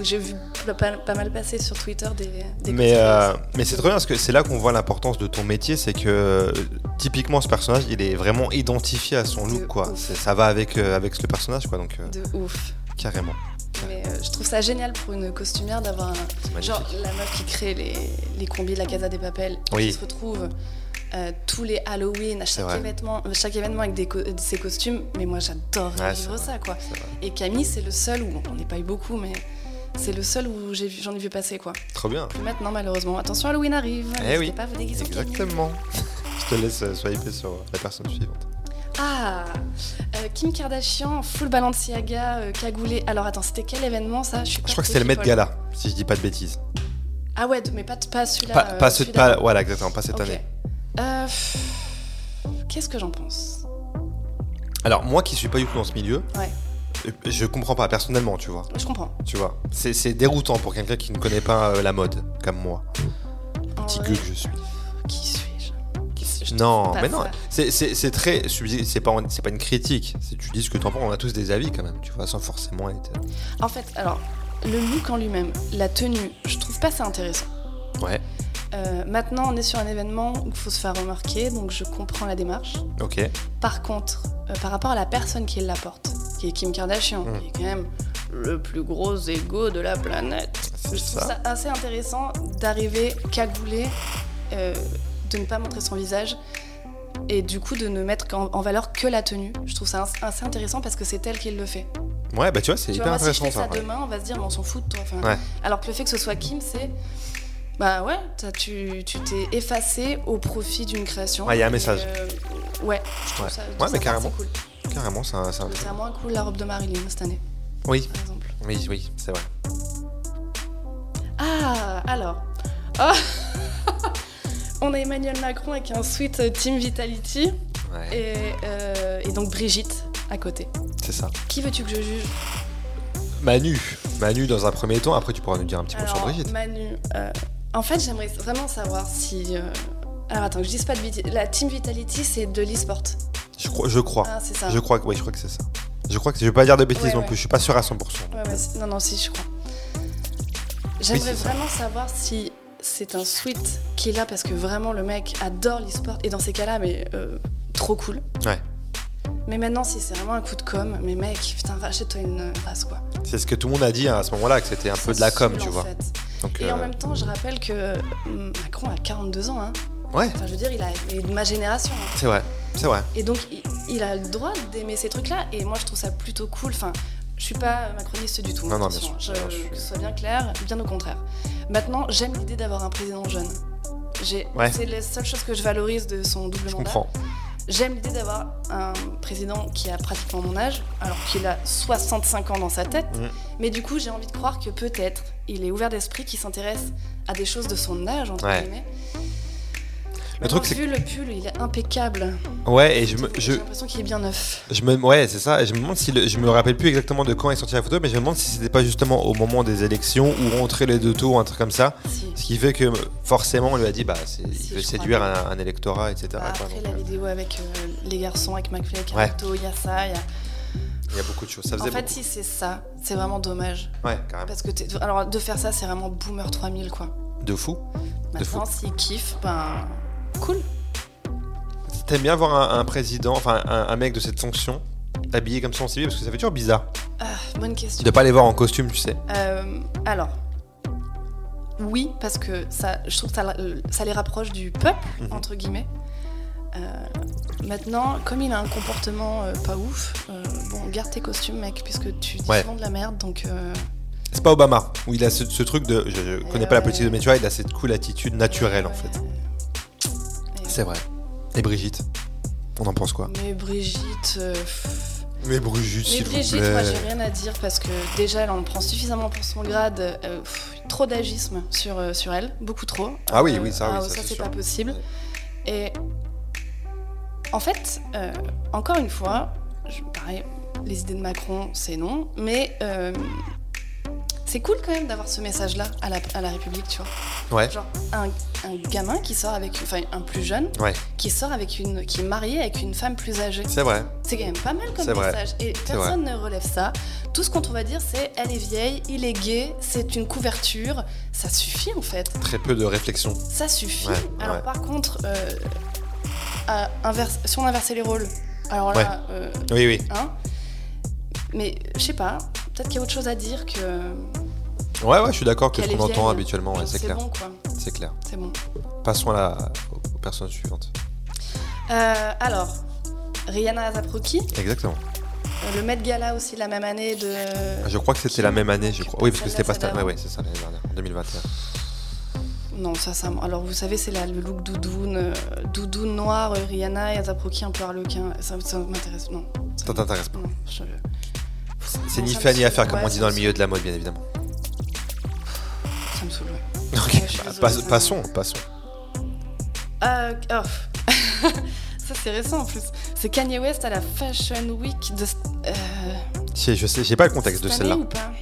Speaker 2: J'ai vu pas, pas mal passer sur Twitter des. des
Speaker 1: Mais,
Speaker 2: cosplays.
Speaker 1: euh, mais c'est trop bien parce que c'est là qu'on voit l'importance de ton métier, c'est que euh, typiquement ce personnage, il est vraiment identifié à son
Speaker 2: De
Speaker 1: look, quoi.
Speaker 2: ouf.
Speaker 1: C'est- Ça va avec, euh, avec le personnage, quoi, donc euh,
Speaker 2: De ouf.
Speaker 1: carrément.
Speaker 2: Mais euh, je trouve ça génial pour une costumière d'avoir un,
Speaker 1: C'est magnifique.
Speaker 2: Genre la meuf qui crée les, les combis de la Casa des Papels,
Speaker 1: Oui.
Speaker 2: qui se retrouve euh, tous les Halloween, à chaque
Speaker 1: vrai.
Speaker 2: événement, chaque événement avec des co- euh, ses costumes. Mais moi j'adore
Speaker 1: Ouais,
Speaker 2: vivre
Speaker 1: c'est
Speaker 2: ça quoi.
Speaker 1: C'est vrai.
Speaker 2: Et Camille c'est le seul où, on n'est pas eu beaucoup, mais c'est le seul où j'ai vu- j'en ai, vu passer quoi.
Speaker 1: Trop bien.
Speaker 2: Puis maintenant malheureusement, attention Halloween arrive,
Speaker 1: Eh
Speaker 2: n'hésitez
Speaker 1: oui.
Speaker 2: pas à vous déguiser en Camille.
Speaker 1: Exactement. Je te laisse euh, swiper sur euh, la personne suivante.
Speaker 2: Ah euh, Kim Kardashian, full Balenciaga, euh, cagoulée. Alors attends, c'était quel événement ça suis pas
Speaker 1: Je crois que
Speaker 2: trop
Speaker 1: c'est le Met
Speaker 2: folle.
Speaker 1: Gala, si je dis pas de bêtises.
Speaker 2: Ah ouais, mais pas, pas celui-là.
Speaker 1: Pas,
Speaker 2: euh,
Speaker 1: pas, ce-
Speaker 2: celui-là.
Speaker 1: pas- voilà, exactement, pas cette
Speaker 2: Ok.
Speaker 1: année.
Speaker 2: Euh, pff, Qu'est-ce que j'en pense
Speaker 1: Alors moi qui suis pas du tout dans ce milieu,
Speaker 2: Ouais.
Speaker 1: euh, je comprends pas personnellement, tu vois.
Speaker 2: Je comprends.
Speaker 1: Tu vois, c'est c'est déroutant pour quelqu'un qui ne connaît pas euh, la mode, comme moi,
Speaker 2: Ah En
Speaker 1: petit
Speaker 2: vrai,
Speaker 1: gueux que je suis.
Speaker 2: Oh, Qui suis-je Je
Speaker 1: Non,
Speaker 2: trouve pas
Speaker 1: mais non,
Speaker 2: ça.
Speaker 1: c'est- c'est c'est très subjectif, c'est pas, c'est pas une critique. C'est- Tu dis ce que t'en penses, on a tous des avis quand même, tu vois, sans forcément être. euh,
Speaker 2: En fait, alors, le look en lui-même, la tenue, je trouve pas ça intéressant.
Speaker 1: Ouais,
Speaker 2: Euh, maintenant, on est sur un événement où il faut se faire remarquer, donc je comprends la démarche.
Speaker 1: ok.
Speaker 2: Par contre, euh, par rapport à la personne qui la porte, qui est Kim Kardashian,
Speaker 1: Mm.
Speaker 2: qui est quand même le plus gros ego de la planète,
Speaker 1: C'est
Speaker 2: Je trouve
Speaker 1: ça.
Speaker 2: ça assez intéressant d'arriver cagoulé, euh, de ne pas montrer son visage et du coup de ne mettre qu'en- en valeur que la tenue. Je trouve ça ins- assez intéressant parce que c'est elle qui le fait.
Speaker 1: Ouais, bah tu vois, c'est
Speaker 2: Tu
Speaker 1: hyper
Speaker 2: vois, moi, si je
Speaker 1: intéressant
Speaker 2: fais
Speaker 1: ça.
Speaker 2: ça
Speaker 1: ouais.
Speaker 2: demain, on va se dire, mais on s'en fout de toi. Enfin,
Speaker 1: Ouais.
Speaker 2: Alors que le fait que ce soit Kim, c'est. Bah ouais, t'as- tu tu t'es effacé au profit d'une création.
Speaker 1: Ouais, il y a un
Speaker 2: Et,
Speaker 1: message.
Speaker 2: euh, ouais, je trouve
Speaker 1: Ouais.
Speaker 2: ça. je
Speaker 1: Ouais,
Speaker 2: trouve
Speaker 1: mais
Speaker 2: ça
Speaker 1: carrément.
Speaker 2: assez cool.
Speaker 1: Carrément, c'est un. c'est un-
Speaker 2: Je trouve ça moins cool la robe de Marilyn cette année,
Speaker 1: Oui,
Speaker 2: par exemple.
Speaker 1: oui, oui, c'est vrai.
Speaker 2: Ah, alors. Oh. On a Emmanuel Macron avec un sweat euh, Team Vitality
Speaker 1: Ouais,
Speaker 2: et, euh, et donc Brigitte à côté.
Speaker 1: c'est ça.
Speaker 2: Qui veux-tu que je juge
Speaker 1: Manu, Manu dans un premier temps, après tu pourras nous dire un petit peu sur Brigitte.
Speaker 2: Manu, euh, en fait, j'aimerais vraiment savoir si. euh, Alors attends, que je dise pas de Viti- La Team Vitality, c'est de l'e-sport.
Speaker 1: Je crois, je crois,
Speaker 2: Ah, c'est ça.
Speaker 1: je crois que, oui, je crois que c'est ça. Je crois que je vais pas dire de bêtises
Speaker 2: Ouais,
Speaker 1: non
Speaker 2: ouais.
Speaker 1: plus, je suis pas sûr à 100%.
Speaker 2: Ouais, ouais, c'est- non, non, si, je crois. J'aimerais
Speaker 1: c'est ça.
Speaker 2: vraiment savoir si c'est un sweat qui est là parce que vraiment le mec adore l'e-sport et dans ces cas-là, mais euh, trop cool.
Speaker 1: Ouais.
Speaker 2: Mais maintenant, si c'est vraiment un coup de com, mais mec, putain, va achète-toi une euh, race quoi.
Speaker 1: C'est ce que tout le monde a dit hein, à ce moment-là, que c'était un peu de la com, tu vois. Donc,
Speaker 2: Et en
Speaker 1: euh,
Speaker 2: même temps, je rappelle que hum, Macron a 42 ans, hein.
Speaker 1: ouais,
Speaker 2: Enfin, je veux dire, il, a, il est de ma génération. hein.
Speaker 1: euh, c'est vrai, c'est vrai.
Speaker 2: Et donc, il, il a le droit d'aimer ces trucs-là. Et moi, je trouve ça plutôt cool. Enfin, je suis pas macroniste du tout.
Speaker 1: Non, non,
Speaker 2: attention, hein,
Speaker 1: bien
Speaker 2: Je,
Speaker 1: sûr. Non, je suis-
Speaker 2: que ce soit bien clair, bien au contraire. Maintenant, j'aime l'idée d'avoir un président jeune. J'ai-
Speaker 1: Ouais.
Speaker 2: C'est la seule chose que je valorise de son double
Speaker 1: Je
Speaker 2: mandat.
Speaker 1: comprends.
Speaker 2: J'aime l'idée d'avoir un président qui a pratiquement mon âge, alors qu'il a 65 ans dans sa tête.
Speaker 1: Mhm.
Speaker 2: Mais du coup, j'ai envie de croire que peut-être il est ouvert d'esprit, qui s'intéresse à des choses de son âge, entre
Speaker 1: Ouais.
Speaker 2: guillemets.
Speaker 1: Le truc,
Speaker 2: Maintenant,
Speaker 1: c'est
Speaker 2: vu le pull, il est impeccable.
Speaker 1: Ouais, et je me, je,
Speaker 2: J'ai l'impression qu'il est bien neuf.
Speaker 1: je me, ouais, c'est ça. Et je me demande si le- je me rappelle plus exactement de quand est sortie la photo, mais je me demande si c'était pas justement au moment des élections où rentraient les deux tours, un truc comme ça,
Speaker 2: Si.
Speaker 1: ce qui fait que forcément on lui a dit bah c'est-
Speaker 2: Si,
Speaker 1: il veut
Speaker 2: je
Speaker 1: séduire
Speaker 2: crois
Speaker 1: un, un électorat, etc.
Speaker 2: Bah,
Speaker 1: quoi,
Speaker 2: après
Speaker 1: donc,
Speaker 2: la
Speaker 1: euh,
Speaker 2: vidéo avec euh, les garçons, avec McFly et
Speaker 1: Ah, Ouais.
Speaker 2: Carito, il y a ça, il y a.
Speaker 1: Il y a beaucoup de choses. Ça
Speaker 2: En
Speaker 1: faisait
Speaker 2: fait, si c'est ça, c'est vraiment dommage.
Speaker 1: beaucoup. Ouais, carrément.
Speaker 2: Parce que t'es- alors de faire ça, c'est vraiment boomer 3000 quoi.
Speaker 1: De fou. De fou.
Speaker 2: Maintenant, s'ils kiffent, ben cool.
Speaker 1: T'aimes bien voir un, un président, enfin un, un mec de cette fonction, habillé comme ça en civil parce que ça fait toujours bizarre
Speaker 2: Ah, bonne question.
Speaker 1: de pas les voir en costume, tu sais.
Speaker 2: Euh, alors, oui, parce que ça, je trouve que ça, ça les rapproche du peuple,
Speaker 1: Mhm.
Speaker 2: entre guillemets. Euh, maintenant, comme il a un comportement euh, pas ouf, euh, bon, garde tes costumes, mec, puisque tu dis
Speaker 1: Ouais.
Speaker 2: souvent de la merde, donc euh,
Speaker 1: C'est pas Obama où il a ce, ce truc de, je, je connais
Speaker 2: Euh,
Speaker 1: pas la politique
Speaker 2: ouais.
Speaker 1: de mais tu vois, il a cette cool attitude naturelle en
Speaker 2: ouais.
Speaker 1: fait.
Speaker 2: Et-
Speaker 1: C'est vrai. Et Brigitte, on en pense quoi
Speaker 2: Mais Brigitte, euh, pff,
Speaker 1: Mais Brigitte,
Speaker 2: Mais
Speaker 1: s'il vous
Speaker 2: Brigitte,
Speaker 1: plaît.
Speaker 2: moi j'ai rien à dire parce que déjà elle en prend suffisamment pour son grade. euh, pff, trop d'agisme sur, euh, sur elle, beaucoup trop.
Speaker 1: Ah oui, oui, ça, oui,
Speaker 2: ah,
Speaker 1: ça, c'est
Speaker 2: c'est
Speaker 1: sûr.
Speaker 2: pas possible. Et en fait, euh, encore une fois, je, pareil, les idées de Macron, c'est non, mais euh, c'est cool quand même d'avoir ce message-là à la, à la République, tu vois.
Speaker 1: Ouais.
Speaker 2: Genre un, un gamin qui sort avec, enfin un plus jeune,
Speaker 1: Ouais.
Speaker 2: qui sort avec une, qui est marié avec une femme plus âgée.
Speaker 1: C'est vrai.
Speaker 2: C'est quand même pas mal comme
Speaker 1: C'est vrai.
Speaker 2: message. Et personne ne relève ça. Tout ce qu'on trouve à dire, c'est elle est vieille, il est gay, c'est une couverture. Ça suffit en fait.
Speaker 1: Très peu de réflexion.
Speaker 2: Ça suffit.
Speaker 1: Ouais,
Speaker 2: alors
Speaker 1: ouais.
Speaker 2: par contre, euh, à inverse- si on inversait les rôles, alors là, euh,
Speaker 1: Oui, oui.
Speaker 2: hein. Mais je sais pas, peut-être qu'il y a autre chose à dire que.
Speaker 1: Ouais, ouais, je suis d'accord que
Speaker 2: qu'elle
Speaker 1: ce
Speaker 2: est
Speaker 1: qu'on entend
Speaker 2: vieille.
Speaker 1: habituellement, ouais,
Speaker 2: Genre,
Speaker 1: c'est clair.
Speaker 2: bon quoi,
Speaker 1: C'est clair.
Speaker 2: c'est bon.
Speaker 1: Passons à la aux personnes suivantes.
Speaker 2: Euh, alors, Rihanna Azaproki,
Speaker 1: Exactement.
Speaker 2: le Met Gala aussi de la même année de.
Speaker 1: Je crois que c'était la même année, je crois. Oui, parce que
Speaker 2: Celle-là,
Speaker 1: c'était pas cette
Speaker 2: celle-là,
Speaker 1: année. Ouais, ouais, c'est ça, l'année dernière, en 2021.
Speaker 2: Non, ça, ça. Alors, vous savez, c'est la- le look doudoune, euh, doudoune noire, euh, Rihanna et Azaproki un peu arlequin. Ça, ça m'intéresse. Non.
Speaker 1: Ça t'intéresse pas.
Speaker 2: Non, je-
Speaker 1: C'est
Speaker 2: Non,
Speaker 1: ni
Speaker 2: ça
Speaker 1: fait
Speaker 2: me
Speaker 1: ni à faire,
Speaker 2: saoule.
Speaker 1: comme on
Speaker 2: Ouais,
Speaker 1: dit
Speaker 2: ça
Speaker 1: dans
Speaker 2: me
Speaker 1: le milieu de la mode, bien évidemment.
Speaker 2: ça me saoule, ouais.
Speaker 1: Ok,
Speaker 2: je suis
Speaker 1: bah,
Speaker 2: désolée,
Speaker 1: pas-
Speaker 2: ça me-
Speaker 1: passons, passons.
Speaker 2: Euh, oh. ça, c'est récent en plus. C'est Kanye West à la Fashion Week de. euh,
Speaker 1: Si, je sais, j'ai pas le contexte de
Speaker 2: cette
Speaker 1: celle-là.
Speaker 2: année ou pas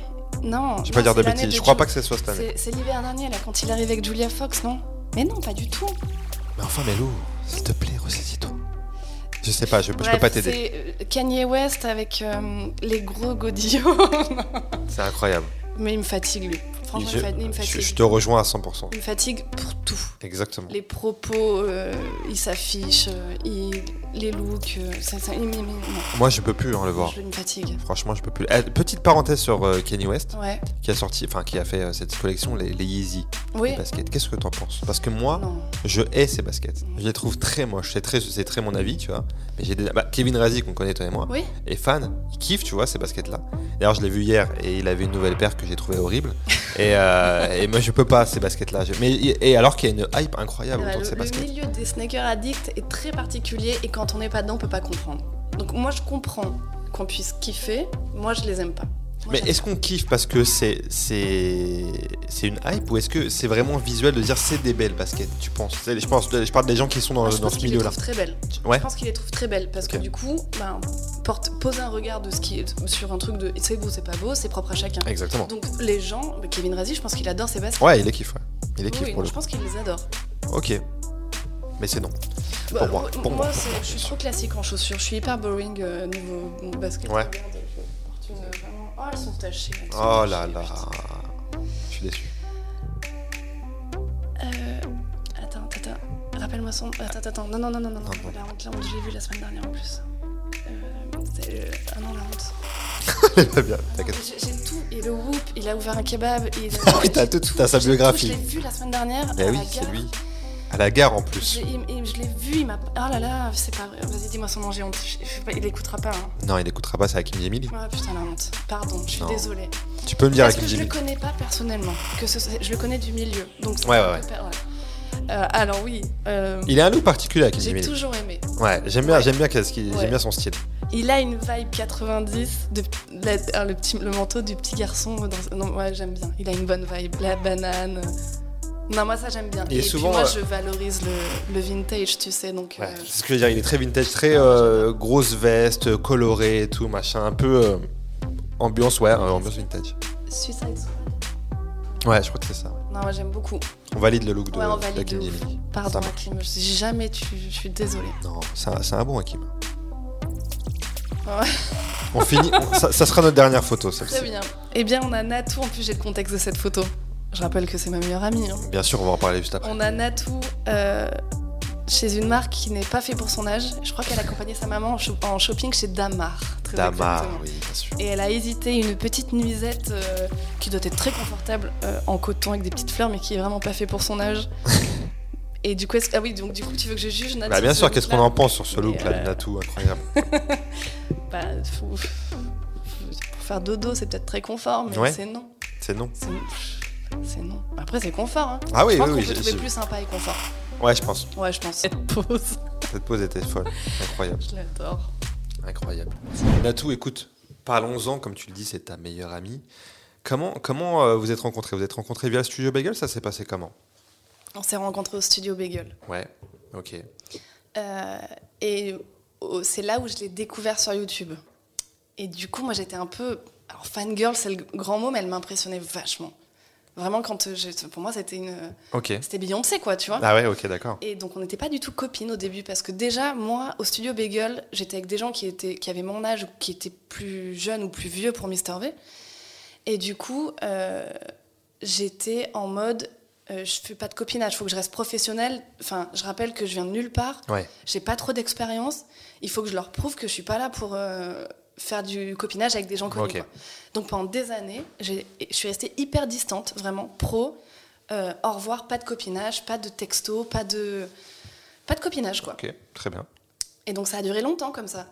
Speaker 2: Non.
Speaker 1: Je vais
Speaker 2: non,
Speaker 1: pas dire de
Speaker 2: c'est l'année
Speaker 1: bêtises, je crois
Speaker 2: Ju-
Speaker 1: pas que ce soit cette année.
Speaker 2: C'est- C'est l'hiver dernier, là, quand il arrive avec Julia Fox, non Mais non, pas du tout.
Speaker 1: Mais enfin, Melou, s'il te plaît, ressaisis-toi. Je sais pas, je, je peux pas
Speaker 2: Bref,
Speaker 1: t'aider.
Speaker 2: C'est euh, Kanye West avec euh, les gros godillots.
Speaker 1: C'est incroyable.
Speaker 2: Mais il me fatigue, lui. Franchement,
Speaker 1: je,
Speaker 2: il, me fa- il me
Speaker 1: je-
Speaker 2: fatigue.
Speaker 1: je te rejoins à 100%.
Speaker 2: Il me fatigue pour tout.
Speaker 1: Exactement.
Speaker 2: Les propos, euh, il s'affiche, euh, il- les looks, euh, ça, ça- il, me- il me- non,
Speaker 1: Moi, je peux plus hein, le voir.
Speaker 2: je il me fatigue.
Speaker 1: Franchement, je peux plus. Eh, petite parenthèse sur euh, Kanye West,
Speaker 2: Ouais.
Speaker 1: qui a sorti, enfin, qui a fait euh, cette collection, les, les Yeezy,
Speaker 2: Oui.
Speaker 1: les baskets. Qu'est-ce que t'en penses Parce que moi,
Speaker 2: Non.
Speaker 1: je hais ces baskets. Je les trouve très moches. C'est très, c'est très mon avis, tu vois. Mais j'ai des... bah, Kevin Razi, qu'on connaît toi et moi,
Speaker 2: Oui.
Speaker 1: est fan. Il kiffe, tu vois, ces baskets-là. D'ailleurs, je l'ai vu hier et il avait une nouvelle paire que j'ai trouvée horrible. et, euh, et moi, je peux pas ces baskets-là. Je- Mais et alors qu'il y a une hype incroyable
Speaker 2: Voilà,
Speaker 1: autour de
Speaker 2: Bah, le,
Speaker 1: ces
Speaker 2: le
Speaker 1: baskets.
Speaker 2: milieu des sneakers addicts est très particulier et quand on n'est pas dedans, on peut pas comprendre. Donc moi, je comprends qu'on puisse kiffer. Moi, je les aime pas. Moi,
Speaker 1: Mais
Speaker 2: j'aime
Speaker 1: est-ce qu'on kiffe parce que c'est c'est c'est une hype ou est-ce que c'est vraiment visuel de dire c'est des belles baskets Tu penses C'est- Je pense, je parle des gens qui sont dans,
Speaker 2: pas. Moi, Ah, je
Speaker 1: euh, dans
Speaker 2: pense
Speaker 1: ce
Speaker 2: qu'ils les
Speaker 1: milieu-là.
Speaker 2: trouvent très belles.
Speaker 1: Ouais.
Speaker 2: Je pense qu'il les trouve très belles parce
Speaker 1: Ok.
Speaker 2: que du coup, ben, porte, pose un regard de ce qui est sur un truc de c'est beau, c'est pas beau, c'est propre à chacun.
Speaker 1: Exactement.
Speaker 2: Donc les gens, mais Kevin Razi, je pense qu'il adore ses baskets.
Speaker 1: Ouais, il les kiffe. ouais. Il les
Speaker 2: Oui,
Speaker 1: kiffe
Speaker 2: oui,
Speaker 1: pour le.
Speaker 2: je pense qu'il les adore.
Speaker 1: Ok. Mais c'est non.
Speaker 2: Bah,
Speaker 1: Pour moi, pour moi,
Speaker 2: c'est- je suis trop classique en chaussures. Je suis hyper boring euh, niveau mon basket.
Speaker 1: Ouais.
Speaker 2: Regarde, je porte une, euh, vraiment- Oh, elles sont tachées. elles sont
Speaker 1: Oh
Speaker 2: tachées,
Speaker 1: là là.
Speaker 2: putain.
Speaker 1: Je suis déçu.
Speaker 2: Euh, attends, attends. Rappelle-moi son. Attends, attends. Non, non, non, non, non. non.
Speaker 1: Non, non.
Speaker 2: La honte, la honte. J'ai vu la semaine dernière en plus. Euh, c'est, euh, ah non, la honte.
Speaker 1: Très bien,
Speaker 2: Ah non,
Speaker 1: t'inquiète.
Speaker 2: mais j'ai- J'ai tout. Et le whoop, il a ouvert un kebab. Il,
Speaker 1: Ah Oui, t'as tout, t'as sa
Speaker 2: J'ai
Speaker 1: biographie.
Speaker 2: tout, Je l'ai vu la semaine dernière.
Speaker 1: Eh
Speaker 2: à
Speaker 1: oui,
Speaker 2: la
Speaker 1: c'est
Speaker 2: gare.
Speaker 1: lui. À la gare en
Speaker 2: Je,
Speaker 1: plus.
Speaker 2: il- il- je l'ai vu, il m'a. Oh là là, c'est pas vrai. Vas-y, dis-moi son nom, j'ai honte. Je- je- il écoutera pas. Hein.
Speaker 1: Non, il écoutera pas, c'est Hakim Jemili.
Speaker 2: Ah putain, la honte. Pardon, je suis
Speaker 1: Non.
Speaker 2: désolée.
Speaker 1: Tu peux me dire
Speaker 2: Parce que
Speaker 1: Hakim
Speaker 2: je le
Speaker 1: Jemili.
Speaker 2: connais pas personnellement. Que ce, je le connais du milieu. Donc c'est
Speaker 1: Ouais,
Speaker 2: un
Speaker 1: ouais,
Speaker 2: peu per- Euh, alors oui, euh,
Speaker 1: Il a un look particulier, Hakim
Speaker 2: j'ai
Speaker 1: Jemili.
Speaker 2: toujours aimé.
Speaker 1: Ouais, j'aime bien,
Speaker 2: Ouais.
Speaker 1: j'aime bien qu'est-ce qu'il-
Speaker 2: Ouais.
Speaker 1: j'aime bien son style.
Speaker 2: Il a une vibe 90 de, de la- alors, le, petit, le manteau du petit garçon. Dans, non, ouais, j'aime bien. Il a une bonne vibe. La banane. Non, moi ça j'aime bien.
Speaker 1: Et
Speaker 2: puis,
Speaker 1: souvent,
Speaker 2: moi
Speaker 1: euh,
Speaker 2: je valorise le, le vintage, tu sais. Donc
Speaker 1: Ouais,
Speaker 2: euh,
Speaker 1: c'est ce que je veux dire, il est très vintage, très euh, grosse veste, colorée et tout, machin, un peu euh, ambiance, ouais, euh, ambiance vintage.
Speaker 2: Suicide Squad.
Speaker 1: Ouais, je crois que c'est ça. ouais.
Speaker 2: Non, moi j'aime beaucoup.
Speaker 1: On valide le look de
Speaker 2: Ouais, on valide
Speaker 1: d'Hakim
Speaker 2: de ouf.
Speaker 1: Jemili. Ça
Speaker 2: Pardon,
Speaker 1: marche.
Speaker 2: Hakim, je- j'ai jamais tu. Je suis désolée.
Speaker 1: Non, c'est un, c'est un bon Hakim. On finit. on- ça, ça sera notre dernière photo,
Speaker 2: Très
Speaker 1: celle-ci.
Speaker 2: bien. Eh bien, on a Natou, en plus j'ai le contexte de cette photo. Je rappelle que c'est ma meilleure amie. hein.
Speaker 1: Bien sûr, on va en parler juste après.
Speaker 2: On a Natou euh, chez une marque qui n'est pas fait pour son âge. Je crois qu'elle accompagnait sa maman en, sho- en shopping chez Damar. très
Speaker 1: Damar,
Speaker 2: exactement.
Speaker 1: oui, bien sûr.
Speaker 2: Et elle a hésité une petite nuisette euh, qui doit être très confortable euh, en coton avec des petites fleurs, mais qui est vraiment pas fait pour son âge. Et du coup, est-ce- ah oui, donc du coup, tu veux que je juge Natou
Speaker 1: Bah, bien
Speaker 2: sur ce
Speaker 1: sûr, qu'est-ce qu'on
Speaker 2: look-là
Speaker 1: en pense sur ce
Speaker 2: Mais,
Speaker 1: look-là
Speaker 2: euh,
Speaker 1: de Natou Incroyable.
Speaker 2: Bah, faut- Pour faire dodo, c'est peut-être très confort, mais
Speaker 1: Ouais.
Speaker 2: c'est non.
Speaker 1: C'est non.
Speaker 2: C'est c'est non. Après, c'est confort. Hein.
Speaker 1: Ah oui,
Speaker 2: je pense
Speaker 1: oui,
Speaker 2: qu'on
Speaker 1: oui.
Speaker 2: peut
Speaker 1: j'ai-
Speaker 2: trouver
Speaker 1: j'ai-
Speaker 2: plus sympa et confort.
Speaker 1: Ouais, je pense.
Speaker 2: Ouais, je pense. Cette pause,
Speaker 1: Cette pose était folle. Incroyable.
Speaker 2: je l'adore.
Speaker 1: Incroyable. Natou, écoute, parlons-en, comme tu le dis, c'est ta meilleure amie. Comment, comment euh, vous êtes rencontrés Vous êtes rencontrés via le studio Bagel Ça s'est passé comment
Speaker 2: On s'est rencontrés au studio Bagel.
Speaker 1: Ouais, ok.
Speaker 2: Euh, et au- c'est là où je l'ai découvert sur YouTube. Et du coup, moi, j'étais un peu. Alors, fangirl, c'est le grand mot, mais elle m'impressionnait vachement. Vraiment, quand euh, j'ai- pour moi, c'était une.
Speaker 1: Ok.
Speaker 2: C'était Beyoncé, quoi, tu vois.
Speaker 1: Ah ouais, ok, d'accord.
Speaker 2: Et donc on n'était pas du tout copines au début parce que déjà moi au studio Bagel j'étais avec des gens qui étaient qui avaient mon âge ou qui étaient plus jeunes ou plus vieux pour Mister V et du coup euh, j'étais en mode euh, je fais pas de copinage faut que je reste professionnelle enfin je rappelle que je viens de nulle part
Speaker 1: Ouais.
Speaker 2: j'ai pas trop d'expérience il faut que je leur prouve que je suis pas là pour euh, faire du copinage avec des gens connus
Speaker 1: Ok.
Speaker 2: quoi. donc pendant des années j'ai- je suis restée hyper distante vraiment pro euh, au revoir, pas de copinage, pas de texto, pas de, pas de copinage, quoi.
Speaker 1: Ok, très bien.
Speaker 2: Et donc ça a duré longtemps comme ça.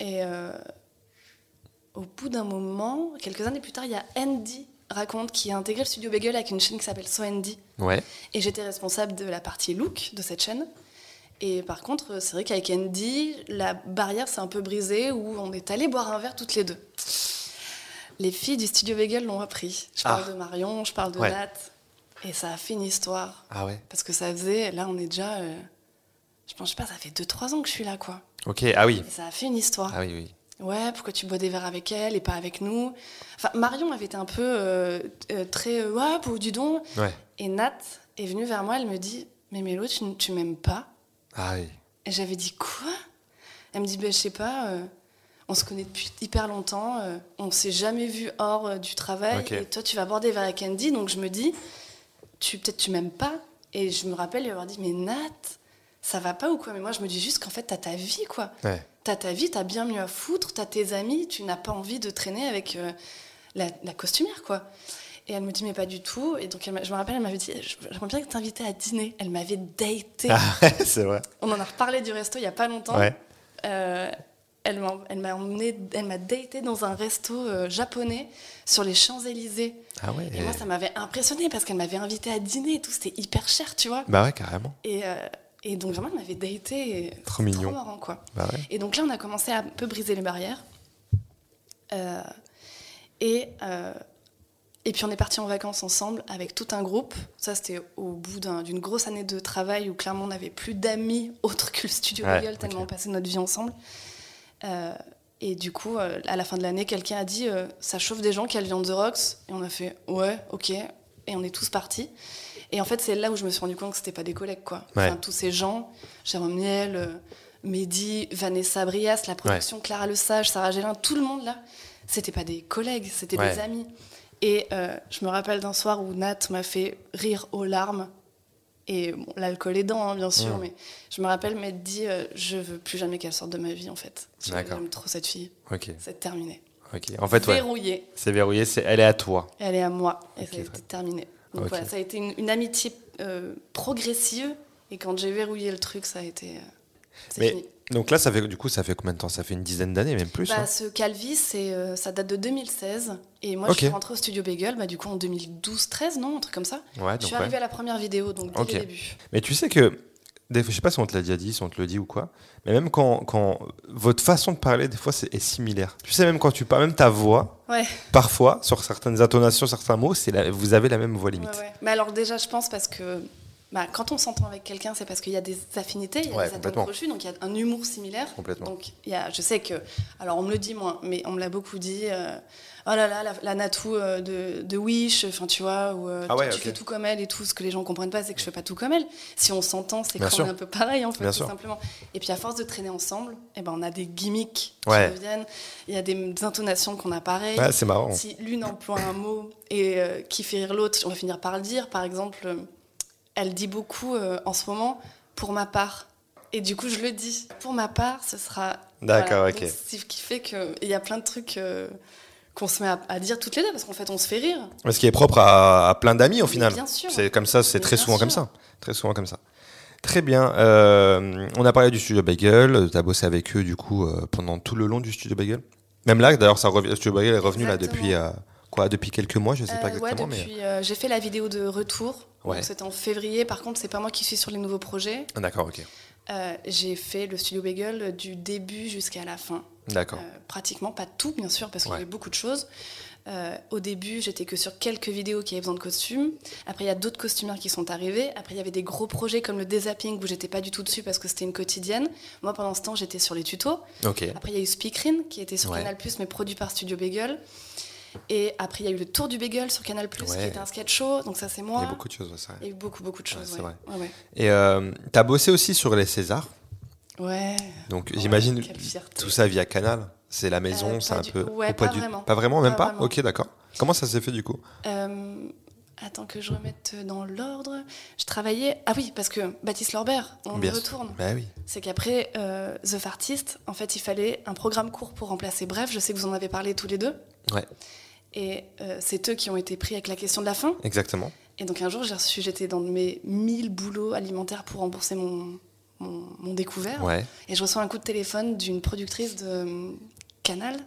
Speaker 2: Et euh, au bout d'un moment, quelques années plus tard, il y a Andy raconte qui a intégré le studio Bagel avec une chaîne qui s'appelle So Andy.
Speaker 1: Ouais.
Speaker 2: Et j'étais responsable de la partie look de cette chaîne. Et par contre, c'est vrai qu'avec Andy, la barrière s'est un peu brisée où on est allé boire un verre toutes les deux. Les filles du studio Bagel l'ont appris. Je parle
Speaker 1: Ah.
Speaker 2: de Marion, je parle de
Speaker 1: Ouais.
Speaker 2: Nat. Et ça a fait une histoire.
Speaker 1: Ah ouais.
Speaker 2: Parce que ça faisait, là on est déjà, euh, je pense je sais pas, ça fait 2-3 ans que je suis là quoi.
Speaker 1: Ok, ah oui.
Speaker 2: Et ça a fait une histoire.
Speaker 1: Ah oui, oui.
Speaker 2: Ouais, pourquoi tu bois des verres avec elle et pas avec nous Enfin, Marion avait été un peu euh, euh, très, euh, ouais, pour du don.
Speaker 1: Ouais.
Speaker 2: Et Nat est venue vers moi, elle me dit, mais Mélo, tu, n- tu m'aimes pas
Speaker 1: Ah oui.
Speaker 2: Et j'avais dit, quoi Elle me dit, ben je sais pas, euh, on se connaît depuis hyper longtemps, euh, on s'est jamais vu hors euh, du travail,
Speaker 1: Ok.
Speaker 2: et toi tu vas boire des verres avec Andy, donc je me dis, tu peut-être tu m'aimes pas. Et je me rappelle lui avoir dit, mais Nat, ça va pas ou quoi Mais moi je me dis juste qu'en fait t'as ta vie quoi.
Speaker 1: Ouais.
Speaker 2: T'as ta vie, t'as bien mieux à foutre, t'as tes amis, tu n'as pas envie de traîner avec euh, la, la costumière, quoi. Et elle me dit, mais pas du tout. Et donc, elle m'a- je me rappelle, elle m'avait dit, Je- j'aimerais bien t'inviter à dîner. Elle m'avait daté.
Speaker 1: Ah ouais, c'est vrai.
Speaker 2: On en a reparlé du resto il y a pas longtemps.
Speaker 1: Ouais.
Speaker 2: Euh, elle m'a elle m'a emmené, elle m'a daté dans un resto euh, japonais sur les Champs-Élysées.
Speaker 1: Ah ouais.
Speaker 2: Et, moi, ça m'avait impressionné parce qu'elle m'avait invité à dîner et tout. C'était hyper cher, tu vois.
Speaker 1: Bah ouais, carrément.
Speaker 2: Et, euh, et donc, vraiment, elle m'avait daté. et
Speaker 1: Trop
Speaker 2: c'est
Speaker 1: mignon.
Speaker 2: Trop marrant, quoi.
Speaker 1: Bah ouais.
Speaker 2: Et donc là, on a commencé à un peu briser les barrières. Euh, et, euh, et puis on est parti en vacances ensemble avec tout un groupe. Ça, c'était au bout d'un- d'une grosse année de travail où clairement on n'avait plus d'amis autres que le studio
Speaker 1: Ouais,
Speaker 2: Bagel, tellement
Speaker 1: ok.
Speaker 2: on passait notre vie ensemble. Euh, et du coup, euh, à la fin de l'année, quelqu'un a dit euh, Ça chauffe des gens qui viennent The Rocks. Et on a fait Ouais, ok. Et on est tous partis. Et en fait, c'est là où je me suis rendu compte que c'était pas des collègues, quoi.
Speaker 1: Ouais.
Speaker 2: Enfin, tous ces gens, Jérôme Niel, euh, Mehdi, Vanessa Brias, la production, Clara Le Sage, Sarah Gélin, tout le monde là, c'était pas des collègues, c'était
Speaker 1: Ouais.
Speaker 2: des amis. Et euh, je me rappelle d'un soir où Nat m'a fait rire aux larmes. Et bon, l'alcool aidant, hein, bien sûr,
Speaker 1: Mm.
Speaker 2: mais je me rappelle m'être dit euh, je veux plus jamais qu'elle sorte de ma vie, en fait. Je-
Speaker 1: D'accord.
Speaker 2: J'aime trop cette fille.
Speaker 1: Ok,
Speaker 2: C'est terminé.
Speaker 1: ok. En fait, ouais.
Speaker 2: Verrouillée.
Speaker 1: C'est verrouillé, c'est... elle est à toi.
Speaker 2: Elle est à moi. Et
Speaker 1: Ok,
Speaker 2: ça a été
Speaker 1: très-
Speaker 2: terminé. Donc
Speaker 1: Ok.
Speaker 2: voilà, ça a été une, une amitié euh, progressive. Et quand j'ai verrouillé le truc, ça a été. euh, c'est
Speaker 1: Mais
Speaker 2: fini.
Speaker 1: donc là, ça fait du coup, ça fait combien de temps Ça fait une dizaine d'années, même plus.
Speaker 2: Bah,
Speaker 1: hein
Speaker 2: ce Calvi, c'est, euh, ça date de 2016. Et moi,
Speaker 1: Ok.
Speaker 2: je suis rentrée au studio Bagel, bah, du coup, en 2012-13, non Un truc comme ça.
Speaker 1: hein. Ouais,
Speaker 2: je
Speaker 1: Ah, donc
Speaker 2: suis
Speaker 1: ouais.
Speaker 2: arrivée à la première vidéo, donc dès
Speaker 1: Ok.
Speaker 2: le début.
Speaker 1: Mais tu sais que, des fois, je sais pas si on te l'a déjà dit, si on te le dit ou quoi, mais même quand, quand votre façon de parler, des fois, c'est, est similaire. Tu sais, même quand tu parles, même ta voix,
Speaker 2: Ouais,
Speaker 1: parfois, sur certaines intonations, certains mots, c'est la- vous avez la même voix
Speaker 2: ouais,
Speaker 1: limite.
Speaker 2: ouais. Mais alors, déjà, je pense parce que bah, quand on s'entend avec quelqu'un, c'est parce qu'il y a des affinités, il y a
Speaker 1: Ouais,
Speaker 2: des attentes
Speaker 1: complètement.
Speaker 2: crochues, donc il y a un humour similaire.
Speaker 1: Complètement.
Speaker 2: Donc il y a, je sais que, alors on me le dit moins, mais on me l'a beaucoup dit. euh, oh là là, la, la Natou euh, de, de Wish, enfin tu vois, où euh,
Speaker 1: Ah
Speaker 2: tu-
Speaker 1: ouais,
Speaker 2: tu
Speaker 1: ok.
Speaker 2: fais tout comme elle et tout. Ce que les gens comprennent pas, c'est que je fais pas tout comme elle. Si on s'entend, c'est
Speaker 1: Bien
Speaker 2: qu'on
Speaker 1: sûr.
Speaker 2: est un peu pareil en fait,
Speaker 1: Bien
Speaker 2: tout
Speaker 1: sûr.
Speaker 2: simplement. Et puis à force de traîner ensemble, eh ben on a des gimmicks
Speaker 1: Ouais.
Speaker 2: qui reviennent. Il y a des, des intonations qu'on a pareilles.
Speaker 1: Ouais, c'est marrant.
Speaker 2: Si l'une emploie un mot et euh, qui fait rire l'autre, on va finir par le dire. Par exemple, euh, elle dit beaucoup euh, en ce moment pour ma part. Et du coup, je le dis. Pour ma part, ce sera.
Speaker 1: D'accord,
Speaker 2: Voilà.
Speaker 1: ok.
Speaker 2: Donc, C'est ce qui fait qu'il y a plein de trucs euh, qu'on se met à, à dire toutes les deux, parce qu'en fait, on se fait rire.
Speaker 1: Mais Ce qui est propre à, à plein d'amis au
Speaker 2: Mais
Speaker 1: final.
Speaker 2: bien sûr.
Speaker 1: C'est comme ça, c'est
Speaker 2: Mais
Speaker 1: très
Speaker 2: bien
Speaker 1: souvent comme
Speaker 2: sûr.
Speaker 1: ça. Très souvent comme ça. Très bien. euh, on a parlé du studio Bagel. Tu as bossé avec eux du coup euh, pendant tout le long du studio Bagel. Même là, d'ailleurs, ça revient- le studio Bagel est revenu là
Speaker 2: Exactement.
Speaker 1: depuis euh, quoi Depuis quelques mois, je sais pas
Speaker 2: Euh, ouais,
Speaker 1: exactement, mais
Speaker 2: depuis, euh, j'ai fait la vidéo de retour.
Speaker 1: Ouais.
Speaker 2: Donc, C'était en février. Par contre, c'est pas moi qui suis sur les nouveaux projets.
Speaker 1: Ah, d'accord, ok,
Speaker 2: Euh, j'ai fait le studio Bagel du début jusqu'à la fin.
Speaker 1: d'accord.
Speaker 2: Euh, pratiquement pas tout, bien sûr, parce qu'il
Speaker 1: Ouais.
Speaker 2: y avait beaucoup de choses. Euh, au début, j'étais que sur quelques vidéos qui avaient besoin de costumes. Après, il y a d'autres costumières qui sont arrivés. Après, il y avait des gros projets comme le désapping où j'étais pas du tout dessus parce que c'était une quotidienne. Moi, pendant ce temps, j'étais sur les tutos.
Speaker 1: ok.
Speaker 2: Après, il y a eu Speakreen qui était sur
Speaker 1: Ouais.
Speaker 2: Canal mais produit par Studio Bagel. Et après, il y a eu le Tour du Bagel sur Canal qui
Speaker 1: Ouais.
Speaker 2: était un sketch show. Donc ça, c'est moi.
Speaker 1: Il y a beaucoup de choses, ouais, c'est vrai.
Speaker 2: Il y a eu beaucoup, beaucoup de
Speaker 1: Ouais,
Speaker 2: choses.
Speaker 1: c'est
Speaker 2: ouais.
Speaker 1: vrai.
Speaker 2: Ouais, ouais.
Speaker 1: Et euh, t'as bossé aussi sur les Césars.
Speaker 2: Ouais.
Speaker 1: Donc
Speaker 2: Ouais,
Speaker 1: j'imagine
Speaker 2: quelle fierté.
Speaker 1: tout ça via Canal. C'est la maison,
Speaker 2: Euh,
Speaker 1: c'est
Speaker 2: pas
Speaker 1: un
Speaker 2: du-
Speaker 1: peu.
Speaker 2: ouais,
Speaker 1: ou
Speaker 2: pas vraiment.
Speaker 1: Pas vraiment, même
Speaker 2: Pas
Speaker 1: pas.
Speaker 2: vraiment.
Speaker 1: Ok, d'accord. Comment ça s'est fait du coup
Speaker 2: Euh, attends que je remette dans l'ordre. Je travaillais. Ah oui, parce que Baptiste Lorbert, on y
Speaker 1: Bien sûr.
Speaker 2: retourne.
Speaker 1: Bah oui.
Speaker 2: C'est qu'après euh, The Fartist, en fait, il fallait un programme court pour remplacer Bref. Je sais que vous en avez parlé tous les deux.
Speaker 1: Ouais,
Speaker 2: Et euh, c'est eux qui ont été pris avec la question de la faim.
Speaker 1: exactement.
Speaker 2: Et donc un jour, j'ai reçu, j'étais dans mes 1000 boulots alimentaires pour rembourser mon, mon, mon découvert.
Speaker 1: Ouais.
Speaker 2: Et je reçois un coup de téléphone d'une productrice de euh, Canal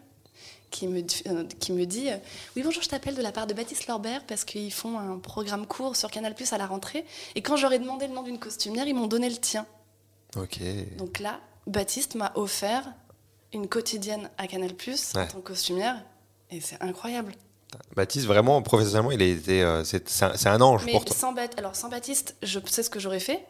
Speaker 2: qui me, dit- euh, qui me dit euh, Oui, bonjour, je t'appelle de la part de Baptiste Lorbert parce qu'ils font un programme court sur Canal Plus à la rentrée. Et quand j'aurais demandé le nom d'une costumière, ils m'ont donné le tien.
Speaker 1: Ok.
Speaker 2: Donc là, Baptiste m'a offert une quotidienne à Canal Plus
Speaker 1: Ouais.
Speaker 2: en tant que costumière. Et c'est incroyable.
Speaker 1: Baptiste, vraiment, professionnellement, il a été. euh, c'est c'est un, c'est un ange
Speaker 2: Mais
Speaker 1: pour toi.
Speaker 2: sans, Bat- alors, sans Baptiste, je sais ce que j'aurais fait.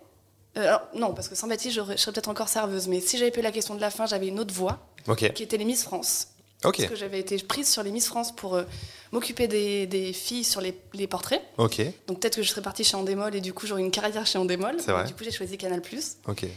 Speaker 2: Euh, alors, non, parce que sans Baptiste, j'aurais- je serais peut-être encore serveuse. Mais si j'avais pu la question de la fin, j'avais une autre voix
Speaker 1: Ok.
Speaker 2: qui était les Miss France.
Speaker 1: Ok.
Speaker 2: Parce que j'avais été prise sur les Miss France pour euh, m'occuper des, des filles sur les, les portraits.
Speaker 1: Ok.
Speaker 2: Donc peut-être que je serais partie chez Endemol et du coup j'aurais une carrière chez Endemol.
Speaker 1: C'est vrai.
Speaker 2: Et Du coup j'ai choisi Canal+.
Speaker 1: Ok.
Speaker 2: Et,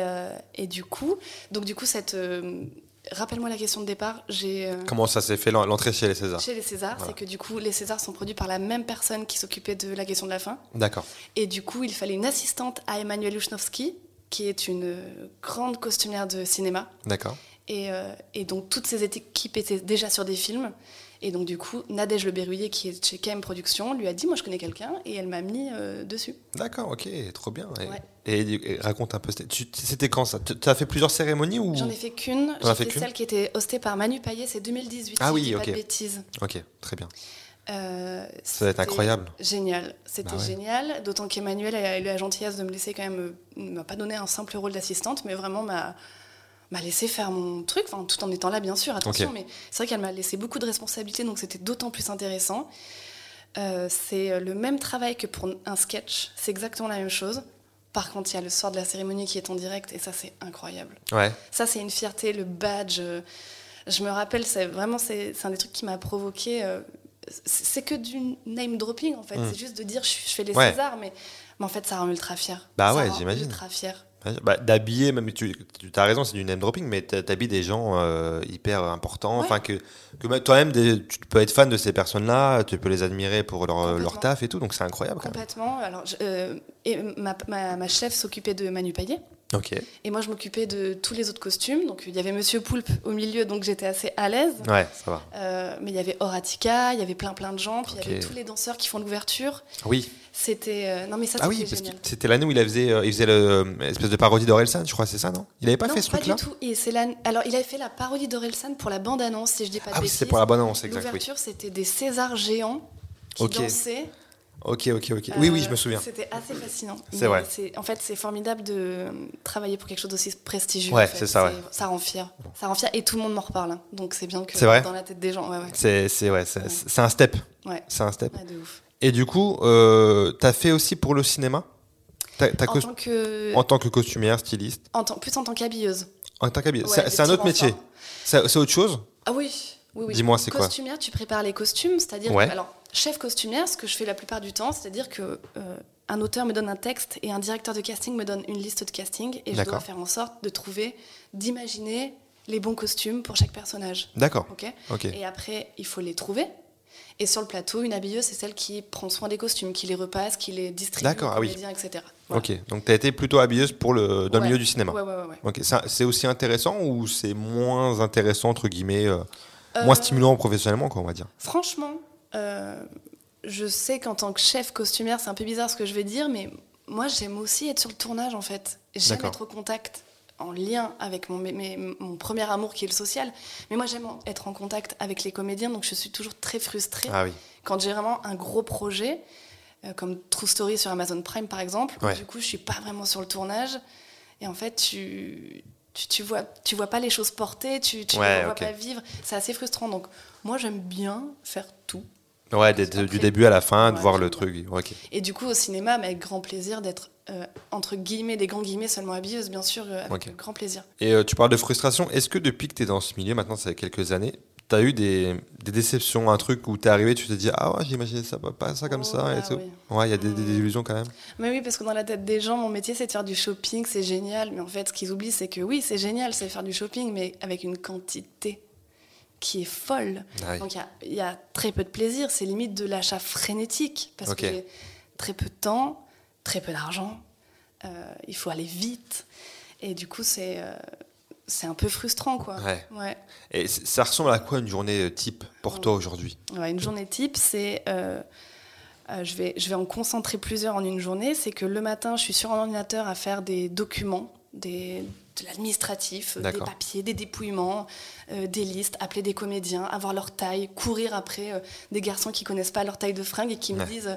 Speaker 2: euh, et du coup, donc du coup cette... euh, Rappelle-moi la question de départ. J'ai euh,
Speaker 1: Comment ça s'est fait l'en- l'entrée chez les Césars
Speaker 2: chez les Césars,
Speaker 1: Voilà.
Speaker 2: c'est que du coup les Césars sont produits par la même personne qui s'occupait de la question de la fin.
Speaker 1: D'accord.
Speaker 2: Et du coup il fallait une assistante à Emmanuel Louchnovski, qui est une euh, grande costumière de cinéma.
Speaker 1: D'accord.
Speaker 2: Et, euh, et donc toutes ces équipes étaient déjà sur des films. Et donc du coup, Nadège Le Berruyer, qui est chez KM Productions, lui a dit, moi je connais quelqu'un, et elle m'a mis euh, dessus.
Speaker 1: D'accord, ok, trop bien. Et,
Speaker 2: Ouais.
Speaker 1: et- et raconte un peu, c'était tu- c'était quand ça Tu as fait plusieurs cérémonies ou
Speaker 2: J'en ai fait qu'une,
Speaker 1: Mmh. T'en as
Speaker 2: j'ai
Speaker 1: fait
Speaker 2: fait,
Speaker 1: qu'une
Speaker 2: celle qui était hostée par Manu Payet, c'est 2018,
Speaker 1: Ah
Speaker 2: si je
Speaker 1: oui,
Speaker 2: dis
Speaker 1: ok.
Speaker 2: pas de bêtises.
Speaker 1: Ok, très bien.
Speaker 2: Euh,
Speaker 1: Ça va être
Speaker 2: c'était
Speaker 1: incroyable.
Speaker 2: Génial, c'était
Speaker 1: Bah ouais.
Speaker 2: génial, d'autant qu'Emmanuel a eu la gentillesse de me laisser quand même, euh, m'a pas donné un simple rôle d'assistante, mais vraiment m'a m'a laissé faire mon truc, enfin, tout en étant là bien sûr, attention,
Speaker 1: Ok.
Speaker 2: mais c'est vrai qu'elle m'a laissé beaucoup de responsabilités, donc c'était d'autant plus intéressant. Euh, c'est le même travail que pour un sketch, c'est exactement la même chose. Par contre, il y a le soir de la cérémonie qui est en direct, et ça c'est incroyable.
Speaker 1: Ouais,
Speaker 2: Ça, c'est une fierté, le badge. euh, Je me rappelle, c'est vraiment, c'est c'est un des trucs qui m'a provoqué. euh, C'est c'est que du name dropping, en fait.
Speaker 1: Mm.
Speaker 2: C'est juste de dire, je, je fais les
Speaker 1: Ouais.
Speaker 2: Césars, mais, mais en fait, ça rend ultra fier.
Speaker 1: Bah
Speaker 2: Ça
Speaker 1: ouais,
Speaker 2: rend
Speaker 1: j'imagine.
Speaker 2: Ultra fier.
Speaker 1: Bah, d'habiller, même tu, as raison, c'est du name dropping, mais t'a- t'habilles des gens euh, hyper importants,
Speaker 2: Ouais.
Speaker 1: enfin que, que même- toi-même des- tu peux être fan de ces personnes-là, tu peux les admirer pour leur, leur
Speaker 2: Complètement.
Speaker 1: taf et tout, donc c'est incroyable quand même.
Speaker 2: Complètement. Alors, je- euh, et ma, ma- ma chef s'occupait de Manu Payet.
Speaker 1: Ok,
Speaker 2: Et moi, je m'occupais de tous les autres costumes. Donc, il y avait Monsieur Poulpe au milieu, donc j'étais assez à l'aise.
Speaker 1: ouais, ça va.
Speaker 2: Euh, mais il y avait Horatica, il y avait plein, plein de gens. Puis, il
Speaker 1: Ok.
Speaker 2: y avait tous les danseurs qui font l'ouverture.
Speaker 1: Oui,
Speaker 2: C'était. euh, non, mais ça,
Speaker 1: ah
Speaker 2: c'était
Speaker 1: oui, parce que
Speaker 2: génial.
Speaker 1: c'était l'année où il faisait, euh, il faisait le, espèce de parodie d'Orelsan, je crois, c'est ça, non Il avait pas
Speaker 2: non,
Speaker 1: fait ce
Speaker 2: pas
Speaker 1: truc-là
Speaker 2: du tout. Et c'est la... Alors, il avait fait la parodie d'Orelsan pour la bande-annonce, si je dis pas de
Speaker 1: Ah oui,
Speaker 2: bêtises.
Speaker 1: c'était pour la bonne annonce, exact, oui.
Speaker 2: L'ouverture, c'était des Césars géants qui
Speaker 1: Ok.
Speaker 2: dansaient.
Speaker 1: Ok, ok, ok. oui, oui,
Speaker 2: Euh,
Speaker 1: je me souviens.
Speaker 2: C'était assez fascinant.
Speaker 1: C'est
Speaker 2: Mais
Speaker 1: vrai.
Speaker 2: c'est- En fait, c'est formidable de euh, travailler pour quelque chose d'aussi prestigieux.
Speaker 1: Ouais,
Speaker 2: en fait.
Speaker 1: c'est ça, ouais.
Speaker 2: Ça rend fier. Ça rend fier et tout le monde m'en reparle. hein. Donc, c'est bien que
Speaker 1: C'est vrai
Speaker 2: dans la tête des gens. Ouais, ouais.
Speaker 1: C'est c'est- ouais, c'est-
Speaker 2: Ouais.
Speaker 1: c'est un step.
Speaker 2: Ouais.
Speaker 1: C'est un step.
Speaker 2: Ouais, de ouf.
Speaker 1: Et du coup, euh, t'as fait aussi pour le cinéma T'as- t'as
Speaker 2: en,
Speaker 1: cos-
Speaker 2: tant que,
Speaker 1: En tant que costumière, styliste,
Speaker 2: en tant- plus en tant qu'habilleuse.
Speaker 1: en tant qu'habillé.
Speaker 2: Ouais,
Speaker 1: c'est c'est un autre
Speaker 2: effectivement,
Speaker 1: métier. C'est c'est autre chose
Speaker 2: Ah oui, oui, oui.
Speaker 1: Dis-moi, c'est quoi
Speaker 2: Costumière, tu prépares les costumes, c'est-à-dire.
Speaker 1: Ouais.
Speaker 2: que- Alors, chef costumière, ce que je fais la plupart du temps, c'est-à-dire que euh, un auteur me donne un texte et un directeur de casting me donne une liste de casting et je dois
Speaker 1: D'accord.
Speaker 2: faire en sorte de trouver, d'imaginer les bons costumes pour chaque personnage.
Speaker 1: D'accord.
Speaker 2: Ok
Speaker 1: Ok.
Speaker 2: Et après, il faut les trouver. Et sur le plateau, une habilleuse, c'est celle qui prend soin des costumes, qui les repasse, qui les distribue aux
Speaker 1: D'accord, ah oui.
Speaker 2: comédiens, etc. Voilà.
Speaker 1: Ok. Donc t'as été plutôt habilleuse pour le dans le
Speaker 2: Ouais.
Speaker 1: milieu du cinéma.
Speaker 2: Ouais, ouais, ouais, ouais.
Speaker 1: Ok. Ça- C'est aussi intéressant ou c'est moins intéressant entre guillemets, euh, moins
Speaker 2: Euh,
Speaker 1: stimulant professionnellement quoi on va dire.
Speaker 2: Franchement, euh, je sais qu'en tant que chef costumière, c'est un peu bizarre ce que je vais dire, mais moi j'aime aussi être sur le tournage en fait. J'aime
Speaker 1: D'accord.
Speaker 2: être au contact, en lien avec mon, mes- mes- mon premier amour qui est le social. Mais moi j'aime en- être en contact avec les comédiens, donc je suis toujours très frustrée
Speaker 1: Ah oui.
Speaker 2: quand j'ai vraiment un gros projet, euh, comme True Story sur Amazon Prime par exemple, où
Speaker 1: Ouais.
Speaker 2: du coup je suis pas vraiment sur le tournage, et en fait tu, tu, tu vois, tu vois pas les choses porter, tu, tu
Speaker 1: Ouais,
Speaker 2: les vois
Speaker 1: ok.
Speaker 2: pas vivre, c'est assez frustrant. Donc moi j'aime bien faire tout.
Speaker 1: Ouais, des-
Speaker 2: Après-
Speaker 1: du début à la fin, de
Speaker 2: Ouais,
Speaker 1: voir le
Speaker 2: j'aime
Speaker 1: truc. Ok.
Speaker 2: Et du coup au cinéma, mais avec grand plaisir d'être euh, entre guillemets, des grands guillemets seulement habilleuse, bien sûr, euh, avec
Speaker 1: Ok.
Speaker 2: grand plaisir.
Speaker 1: Et euh, tu parles de frustration. Est-ce que depuis que tu es dans ce milieu, maintenant, ça fait quelques années, tu as eu des, des déceptions, un truc où tu es arrivé, tu te dis Ah ouais, j'imaginais ça, pas- pas ça comme
Speaker 2: Oh
Speaker 1: ça. Et
Speaker 2: là,
Speaker 1: tout.
Speaker 2: oui.
Speaker 1: Ouais, il y a des, des
Speaker 2: Mm.
Speaker 1: illusions quand même.
Speaker 2: Mais oui, parce que dans la tête des gens, mon métier, c'est de faire du shopping, c'est génial. Mais en fait, ce qu'ils oublient, c'est que oui, c'est génial, c'est faire du shopping, mais avec une quantité qui est folle.
Speaker 1: Ah oui.
Speaker 2: Donc il y a- il y, a très peu de plaisir, c'est limite de l'achat frénétique, parce
Speaker 1: Ok.
Speaker 2: que j'ai très peu de temps, très peu d'argent, euh, il faut aller vite. Et du coup, c'est euh, c'est un peu frustrant, quoi.
Speaker 1: Ouais.
Speaker 2: Ouais.
Speaker 1: Et c- ça ressemble à quoi une journée euh, type
Speaker 2: Mmh.
Speaker 1: pour toi aujourd'hui
Speaker 2: Ouais, une journée type, c'est. euh, euh, je, vais, je vais en concentrer plusieurs en une journée. C'est que le matin, je suis sur un ordinateur à faire des documents, des, de l'administratif, euh, des
Speaker 1: D'accord.
Speaker 2: papiers, des dépouillements, euh, des listes, appeler des comédiens, avoir leur taille, courir après euh, des garçons qui connaissent pas leur taille de fringue et qui
Speaker 1: Ouais.
Speaker 2: me disent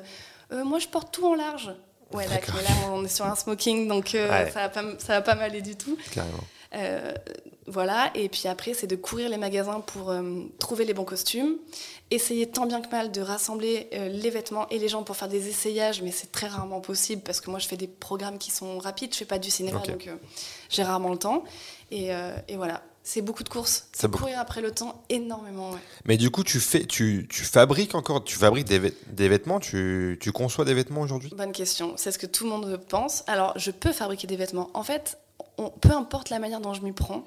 Speaker 2: euh, Moi, je porte tout en large. Ouais, là,
Speaker 1: D'accord.
Speaker 2: là, on est sur un smoking, donc euh,
Speaker 1: Ouais.
Speaker 2: ça, va pas, m- ça va pas m'aller du tout.
Speaker 1: Carrément.
Speaker 2: Euh, voilà, et puis après, c'est de courir les magasins pour euh, trouver les bons costumes, essayer tant bien que mal de rassembler euh, les vêtements et les gens pour faire des essayages, mais c'est très rarement possible parce que moi je fais des programmes qui sont rapides, je fais pas du cinéma,
Speaker 1: Ok.
Speaker 2: donc euh, j'ai rarement le temps. Et, euh, et voilà, c'est beaucoup de courses,
Speaker 1: C'est
Speaker 2: c'est
Speaker 1: beaucoup.
Speaker 2: courir après le temps énormément. ouais.
Speaker 1: Mais du coup, tu, fais, tu, tu fabriques encore, tu fabriques des, vê- des vêtements, tu, tu conçois des vêtements aujourd'hui
Speaker 2: Bonne question. C'est ce que tout le monde pense. Alors, je peux fabriquer des vêtements. En fait, on- peu importe la manière dont je m'y prends,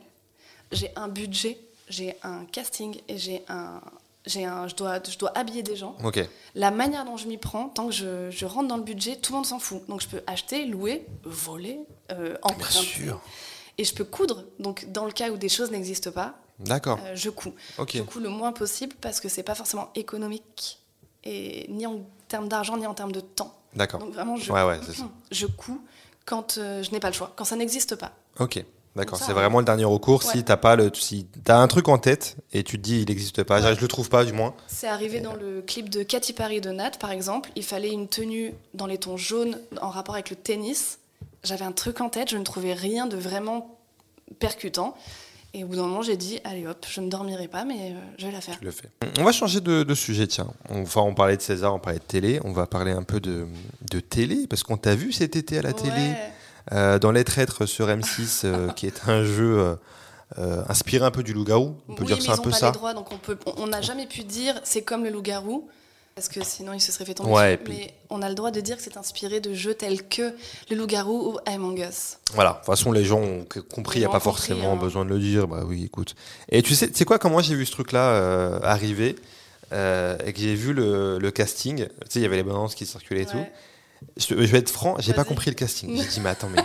Speaker 2: j'ai un budget, j'ai un casting et j'ai un, j'ai un, je dois, je dois habiller des gens.
Speaker 1: Ok.
Speaker 2: La manière dont je m'y prends, tant que je, je rentre dans le budget, tout le monde s'en fout. Donc, je peux acheter, louer, voler, euh, emprunter.
Speaker 1: sûr.
Speaker 2: Et je peux coudre. Donc, dans le cas où des choses n'existent pas,
Speaker 1: D'accord.
Speaker 2: euh, je couds
Speaker 1: Ok.
Speaker 2: du coup le moins possible parce que c'est pas forcément économique et ni en termes d'argent ni en termes de temps.
Speaker 1: D'accord.
Speaker 2: Donc vraiment, je,
Speaker 1: Ouais, ouais, c'est ça.
Speaker 2: je couds quand euh, je n'ai pas le choix, quand ça n'existe pas.
Speaker 1: Ok, d'accord.
Speaker 2: ça,
Speaker 1: C'est
Speaker 2: hein.
Speaker 1: vraiment le dernier recours si
Speaker 2: Ouais.
Speaker 1: t'as pas le, si t'as un truc en tête et tu te dis il n'existe pas,
Speaker 2: Ouais.
Speaker 1: je le trouve pas du moins.
Speaker 2: C'est arrivé dans le clip de Katy Perry de Nat, par exemple. Il fallait une tenue dans les tons jaunes en rapport avec le tennis. J'avais un truc en tête, je ne trouvais rien de vraiment percutant. Et au bout d'un moment, j'ai dit, allez hop, je ne dormirai pas, mais euh, je vais la faire.
Speaker 1: Je le fais. On va changer de, de sujet, tiens. On, enfin, on parlait de César, on parlait de télé, on va parler un peu de, de télé parce qu'on t'a vu cet été à la télé
Speaker 2: Ouais.
Speaker 1: euh, dans Les Traîtres sur M6, euh, qui est un jeu euh, euh, inspiré un peu du loup-garou. On peut
Speaker 2: oui,
Speaker 1: dire
Speaker 2: mais
Speaker 1: c'est
Speaker 2: ils
Speaker 1: un
Speaker 2: ont
Speaker 1: peu
Speaker 2: pas
Speaker 1: ça.
Speaker 2: les droits, donc on peut, on- on n'a jamais pu dire c'est comme le loup-garou, parce que sinon il se serait fait tomber.
Speaker 1: Ouais,
Speaker 2: dessus.
Speaker 1: et puis-
Speaker 2: Mais on a le droit de dire que c'est inspiré de jeux tels que le loup-garou ou Among Us.
Speaker 1: Voilà, de toute façon, les gens ont c- compris, il n'y a
Speaker 2: Ils
Speaker 1: pas
Speaker 2: ont compris,
Speaker 1: forcément
Speaker 2: hein.
Speaker 1: besoin de le dire. Bah oui, écoute. Et tu sais, tu sais quoi, comment j'ai vu ce truc-là euh, arriver euh, et que j'ai vu le, le casting, tu sais, il y avait les balances qui circulaient et tout.
Speaker 2: Ouais.
Speaker 1: Je, je vais être franc, j'ai pas
Speaker 2: Vas-y.
Speaker 1: compris le casting. J'ai dit, mais attends, mais.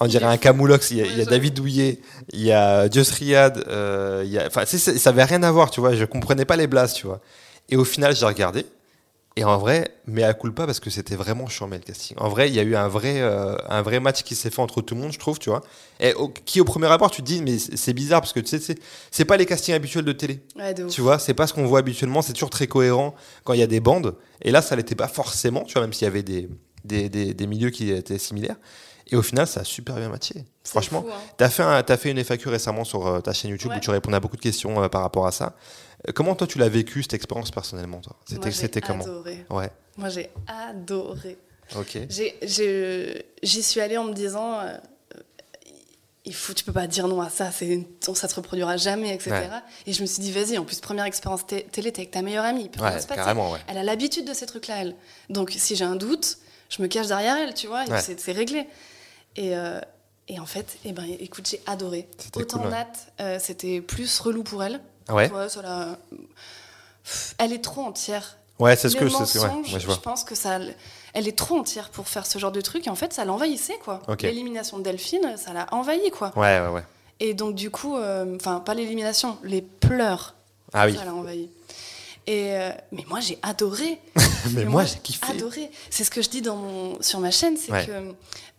Speaker 1: On dirait un camoulox. Il y a,
Speaker 2: Ouais,
Speaker 1: il y a
Speaker 2: j'avoue.
Speaker 1: David Douillet, il y a Just Riyad. euh, il y a- Enfin, tu sais, ça, ça avait rien à voir, tu vois. Je comprenais pas les blases, tu vois. Et au final, j'ai regardé. Et en vrai, mais à culpa parce que c'était vraiment charmé le casting. En vrai, il y a eu un vrai, euh, un vrai match qui s'est fait entre tout le monde, je trouve, tu vois. Et au- qui, au premier abord, tu te dis, mais c'est c'est bizarre parce que tu sais, c'est- c'est pas les castings habituels de télé.
Speaker 2: Ouais, de ouf.
Speaker 1: Tu vois, c'est pas ce qu'on voit habituellement, c'est toujours très cohérent quand il y a des bandes. Et là, ça l'était pas forcément, tu vois, même s'il y avait des, des, des- des milieux qui étaient similaires. Et au final, ça a super bien matché.
Speaker 2: C'est
Speaker 1: Franchement,
Speaker 2: fou, hein.
Speaker 1: t'as fait, un- t'as fait une FAQ récemment sur euh, ta chaîne YouTube
Speaker 2: Ouais.
Speaker 1: où tu répondais à beaucoup de questions euh, par rapport à ça. Euh, comment toi, tu l'as vécu cette expérience personnellement, toi
Speaker 2: Moi,
Speaker 1: C'était
Speaker 2: j'ai
Speaker 1: c'était comment
Speaker 2: adoré.
Speaker 1: Ouais.
Speaker 2: Moi j'ai adoré.
Speaker 1: Ok.
Speaker 2: J'ai- j'ai- J'y suis allée en me disant, euh, il faut, tu peux pas dire non à ça, c'est une- ça se reproduira jamais, etc.
Speaker 1: Ouais.
Speaker 2: Et je me suis dit, vas-y, en plus, première expérience té- télé, t'es avec ta meilleure amie, il peut rien
Speaker 1: Ouais,
Speaker 2: se passer.
Speaker 1: carrément, ouais.
Speaker 2: Elle a l'habitude de ces trucs-là, elle. Donc, si j'ai un doute, je me cache derrière elle, tu vois, et
Speaker 1: Ouais.
Speaker 2: c'est c'est réglé. Et, euh, et en fait, eh ben, écoute, j'ai adoré.
Speaker 1: C'était
Speaker 2: Autant
Speaker 1: cool, ouais.
Speaker 2: Nat, euh, c'était plus relou pour elle.
Speaker 1: Ouais.
Speaker 2: Tu vois, ça la- Pff, Elle est trop entière.
Speaker 1: Ouais, c'est ce
Speaker 2: Les
Speaker 1: que c'est. ce que- Ouais,
Speaker 2: mensonges,
Speaker 1: moi, je vois.
Speaker 2: pense que ça, l- elle est trop entière pour faire ce genre de truc. Et en fait, ça l'envahissait, quoi.
Speaker 1: Ok.
Speaker 2: L'élimination de Delphine, ça l'a envahi, quoi.
Speaker 1: Ouais, ouais, ouais.
Speaker 2: Et donc, du coup, euh, enfin, pas l'élimination, les pleurs,
Speaker 1: Ah oui.
Speaker 2: ça l'a envahi. Et euh, mais moi, j'ai adoré.
Speaker 1: Mais moi, j'ai kiffé.
Speaker 2: Adoré. C'est ce que je dis dans mon, sur ma chaîne, c'est
Speaker 1: Ouais.
Speaker 2: que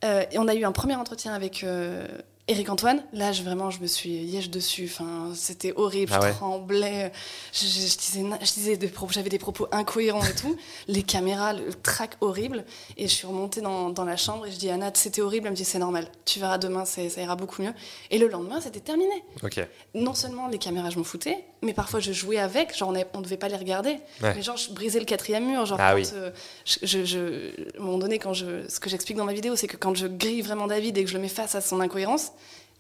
Speaker 2: euh, et on a eu un premier entretien avec. euh, Eric Antoine, là je, vraiment je me suis liège dessus, enfin, c'était horrible,
Speaker 1: Ah ouais.
Speaker 2: je tremblais, je, je- je disais, na- je disais des propos- j'avais des propos incohérents et tout, les caméras, le trac horrible, et je suis remontée dans, dans la chambre et je dis à Nat c'était horrible, elle me dit c'est normal, tu verras demain c'est- ça ira beaucoup mieux, et le lendemain c'était terminé.
Speaker 1: Ok.
Speaker 2: Non seulement les caméras je m'en foutais, mais parfois je jouais avec, genre on, a- on devait pas les regarder,
Speaker 1: Ouais.
Speaker 2: mais genre je brisais le quatrième mur, genre
Speaker 1: Ah
Speaker 2: quand,
Speaker 1: oui.
Speaker 2: euh, je, je- je- à un moment donné quand je, ce que j'explique dans ma vidéo c'est que quand je grille vraiment David et que je le mets face à son incohérence,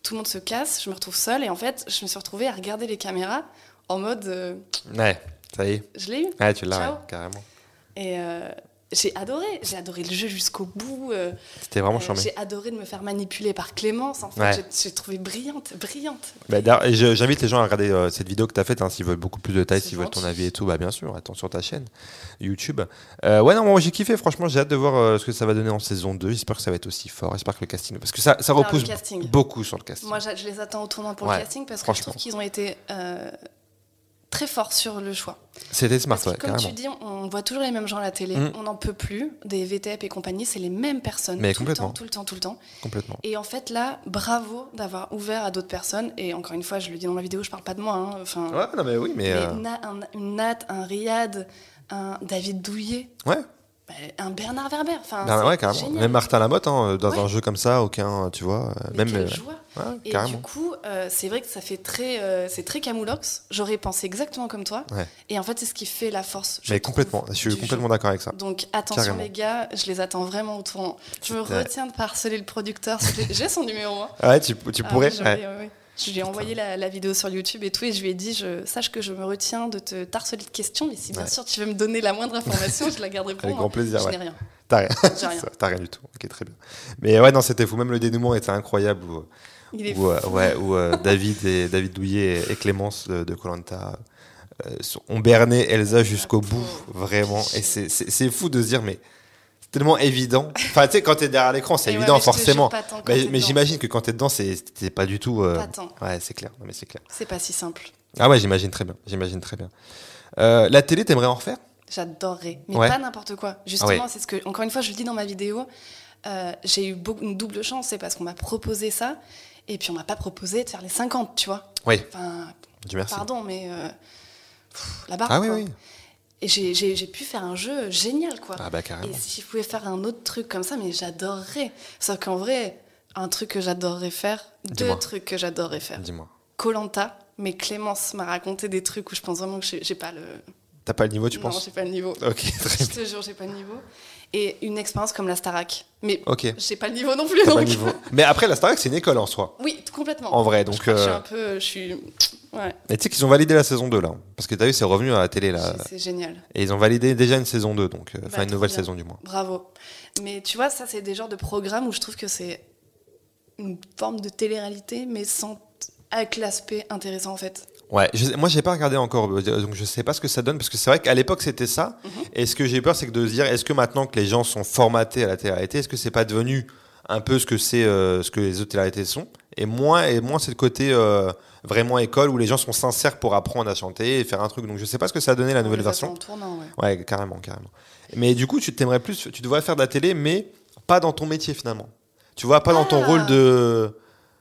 Speaker 2: tout le monde se casse, je me retrouve seule et en fait je me suis retrouvée à regarder les caméras en mode euh,
Speaker 1: Ouais, ça y est.
Speaker 2: je l'ai eu.
Speaker 1: Ouais, tu l'as,
Speaker 2: Ciao.
Speaker 1: ouais, carrément.
Speaker 2: Et euh, j'ai adoré, j'ai adoré le jeu jusqu'au bout. euh,
Speaker 1: C'était vraiment
Speaker 2: euh,
Speaker 1: charmé.
Speaker 2: j'ai adoré de me faire manipuler par Clémence. En fait,
Speaker 1: Ouais.
Speaker 2: j'ai, j'ai trouvé brillante, brillante.
Speaker 1: Bah, d'ailleurs, et je- J'invite les gens à regarder euh, cette vidéo que tu as faite. hein, s'ils veulent beaucoup plus de détails,
Speaker 2: C'est
Speaker 1: s'ils veulent ton
Speaker 2: gentil.
Speaker 1: avis et tout, bah, bien sûr, attends sur ta chaîne YouTube. Euh, ouais, non, moi j'ai kiffé. Franchement, j'ai hâte de voir euh, ce que ça va donner en saison 2. J'espère que ça va être aussi fort. J'espère que le casting. Parce que ça, ça
Speaker 2: le
Speaker 1: repousse
Speaker 2: casting.
Speaker 1: beaucoup sur le casting.
Speaker 2: Moi, j'a- je les attends au tournant pour
Speaker 1: Ouais,
Speaker 2: le casting parce que je
Speaker 1: franchement.
Speaker 2: trouve qu'ils ont été euh, très forts sur le choix.
Speaker 1: C'était smart,
Speaker 2: Parce que,
Speaker 1: ouais,
Speaker 2: comme
Speaker 1: carrément.
Speaker 2: tu dis, on voit toujours les mêmes gens à la télé.
Speaker 1: Mm.
Speaker 2: On n'en peut plus. Des VTF et compagnie, c'est les mêmes personnes.
Speaker 1: Mais
Speaker 2: tout le
Speaker 1: complètement.
Speaker 2: temps, tout le temps, tout le temps.
Speaker 1: Complètement.
Speaker 2: Et en fait, là, bravo d'avoir ouvert à d'autres personnes. Et encore une fois, je le dis dans ma vidéo, je parle pas de moi. hein, Enfin,
Speaker 1: Ouais, non, mais oui, mais.
Speaker 2: mais
Speaker 1: euh,
Speaker 2: na- un- une Nat, un Riyad, un David Douillet,
Speaker 1: Ouais,
Speaker 2: bah, un Bernard Werber. Enfin,
Speaker 1: bah, ouais,
Speaker 2: c'est
Speaker 1: carrément.
Speaker 2: génial.
Speaker 1: Même Martin Lamotte, hein, euh, dans
Speaker 2: Ouais.
Speaker 1: un jeu comme ça, aucun, tu vois. euh,
Speaker 2: Mais
Speaker 1: Même.
Speaker 2: quelle
Speaker 1: euh,
Speaker 2: joie.
Speaker 1: ouais,
Speaker 2: Et
Speaker 1: carrément.
Speaker 2: du coup, euh, c'est vrai que ça fait très, euh, c'est très camoulox. J'aurais pensé exactement comme toi.
Speaker 1: Ouais.
Speaker 2: Et en fait, c'est ce qui fait la force. je
Speaker 1: Mais
Speaker 2: trouve,
Speaker 1: complètement, je suis
Speaker 2: du jeu.
Speaker 1: complètement d'accord avec ça.
Speaker 2: Donc attention
Speaker 1: Carrément.
Speaker 2: les gars, je les attends vraiment au tournant. Je me
Speaker 1: Ouais.
Speaker 2: retiens de pas harceler le producteur. s'il te plaît. J'ai son numéro. hein.
Speaker 1: Ouais, tu, tu
Speaker 2: Ah,
Speaker 1: pourrais.
Speaker 2: je
Speaker 1: ouais.
Speaker 2: l'ai, ouais, ouais. Je lui ai envoyé la, la vidéo sur YouTube et tout, et je lui ai dit je, Sache que je me retiens de te harceler de questions, mais si bien
Speaker 1: Ouais.
Speaker 2: sûr tu veux me donner la moindre information, je la garderai pour
Speaker 1: Avec
Speaker 2: moi.
Speaker 1: grand plaisir,
Speaker 2: Je
Speaker 1: ouais.
Speaker 2: n'ai rien.
Speaker 1: T'as rien.
Speaker 2: J'ai rien.
Speaker 1: Ça, T'as rien du tout. Ok, très bien. Mais ouais, non, c'était fou. Même le dénouement était incroyable. Où,
Speaker 2: Il est
Speaker 1: où, euh,
Speaker 2: fou.
Speaker 1: ouais, où, euh, David et David Douillet et, et Clémence de Colanta euh, ont berné Elsa jusqu'au
Speaker 2: Ah,
Speaker 1: bout, vraiment. Et c'est- c'est c'est fou de se dire, mais c'est tellement évident. Enfin, tu sais, quand t'es derrière l'écran, c'est
Speaker 2: Et ouais,
Speaker 1: évident,
Speaker 2: mais je te jure,
Speaker 1: forcément.
Speaker 2: pas tant quand
Speaker 1: Mais,
Speaker 2: t'es
Speaker 1: mais
Speaker 2: dedans.
Speaker 1: j'imagine que quand t'es dedans, c'est c'était pas du tout. euh,
Speaker 2: Pas tant.
Speaker 1: Ouais, c'est clair. Non, mais c'est clair.
Speaker 2: C'est pas si simple.
Speaker 1: Ah ouais, j'imagine très bien. J'imagine très bien. Euh, la télé, t'aimerais en refaire
Speaker 2: J'adorerais, mais
Speaker 1: Ouais.
Speaker 2: pas n'importe quoi. Justement,
Speaker 1: Ah ouais.
Speaker 2: c'est ce que, encore une fois, je le dis dans ma vidéo, euh, j'ai eu beaucoup, une double chance, c'est parce qu'on m'a proposé ça, et puis on m'a pas proposé de faire les 50, tu vois.
Speaker 1: Oui,
Speaker 2: Enfin,
Speaker 1: du merci.
Speaker 2: pardon, mais euh, pff, la barre.
Speaker 1: Ah oui,
Speaker 2: quoi.
Speaker 1: oui.
Speaker 2: Et j'ai- j'ai j'ai pu faire un jeu génial, quoi.
Speaker 1: Ah bah carrément.
Speaker 2: et si je pouvais faire un autre truc comme ça, mais j'adorerais. Sauf qu'en vrai, un truc que j'adorerais faire,
Speaker 1: Ah, Dis-moi.
Speaker 2: deux trucs que j'adorerais faire.
Speaker 1: Dis-moi.
Speaker 2: Colanta, mais Clémence m'a raconté des trucs où je pense vraiment que j'ai j'ai pas le.
Speaker 1: T'as pas le niveau, tu
Speaker 2: non,
Speaker 1: penses
Speaker 2: j'ai pas le niveau.
Speaker 1: Ok, très
Speaker 2: Je
Speaker 1: bien.
Speaker 2: te jure, j'ai pas le niveau. Et une expérience comme la Starac. Mais
Speaker 1: Ok.
Speaker 2: j'ai pas le niveau non plus.
Speaker 1: Oh. T'as
Speaker 2: donc.
Speaker 1: pas le niveau. Mais après, la Starac, c'est une école en soi,
Speaker 2: Oui, t- complètement.
Speaker 1: en vrai.
Speaker 2: je,
Speaker 1: Donc,
Speaker 2: crois que je suis
Speaker 1: euh,
Speaker 2: un peu. Je suis. Ouais,
Speaker 1: Et tu sais qu'ils ont validé la saison 2 là. hein. Parce que t'as vu, c'est revenu à la télé là.
Speaker 2: c'est- c'est génial.
Speaker 1: Et ils ont validé déjà une saison 2, donc. euh, Enfin,
Speaker 2: Bah,
Speaker 1: une
Speaker 2: trop
Speaker 1: nouvelle
Speaker 2: bien.
Speaker 1: saison du moins.
Speaker 2: Bravo. Mais tu vois, ça, c'est des genres de programmes où je trouve que c'est une forme de télé-réalité, mais sans. avec l'aspect intéressant, en fait.
Speaker 1: Ouais, je sais- moi j'ai pas regardé encore, euh, donc je sais pas ce que ça donne, parce que c'est vrai qu'à l'époque c'était ça.
Speaker 2: Mhm.
Speaker 1: Et ce que j'ai peur, c'est que de se dire, est-ce que maintenant que les gens sont formatés à la télé-réalité, est-ce que c'est pas devenu un peu ce que c'est, euh, ce que les autres télé-réalités sont Et moins, et moins c'est le côté euh, vraiment école où les gens sont sincères pour apprendre à chanter et faire un truc. Donc je sais pas ce que ça a donné la nouvelle
Speaker 2: On les
Speaker 1: version.
Speaker 2: attend en tournant, ouais.
Speaker 1: Ouais, carrément, carrément. Mais du coup, tu t'aimerais plus, tu devrais faire de la télé, mais pas dans ton métier finalement. Tu vois, pas dans ton
Speaker 2: Ah.
Speaker 1: rôle de.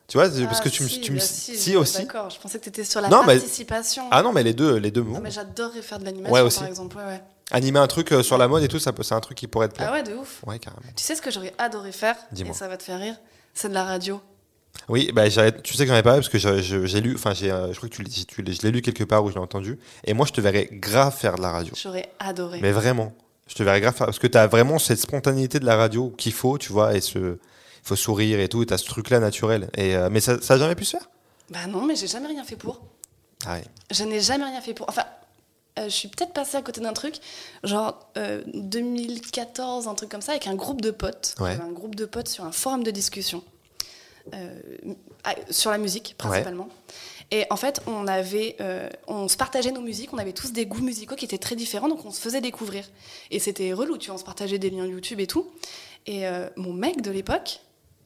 Speaker 1: Tu vois, parce
Speaker 2: Ah,
Speaker 1: que tu me.
Speaker 2: si,
Speaker 1: tu me-
Speaker 2: bah,
Speaker 1: si,
Speaker 2: si, je-
Speaker 1: aussi.
Speaker 2: D'accord, je pensais que t'étais sur la
Speaker 1: Non, mais-
Speaker 2: participation.
Speaker 1: Ah non, mais les deux, les deux me
Speaker 2: Non,
Speaker 1: vont.
Speaker 2: mais j'adorerais faire de l'animation,
Speaker 1: Ouais, aussi.
Speaker 2: par exemple. ouais, ouais.
Speaker 1: Animer un truc euh, sur la mode et tout, ça peut- c'est un truc qui pourrait te plaire.
Speaker 2: Ah ouais, de ouf.
Speaker 1: ouais, carrément.
Speaker 2: Tu sais ce que j'aurais adoré faire
Speaker 1: Dis-moi.
Speaker 2: Et ça va te faire rire C'est de la radio.
Speaker 1: Oui, bah, j'avais- tu sais que j'en ai parlé parce que je- je- j'ai lu, enfin, j'ai, euh, je crois que tu, l'as- tu l'as- je l'ai lu quelque part ou je l'ai entendu. Et moi, je te verrais grave faire de la radio.
Speaker 2: J'aurais adoré.
Speaker 1: Mais vraiment. Je te verrais grave faire- parce que t'as vraiment cette spontanéité de la radio qu'il faut, tu vois, et ce, il faut sourire et tout, et t'as ce truc-là naturel. Et euh, mais ça, ça a jamais pu se faire.
Speaker 2: Bah non, mais j'ai jamais rien fait pour.
Speaker 1: Ah ouais.
Speaker 2: Je n'ai jamais rien fait pour. Enfin, euh, je suis peut-être passée à côté d'un truc, genre euh, 2014, un truc comme ça, avec un groupe de potes.
Speaker 1: Ouais.
Speaker 2: J'avais Un groupe de potes sur un forum de discussion. euh, ah, sur la musique, principalement. Et en fait, on, avait, euh, on se partageait nos musiques, on avait tous des goûts musicaux qui étaient très différents, donc on se faisait découvrir. Et c'était relou, tu vois, on se partageait des liens YouTube et tout. Et euh, mon mec de l'époque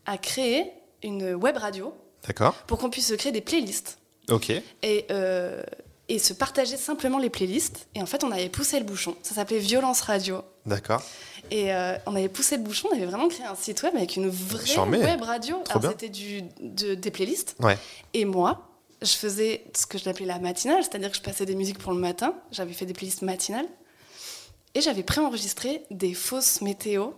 Speaker 2: a créé une web radio
Speaker 1: D'accord.
Speaker 2: pour qu'on puisse se créer des playlists
Speaker 1: Ok.
Speaker 2: et, euh, et se partager simplement les playlists. Et en fait, on avait poussé le bouchon. Ça s'appelait Violence Radio.
Speaker 1: D'accord.
Speaker 2: Et euh, on avait poussé le bouchon, on avait vraiment créé un site web avec une vraie
Speaker 1: Charmé.
Speaker 2: web radio.
Speaker 1: Trop bien.
Speaker 2: Alors, c'était du, de- des playlists.
Speaker 1: Ouais.
Speaker 2: Et moi, je faisais ce que j'appelais la matinale, c'est-à-dire que je passais des musiques pour le matin. J'avais fait des playlists matinales. Et j'avais préenregistré des fausses météos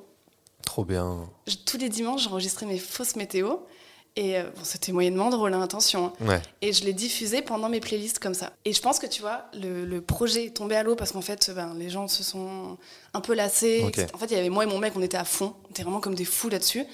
Speaker 1: Trop bien.
Speaker 2: Je- tous les dimanches, j'enregistrais mes fausses météos. Et euh, bon, c'était moyennement drôle, hein, attention. hein.
Speaker 1: Ouais.
Speaker 2: Et je les diffusais pendant mes playlists comme ça. Et je pense que, tu vois, le, le projet est tombé à l'eau parce qu'en fait, ben, les gens se sont un peu lassés.
Speaker 1: Ok.
Speaker 2: En fait, il y avait moi et mon mec, on était à fond. On était vraiment comme des fous là-dessus.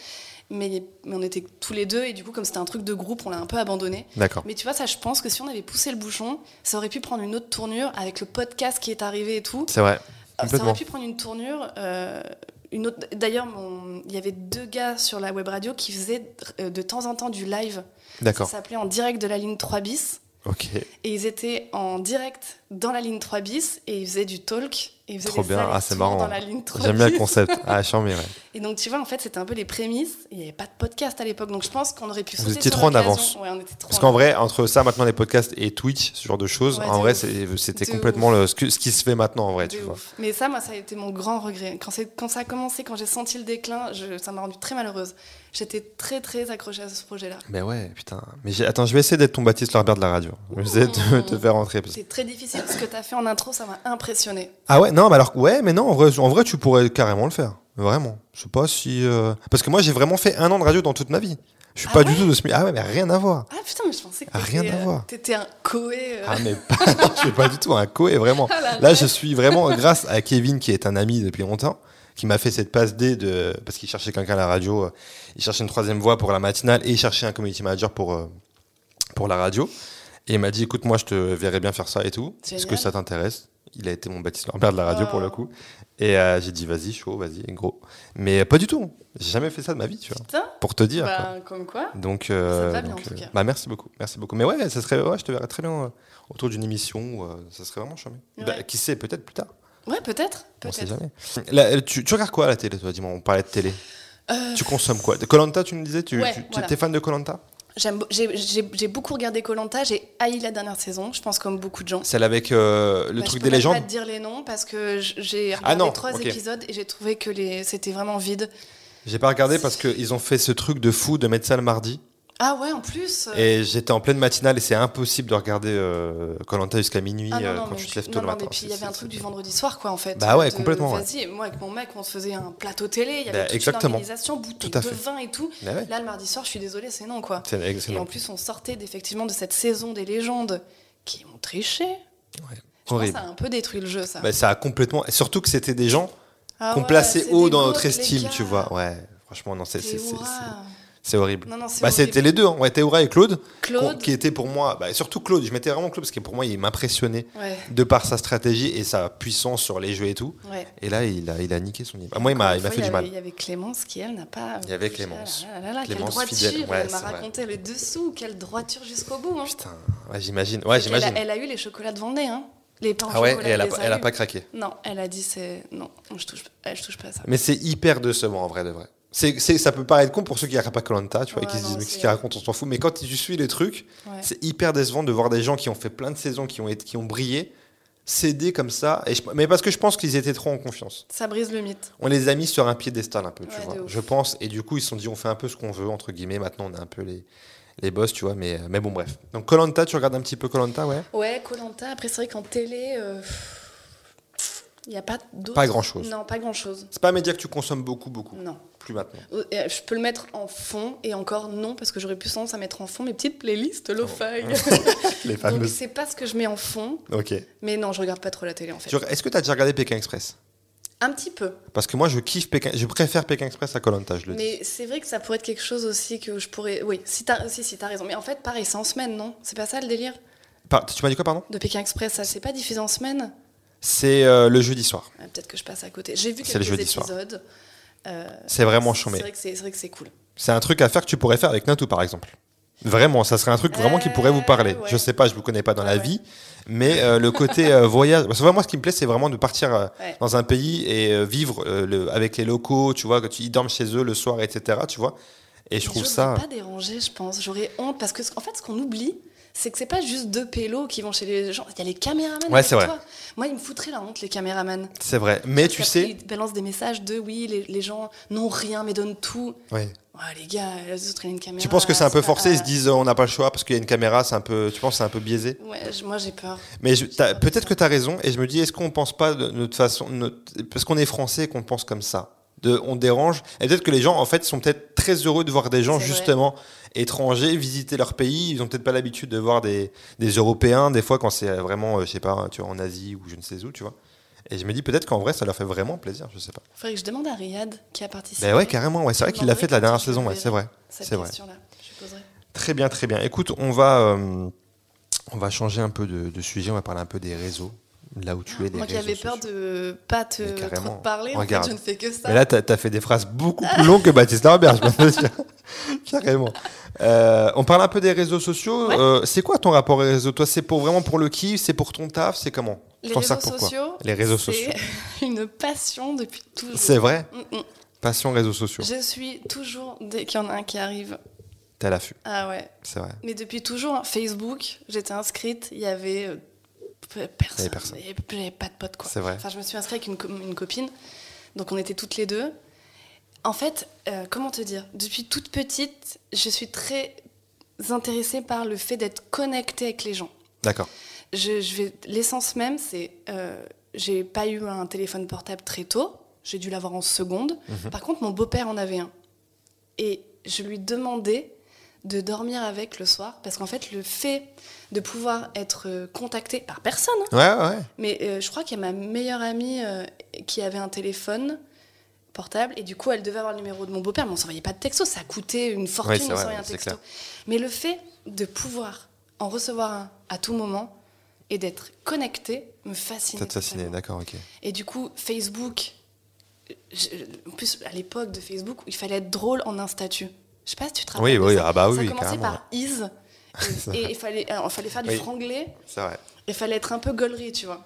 Speaker 2: Mais, mais on était tous les deux. Et du coup, comme c'était un truc de groupe, on l'a un peu abandonné.
Speaker 1: D'accord.
Speaker 2: Mais tu vois, ça, je pense que si on avait poussé le bouchon, ça aurait pu prendre une autre tournure avec le podcast qui est arrivé et tout.
Speaker 1: C'est vrai.
Speaker 2: Alors, Ça
Speaker 1: Complètement.
Speaker 2: aurait pu prendre une tournure. euh, une autre... D'ailleurs, mon- il y avait deux gars sur la web radio qui faisaient euh, de temps en temps du live. Ça
Speaker 1: D'accord.
Speaker 2: s'appelait en direct de la ligne 3 bis.
Speaker 1: Ok.
Speaker 2: Et ils étaient en direct dans la ligne 3 bis et ils faisaient du talk. Et ils faisaient
Speaker 1: Trop
Speaker 2: des
Speaker 1: bien. Ah, c'est
Speaker 2: allers-retours
Speaker 1: marrant.
Speaker 2: Dans la ligne 3
Speaker 1: J'aime bien
Speaker 2: bis.
Speaker 1: le concept. Ah, charmé, ouais.
Speaker 2: Et donc, tu vois, en fait, c'était un peu les prémices. Il n'y avait pas de podcast à l'époque. Donc, je pense qu'on aurait pu
Speaker 1: Vous
Speaker 2: sauter
Speaker 1: étiez
Speaker 2: sur
Speaker 1: trop en
Speaker 2: l'occasion.
Speaker 1: avance.
Speaker 2: Ouais, on était trop
Speaker 1: Parce
Speaker 2: en
Speaker 1: qu'en vrai, entre ça, maintenant les podcasts et Twitch, ce genre de choses,
Speaker 2: Ouais,
Speaker 1: en
Speaker 2: de
Speaker 1: vrai,
Speaker 2: ouf.
Speaker 1: c'est- c'était
Speaker 2: De
Speaker 1: complètement le- ce, que- ce qui se fait maintenant, en vrai,
Speaker 2: De
Speaker 1: tu vois.
Speaker 2: ouf. Mais ça, moi, ça a été mon grand regret. Quand, c'est- quand ça a commencé, quand j'ai senti le déclin, je- ça m'a rendue très malheureuse. J'étais très, très accrochée à ce projet-là.
Speaker 1: Mais ouais, putain. Mais j'ai- attends, je vais essayer d'être ton Baptiste Larbert de la radio. Je vais essayer de
Speaker 2: Oh.
Speaker 1: te- te faire rentrer. parce que-
Speaker 2: C'est très difficile. Ce que tu as fait en intro, ça m'a impressionnée.
Speaker 1: Ah ouais, non, mais alors, ouais, mais non, en vrai, en vrai tu pourrais carrément le faire. Vraiment. Je sais pas si. euh, Parce que moi, j'ai vraiment fait un an de radio dans toute ma vie. Je suis
Speaker 2: Ah
Speaker 1: pas
Speaker 2: ouais
Speaker 1: du tout de ce milieu. Ah ouais, mais rien à voir.
Speaker 2: Ah putain, mais je pensais que
Speaker 1: Ah, rien
Speaker 2: t'étais,
Speaker 1: à
Speaker 2: euh,
Speaker 1: voir.
Speaker 2: t'étais un coé. euh.
Speaker 1: Ah mais pas, non, je suis pas du tout un coé vraiment.
Speaker 2: Ah, la
Speaker 1: Là je suis vraiment grâce à Kevin qui est un ami depuis longtemps, qui m'a fait cette passe D de parce qu'il cherchait quelqu'un à la radio, euh, il cherchait une troisième voix pour la matinale et il cherchait un community manager pour euh, pour la radio. Et il m'a dit écoute moi je te verrais bien faire ça et tout.
Speaker 2: Génial.
Speaker 1: Est-ce que ça t'intéresse Il a été mon Baptiste Lambert de la radio
Speaker 2: Oh.
Speaker 1: pour le coup. Et euh, j'ai dit vas-y chaud vas-y gros. Mais euh, pas du tout. J'ai jamais fait ça de ma vie tu vois.
Speaker 2: Putain,
Speaker 1: Pour te dire. quoi.
Speaker 2: bah, comme quoi.
Speaker 1: Donc, euh,
Speaker 2: Ça te va bien,
Speaker 1: donc,
Speaker 2: en tout
Speaker 1: euh,
Speaker 2: cas.
Speaker 1: bah, merci beaucoup, merci beaucoup. Mais ouais, ça serait, ouais, je te verrais très bien euh, autour d'une émission, euh, ça serait vraiment charmé.
Speaker 2: Ouais.
Speaker 1: Bah, qui sait, peut-être plus tard,
Speaker 2: Ouais, peut-être.
Speaker 1: on sait
Speaker 2: Peut-être.
Speaker 1: jamais. Là, euh, tu, tu regardes quoi à la télé, toi Dis-moi, on parlait de télé.
Speaker 2: Euh,
Speaker 1: Tu consommes quoi Colanta, tu me disais, tu,
Speaker 2: Ouais,
Speaker 1: tu- tu-
Speaker 2: voilà.
Speaker 1: t'es fan de Colanta
Speaker 2: j'aime- J'ai j'ai- j'ai beaucoup regardé Colanta. J'ai haï la dernière saison, je pense, comme beaucoup de gens.
Speaker 1: Celle avec euh, le truc
Speaker 2: Bah, je
Speaker 1: des
Speaker 2: peux même
Speaker 1: légendes. Ah
Speaker 2: pas te dire les noms parce que j- j'ai regardé
Speaker 1: non,
Speaker 2: trois
Speaker 1: ok.
Speaker 2: épisodes et j'ai trouvé que les... c'était vraiment vide.
Speaker 1: J'ai pas regardé parce qu'ils ont fait ce truc de fou de mettre ça le mardi.
Speaker 2: Ah ouais, en plus. euh,
Speaker 1: Et j'étais en pleine matinale et c'est impossible de regarder euh, Colanta jusqu'à minuit
Speaker 2: Ah non,
Speaker 1: euh,
Speaker 2: non,
Speaker 1: quand
Speaker 2: mais
Speaker 1: tu te
Speaker 2: puis-
Speaker 1: lèves tôt
Speaker 2: non,
Speaker 1: le
Speaker 2: non,
Speaker 1: matin.
Speaker 2: mais puis il y
Speaker 1: C'est-
Speaker 2: avait un
Speaker 1: c'est-
Speaker 2: truc du vendredi soir, quoi, en fait.
Speaker 1: Bah ouais,
Speaker 2: De-
Speaker 1: complètement, ouais.
Speaker 2: Vas-y, moi, avec mon mec, on se faisait un plateau télé, il y
Speaker 1: Bah,
Speaker 2: avait toute
Speaker 1: exactement.
Speaker 2: une organisation, bouteille
Speaker 1: Tout à
Speaker 2: de
Speaker 1: fait.
Speaker 2: vin et tout.
Speaker 1: Mais ouais,
Speaker 2: Là, le mardi soir, je suis désolée, c'est non, quoi.
Speaker 1: c'est
Speaker 2: Et
Speaker 1: excellent.
Speaker 2: en plus, on sortait effectivement de cette saison des légendes qui ont triché. Je pense que ça a un peu détruit le jeu, ça.
Speaker 1: Bah, ça a complètement. et Surtout que c'était des gens
Speaker 2: Ah
Speaker 1: qu'on
Speaker 2: ouais,
Speaker 1: plaçait
Speaker 2: c'est
Speaker 1: haut
Speaker 2: des
Speaker 1: dans
Speaker 2: gros,
Speaker 1: notre
Speaker 2: les
Speaker 1: estime,
Speaker 2: gars.
Speaker 1: tu vois. Ouais, franchement, non, c'est
Speaker 2: Des
Speaker 1: c'est- c'est-
Speaker 2: hurrahs.
Speaker 1: c'est- c'est horrible.
Speaker 2: Non, non, c'est
Speaker 1: Bah,
Speaker 2: horrible.
Speaker 1: c'était les deux, hein. ouais, Théoura et Claude, qu'on-
Speaker 2: Claude.
Speaker 1: qui étaient pour moi, bah, surtout Claude, je mettais vraiment Claude parce que pour moi, il m'impressionnait
Speaker 2: Ouais,
Speaker 1: de par sa stratégie et sa puissance sur les jeux et tout.
Speaker 2: ouais.
Speaker 1: Et là, il a, il a niqué son livre. Ah, moi, il m'a il m'a
Speaker 2: Une fois,
Speaker 1: fait
Speaker 2: y
Speaker 1: du
Speaker 2: avait-
Speaker 1: mal.
Speaker 2: Il y avait Clémence qui, elle, n'a pas.
Speaker 1: Il y avait Clémence.
Speaker 2: Ah là là là, quelle
Speaker 1: Clémence
Speaker 2: droiture.
Speaker 1: fidèle, ouais,
Speaker 2: elle m'a
Speaker 1: c'est vrai.
Speaker 2: raconté le dessous, quelle droiture jusqu'au bout. hein.
Speaker 1: Putain, ouais, j'imagine. Ouais,
Speaker 2: Elle a,
Speaker 1: j'imagine.
Speaker 2: elle a eu les chocolats de Vendée, hein. Les pains au
Speaker 1: Ah ouais,
Speaker 2: chocolat,
Speaker 1: et elle a,
Speaker 2: les
Speaker 1: pas- elle a
Speaker 2: eu.
Speaker 1: pas craqué.
Speaker 2: Non, elle a dit c'est non, je touche, euh, je touche pas à ça.
Speaker 1: Mais c'est hyper décevant en vrai de vrai. C'est, c'est- ça peut paraître con pour ceux qui regardent pas Colanta, tu vois, et
Speaker 2: Ouais,
Speaker 1: qui se disent
Speaker 2: non,
Speaker 1: mais qu'est-ce
Speaker 2: c'est-
Speaker 1: qu'ils racontent, on s'en fout. Mais quand tu suis les trucs,
Speaker 2: Ouais.
Speaker 1: c'est hyper décevant de voir des gens qui ont fait plein de saisons, qui ont, été, qui ont brillé, céder comme ça. Et je- mais parce que je pense qu'ils étaient trop en confiance.
Speaker 2: Ça brise le mythe.
Speaker 1: On les a mis sur un piédestal un peu, tu
Speaker 2: Ouais,
Speaker 1: vois.
Speaker 2: de ouf.
Speaker 1: Je pense. Et du coup, ils se sont dit on fait un peu ce qu'on veut, entre guillemets. Maintenant, on est un peu les, les boss, tu vois. Mais, euh, mais bon, bref. Donc Colanta, tu regardes un petit peu Colanta, ouais
Speaker 2: Ouais, Colanta. Après c'est vrai qu'en télé, il n'y a pas d'autres.
Speaker 1: Pas grand-chose.
Speaker 2: Non, pas grand chose.
Speaker 1: C'est pas un média que tu consommes beaucoup, beaucoup.
Speaker 2: Non.
Speaker 1: Plus maintenant.
Speaker 2: Euh, Je peux le mettre en fond et encore non parce que j'aurais plus tendance à mettre en fond mes petites
Speaker 1: Oh.
Speaker 2: playlists lo-fi.
Speaker 1: Les
Speaker 2: Donc c'est pas ce que je mets en fond.
Speaker 1: Ok.
Speaker 2: Mais non, je regarde pas trop la télé en fait.
Speaker 1: Tu- Est-ce que tu as déjà regardé Pékin Express
Speaker 2: Un petit peu.
Speaker 1: Parce que moi, je kiffe Pékin, je préfère Pékin Express à Colanta, je le dis.
Speaker 2: Mais c'est vrai que ça pourrait être quelque chose aussi que je pourrais. Oui, si t'as si, si, t'as raison. Mais en fait, pareil, c'est en semaine, non C'est pas ça le délire
Speaker 1: Par- tu m'as dit quoi, pardon
Speaker 2: De Pékin Express, ça, c'est pas diffusé en semaine
Speaker 1: C'est euh, le jeudi soir.
Speaker 2: Ah, Peut-être que je passe à côté. J'ai vu
Speaker 1: C'est le
Speaker 2: quelques
Speaker 1: jeudi soir.
Speaker 2: épisodes. euh,
Speaker 1: C'est vraiment
Speaker 2: c'est-
Speaker 1: chômé.
Speaker 2: C'est vrai que c'est c'est vrai que c'est cool.
Speaker 1: C'est un truc à faire que tu pourrais faire avec Natou, par exemple. Vraiment, ça serait un truc vraiment qui pourrait vous parler.
Speaker 2: Euh, ouais.
Speaker 1: Je sais pas, je vous connais pas dans la
Speaker 2: Ouais, ouais.
Speaker 1: vie, mais euh, le côté euh, voyage. Parce que moi, ce qui me plaît, c'est vraiment de partir euh,
Speaker 2: Ouais.
Speaker 1: dans un pays et euh, vivre euh, le- avec les locaux, tu vois, que tu y dormes chez eux le soir, etc. Tu vois. Et je
Speaker 2: Mais
Speaker 1: trouve
Speaker 2: voudrais
Speaker 1: ça.
Speaker 2: pas déranger, je pense. J'aurais honte parce que, ce- en fait, ce qu'on oublie, c'est que c'est pas juste deux pélos qui vont chez les gens. Il y a les caméramans.
Speaker 1: Ouais,
Speaker 2: avec
Speaker 1: c'est vrai.
Speaker 2: toi. Moi, ils me foutraient la honte, les caméramans.
Speaker 1: C'est vrai. Mais
Speaker 2: Parce
Speaker 1: tu
Speaker 2: qu'après,
Speaker 1: sais.
Speaker 2: Ils balancent des messages de oui, les, les gens n'ont rien mais donnent tout.
Speaker 1: Ouais.
Speaker 2: Ouais, les gars, les autres, ils ont une caméra.
Speaker 1: Tu penses que c'est un peu
Speaker 2: pas-
Speaker 1: forcé Ils se disent, euh, on n'a pas le choix parce qu'il y a une caméra. C'est un peu. Tu penses que c'est un peu biaisé
Speaker 2: Ouais, je- moi j'ai peur.
Speaker 1: Mais je- t'as- peut-être que tu as raison, et je me dis, est-ce qu'on pense pas de notre façon, notre- parce qu'on est français et qu'on pense comme ça, de, on dérange, et peut-être que les gens, en fait, sont peut-être très heureux de voir des gens,
Speaker 2: C'est vrai.
Speaker 1: justement, étrangers, visiter leur pays, ils ont peut-être pas l'habitude de voir des, des Européens, des fois, quand c'est vraiment, euh, je sais pas, tu vois, en Asie ou je ne sais où, tu vois. Et je me dis, peut-être qu'en vrai, ça leur fait vraiment plaisir, je sais pas.
Speaker 2: Faudrait que je demande à Riyad qui a participé.
Speaker 1: Ben ouais, carrément, ouais, c'est vrai
Speaker 2: Je
Speaker 1: qu'il l'a
Speaker 2: demanderai
Speaker 1: fait la
Speaker 2: Bah quand
Speaker 1: dernière
Speaker 2: je
Speaker 1: saison, ouais,
Speaker 2: verrai.
Speaker 1: c'est vrai.
Speaker 2: Cette
Speaker 1: c'est vrai.
Speaker 2: question-là, je poserai.
Speaker 1: Très bien, très bien. Écoute, on va, euh, on va changer un peu de, de sujet, on va parler un peu des réseaux, là où tu es, des
Speaker 2: Moi qui
Speaker 1: réseaux
Speaker 2: avais peur
Speaker 1: sociaux.
Speaker 2: de pas te
Speaker 1: Mais carrément.
Speaker 2: trop te parler, en fait,
Speaker 1: Regarde.
Speaker 2: je ne fais que ça.
Speaker 1: Mais là, t'as as fait des phrases beaucoup plus longues que Baptiste Lambert, je peux te dire. Carrément. Euh, on parle un peu des réseaux sociaux.
Speaker 2: Ouais.
Speaker 1: Euh, c'est quoi ton rapport aux réseaux Toi, c'est pour vraiment pour le kiff C'est pour ton taf C'est comment
Speaker 2: les
Speaker 1: Tu t'en
Speaker 2: réseaux
Speaker 1: sers pour quoi
Speaker 2: sociaux,
Speaker 1: Les réseaux sociaux.
Speaker 2: c'est une passion depuis toujours.
Speaker 1: C'est vrai
Speaker 2: Mm, mm.
Speaker 1: Passion réseaux sociaux.
Speaker 2: Je suis toujours, dès qu'il y en a un qui arrive,
Speaker 1: T'es à l'affût,
Speaker 2: ah ouais.
Speaker 1: c'est vrai.
Speaker 2: Mais depuis toujours, hein, Facebook, j'étais inscrite, il y avait euh, pe- personne.
Speaker 1: Il y avait personne.
Speaker 2: Il y avait- J'avais pas de potes, quoi.
Speaker 1: C'est vrai.
Speaker 2: Enfin, je me suis inscrite avec une, co- une copine, donc on était toutes les deux. En fait, euh, comment te dire Depuis toute petite, je suis très intéressée par le fait d'être connectée avec les gens.
Speaker 1: D'accord.
Speaker 2: Je, je vais l'essence même, c'est euh, j'ai pas eu un téléphone portable très tôt. J'ai dû l'avoir en seconde.
Speaker 1: Mhm.
Speaker 2: Par contre, mon beau-père en avait un. Et je lui demandais de dormir avec le soir parce qu'en fait, le fait de pouvoir être euh, contacté par personne, hein,
Speaker 1: Ouais, ouais, ouais.
Speaker 2: mais euh, je crois qu'il y a ma meilleure amie euh, qui avait un téléphone portable et du coup elle devait avoir le numéro de mon beau-père, mais on s'envoyait pas de texto, ça coûtait une fortune,
Speaker 1: Ouais, c'est
Speaker 2: on
Speaker 1: vrai,
Speaker 2: s'envoyait un
Speaker 1: c'est
Speaker 2: texto.
Speaker 1: clair.
Speaker 2: Mais le fait de pouvoir en recevoir un à tout moment et d'être connecté me fascine.
Speaker 1: T'as te fasciné, d'accord, ok.
Speaker 2: Et du coup, Facebook, je- en plus à l'époque de Facebook, il fallait être drôle en un statut. Je sais pas si tu te
Speaker 1: Oui,
Speaker 2: rappelles. de
Speaker 1: oui,
Speaker 2: ça.
Speaker 1: ah bah oui,
Speaker 2: Ça
Speaker 1: oui,
Speaker 2: commençait
Speaker 1: carrément,
Speaker 2: par is
Speaker 1: C'est
Speaker 2: et
Speaker 1: vrai.
Speaker 2: il fallait, alors, fallait faire du
Speaker 1: Oui.
Speaker 2: franglais.
Speaker 1: C'est vrai.
Speaker 2: Il fallait être un peu gaulerie, tu vois.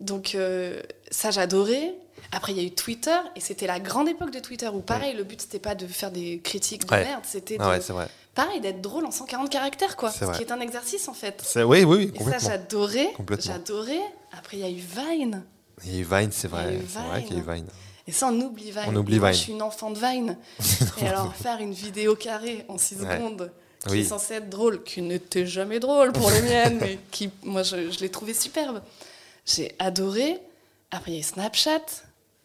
Speaker 2: Donc euh, ça, j'adorais. Après, il y a eu Twitter, et c'était la grande époque de Twitter où, pareil, le but, c'était pas de faire des critiques de
Speaker 1: Ouais.
Speaker 2: merde, c'était,
Speaker 1: Ah ouais,
Speaker 2: de-
Speaker 1: c'est vrai.
Speaker 2: pareil, d'être drôle en 140 caractères, quoi.
Speaker 1: C'est
Speaker 2: Ce
Speaker 1: vrai.
Speaker 2: qui est un exercice, en fait.
Speaker 1: C'est- Oui, oui, oui,
Speaker 2: Et ça,
Speaker 1: complètement.
Speaker 2: j'adorais.
Speaker 1: Complètement.
Speaker 2: J'adorais. Après, il y a eu Vine.
Speaker 1: Il y a eu Vine, c'est
Speaker 2: Il y
Speaker 1: vrai.
Speaker 2: a eu
Speaker 1: C'est vrai qu'il y a eu Vine.
Speaker 2: Et ça, on oublie Vine.
Speaker 1: On oublie
Speaker 2: Moi,
Speaker 1: Vine.
Speaker 2: je suis une enfant de Vine. et alors, faire une vidéo carrée en 6
Speaker 1: Ouais.
Speaker 2: secondes, qui
Speaker 1: Oui.
Speaker 2: est censée être drôle, qui n'était jamais drôle pour les miennes, mais qui, moi, je, je l'ai trouvée superbe. J'ai adoré. Après, il y a eu Snapchat.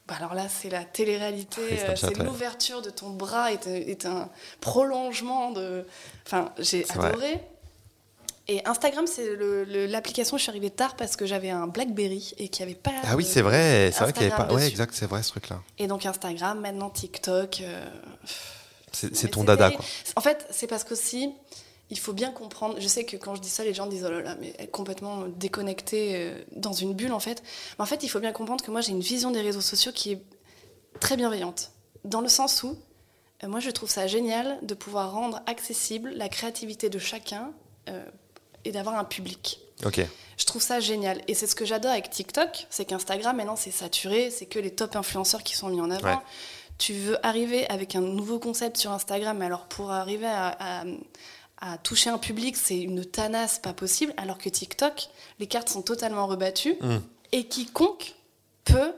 Speaker 2: Bah, alors là, c'est la télé-réalité.
Speaker 1: Et
Speaker 2: euh,
Speaker 1: Snapchat,
Speaker 2: C'est
Speaker 1: ouais.
Speaker 2: l'ouverture de ton bras est, est un prolongement de. Enfin, j'ai
Speaker 1: C'est vrai.
Speaker 2: adoré. Et Instagram, c'est le- le- l'application. où Je suis arrivée tard parce que j'avais un Blackberry et qu'il n'y avait pas.
Speaker 1: Ah oui,
Speaker 2: de-
Speaker 1: c'est vrai. C'est vrai qu'il y avait
Speaker 2: Instagram
Speaker 1: pas. Ouais,
Speaker 2: dessus.
Speaker 1: exact, c'est vrai ce truc-là.
Speaker 2: et donc Instagram, maintenant TikTok. euh,
Speaker 1: C'est c'est
Speaker 2: mais
Speaker 1: ton dada,
Speaker 2: terrible.
Speaker 1: quoi.
Speaker 2: En fait, c'est parce qu'aussi, il faut bien comprendre. Je sais que quand je dis ça, les gens disent oh là là, mais elle est complètement déconnectée euh, dans une bulle, en fait. Mais en fait, il faut bien comprendre que moi, j'ai une vision des réseaux sociaux qui est très bienveillante. Dans le sens où, euh, moi, je trouve ça génial de pouvoir rendre accessible la créativité de chacun euh, et d'avoir un public.
Speaker 1: Ok.
Speaker 2: Je trouve ça génial. Et c'est ce que j'adore avec TikTok, c'est qu'Instagram, maintenant, c'est saturé, c'est que les top influenceurs qui sont mis en avant.
Speaker 1: Ouais.
Speaker 2: Tu veux arriver avec un nouveau concept sur Instagram, mais alors pour arriver à, à- à toucher un public, c'est une tanasse pas possible, alors que TikTok, les cartes sont totalement rebattues,
Speaker 1: Hmm.
Speaker 2: et quiconque peut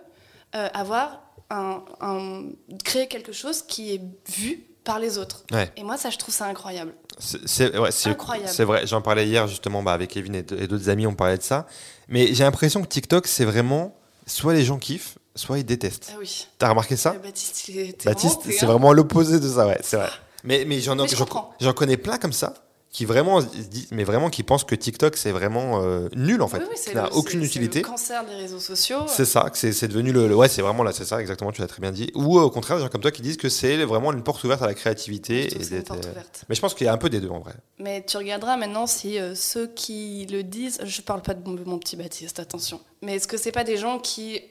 Speaker 2: euh, avoir un- un- créer quelque chose qui est vu par les autres.
Speaker 1: Ouais.
Speaker 2: Et moi, ça, je trouve ça incroyable.
Speaker 1: C'est- C'est ouais, c'est-
Speaker 2: Incroyable.
Speaker 1: c'est vrai, j'en parlais hier justement bah, avec Kevin et d- et d'autres amis, on parlait de ça. Mais j'ai l'impression que TikTok, c'est vraiment soit les gens kiffent, soit ils détestent.
Speaker 2: Ah oui.
Speaker 1: T'as remarqué ça
Speaker 2: Euh, Baptiste, il était
Speaker 1: Baptiste,
Speaker 2: remonté,
Speaker 1: c'est
Speaker 2: hein. Ah.
Speaker 1: vraiment l'opposé de ça, ouais, c'est vrai. Mais, mais j'en
Speaker 2: Mais je
Speaker 1: j'en-
Speaker 2: comprends.
Speaker 1: j'en connais plein comme ça qui vraiment se dit- mais vraiment qui pensent que TikTok c'est vraiment euh, nul en fait,
Speaker 2: Oui, oui, c'est
Speaker 1: qui n'a
Speaker 2: le-
Speaker 1: aucune
Speaker 2: c'est- c'est
Speaker 1: utilité.
Speaker 2: le cancer des réseaux sociaux. euh,
Speaker 1: C'est ça, que c'est c'est devenu le, le- Ouais, c'est vraiment là, c'est ça, exactement, tu l'as très bien dit. Ou euh, au contraire, des gens comme toi qui disent que c'est vraiment une porte ouverte à la créativité.
Speaker 2: Je trouve
Speaker 1: et
Speaker 2: que c'est une
Speaker 1: d'être,
Speaker 2: porte
Speaker 1: euh,
Speaker 2: ouverte.
Speaker 1: Mais je pense qu'il y a un peu des deux en vrai.
Speaker 2: Mais tu regarderas maintenant si euh, ceux qui le disent, je parle pas de mon, mon petit Baptiste, attention, mais est-ce que c'est pas des gens qui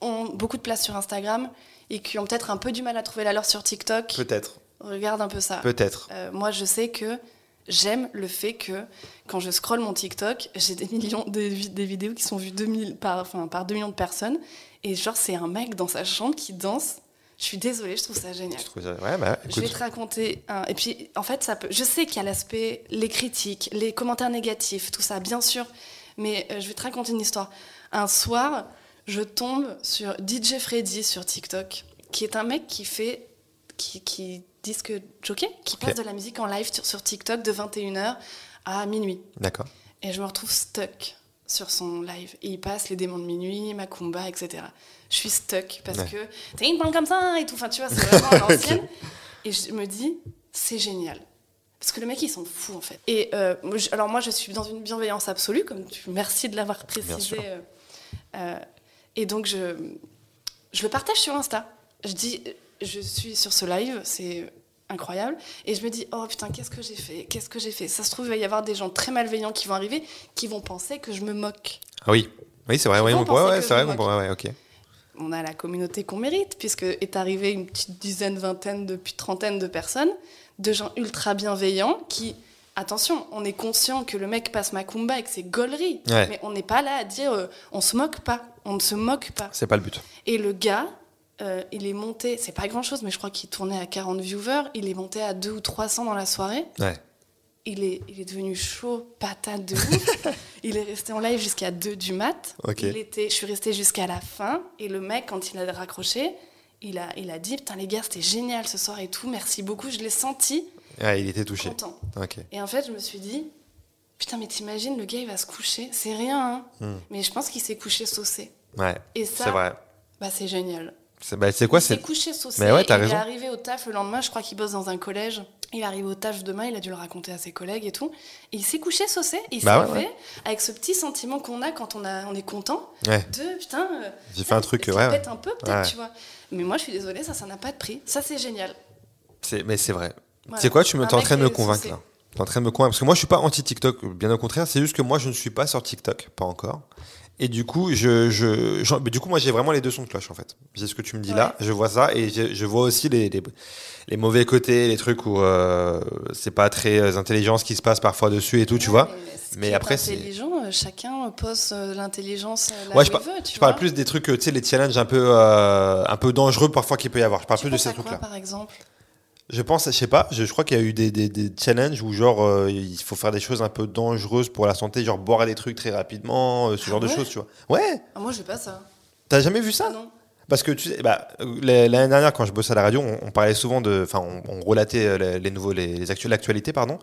Speaker 2: ont beaucoup de place sur Instagram et qui ont peut-être un peu du mal à trouver la leur sur TikTok
Speaker 1: Peut-être,
Speaker 2: Regarde un peu ça.
Speaker 1: peut-être.
Speaker 2: Euh, moi, je sais que j'aime le fait que quand je scrolle mon TikTok, j'ai des millions de vi- des vidéos qui sont vues 2000 par, enfin, par 2 millions de personnes et genre c'est un mec dans sa chambre qui danse. Je suis désolée, je trouve ça génial.
Speaker 1: Tu trouves ça- Ouais, bah
Speaker 2: Je vais te
Speaker 1: écoute.
Speaker 2: raconter un. Et puis, en fait, ça peut. Je sais qu'il y a l'aspect, les critiques, les commentaires négatifs, tout ça, bien sûr. Mais euh, je vais te raconter une histoire. Un soir, je tombe sur DJ Freddy sur TikTok, qui est un mec qui fait. qui, qui disque jockey, qui passe de la musique en live sur, sur TikTok de 21h à minuit.
Speaker 1: D'accord.
Speaker 2: Et je me retrouve stuck sur son live. Et il passe les démons de minuit, Macumba, etc. Je suis stuck parce
Speaker 1: Ouais.
Speaker 2: que t'as une bande comme ça et tout. Enfin, tu vois, c'est vraiment à l'ancienne. Et je me dis, c'est génial. Parce que le mec, il s'en fout, en fait. Et euh, moi, je- alors, moi, je suis dans une bienveillance absolue, comme tu. Merci de l'avoir précisé.
Speaker 1: sûr.
Speaker 2: euh, euh, et donc, je, je le partage sur Insta. Je dis, euh, je suis sur ce live, c'est incroyable. Et je me dis, oh putain, qu'est-ce que j'ai fait Qu'est-ce que j'ai fait Ça se trouve, il va y avoir des gens très malveillants qui vont arriver, qui vont penser que je me moque.
Speaker 1: Ah oui, oui, c'est vrai, oui, on
Speaker 2: Souvent, on
Speaker 1: pourrait-
Speaker 2: pensait
Speaker 1: ouais,
Speaker 2: que
Speaker 1: c'est
Speaker 2: je
Speaker 1: vrai
Speaker 2: me
Speaker 1: qu'on pourrait, ouais, ok.
Speaker 2: On a la communauté qu'on mérite, puisque est arrivée une petite dizaine, vingtaine, depuis trentaine de personnes, de gens ultra bienveillants qui, attention, on est conscient que le mec passe Macumba avec ses gauleries,
Speaker 1: Ouais.
Speaker 2: mais on n'est pas là à dire, euh, on se moque pas, on ne se moque pas.
Speaker 1: C'est pas le but.
Speaker 2: Et le gars, euh, il est monté, c'est pas grand chose, mais je crois qu'il tournait à 40 viewers, il est monté à 2 ou 300 dans la soirée.
Speaker 1: Ouais.
Speaker 2: Il est, il est devenu chaud, patate de ouf. il est resté en live jusqu'à 2 du mat.
Speaker 1: Ok.
Speaker 2: Il était, je suis restée jusqu'à la fin. Et le mec, quand il a raccroché, il a, il a dit Putain, les gars, c'était génial ce soir et tout. Merci beaucoup. Je l'ai senti
Speaker 1: Ouais, il était touché.
Speaker 2: content.
Speaker 1: Ok.
Speaker 2: Et en fait, je me suis dit Putain, mais t'imagines, le gars, il va se coucher. C'est rien, hein.
Speaker 1: Hmm.
Speaker 2: Mais je pense qu'il s'est couché saucé.
Speaker 1: Ouais.
Speaker 2: Et
Speaker 1: C'est
Speaker 2: ça,
Speaker 1: vrai.
Speaker 2: bah, c'est génial.
Speaker 1: C'est bah, c'est quoi
Speaker 2: Il s'est
Speaker 1: c'est
Speaker 2: couché saucé.
Speaker 1: Mais ouais, t'as
Speaker 2: il
Speaker 1: raison.
Speaker 2: est arrivé au taf le lendemain, je crois qu'il bosse dans un collège. Il est arrivé au taf demain, il a dû le raconter à ses collègues et tout. Et il s'est couché saucé. Et il
Speaker 1: Bah
Speaker 2: s'est
Speaker 1: ouais,
Speaker 2: levé avec ce petit sentiment qu'on a quand on, a, on est content
Speaker 1: Ouais.
Speaker 2: de putain. euh,
Speaker 1: J'ai fait un truc,
Speaker 2: ça
Speaker 1: ouais, ouais.
Speaker 2: pète un peu peut-être,
Speaker 1: Ouais.
Speaker 2: tu vois. Mais moi, je suis désolée, ça, ça n'a pas de prix. Ça, c'est génial.
Speaker 1: C'est- mais c'est vrai.
Speaker 2: Voilà.
Speaker 1: C'est quoi Tu me
Speaker 2: Un
Speaker 1: t'es en train de me
Speaker 2: mec qui est
Speaker 1: convaincre
Speaker 2: saucé.
Speaker 1: là. T'es en train de me convaincre parce que moi je suis pas anti TikTok. Bien au contraire, c'est juste que moi je ne suis pas sur TikTok, pas encore. Et du coup, je, je, j'en- mais du coup, moi, j'ai vraiment les deux sons de cloche en fait. C'est ce que tu me dis là. Je vois ça et je, je vois aussi les, les, les mauvais côtés, les trucs où euh, c'est pas très euh, intelligent ce qui se passe parfois dessus et tout, tu vois.
Speaker 2: ce
Speaker 1: Mais
Speaker 2: qui est
Speaker 1: après, c'est-
Speaker 2: intelligent, euh, chacun pose euh, l'intelligence euh, là
Speaker 1: Ouais,
Speaker 2: où
Speaker 1: je,
Speaker 2: il
Speaker 1: par-
Speaker 2: veut, tu
Speaker 1: je parle
Speaker 2: vois.
Speaker 1: plus des trucs, euh, tu sais, les challenges un peu, euh, un peu dangereux parfois qu'il peut y avoir. Je parle
Speaker 2: Tu
Speaker 1: plus de
Speaker 2: penses
Speaker 1: ces
Speaker 2: à quoi,
Speaker 1: trucs-là.
Speaker 2: par exemple
Speaker 1: Je pense, je sais pas, je, je crois qu'il y a eu des, des- des challenges où genre euh, il faut faire des choses un peu dangereuses pour la santé, genre boire des trucs très rapidement, euh, ce
Speaker 2: Ah
Speaker 1: genre de
Speaker 2: ouais
Speaker 1: choses, tu vois. Ouais,
Speaker 2: Ah, Moi, j'ai pas ça.
Speaker 1: t'as jamais vu
Speaker 2: Ah
Speaker 1: ça
Speaker 2: non.
Speaker 1: Parce que tu sais, bah, euh, la- l'année dernière quand je bossais à la radio, on, on parlait souvent de, enfin, on, on relatait euh, les, les nouveaux, les, les actu- l'actualité, pardon,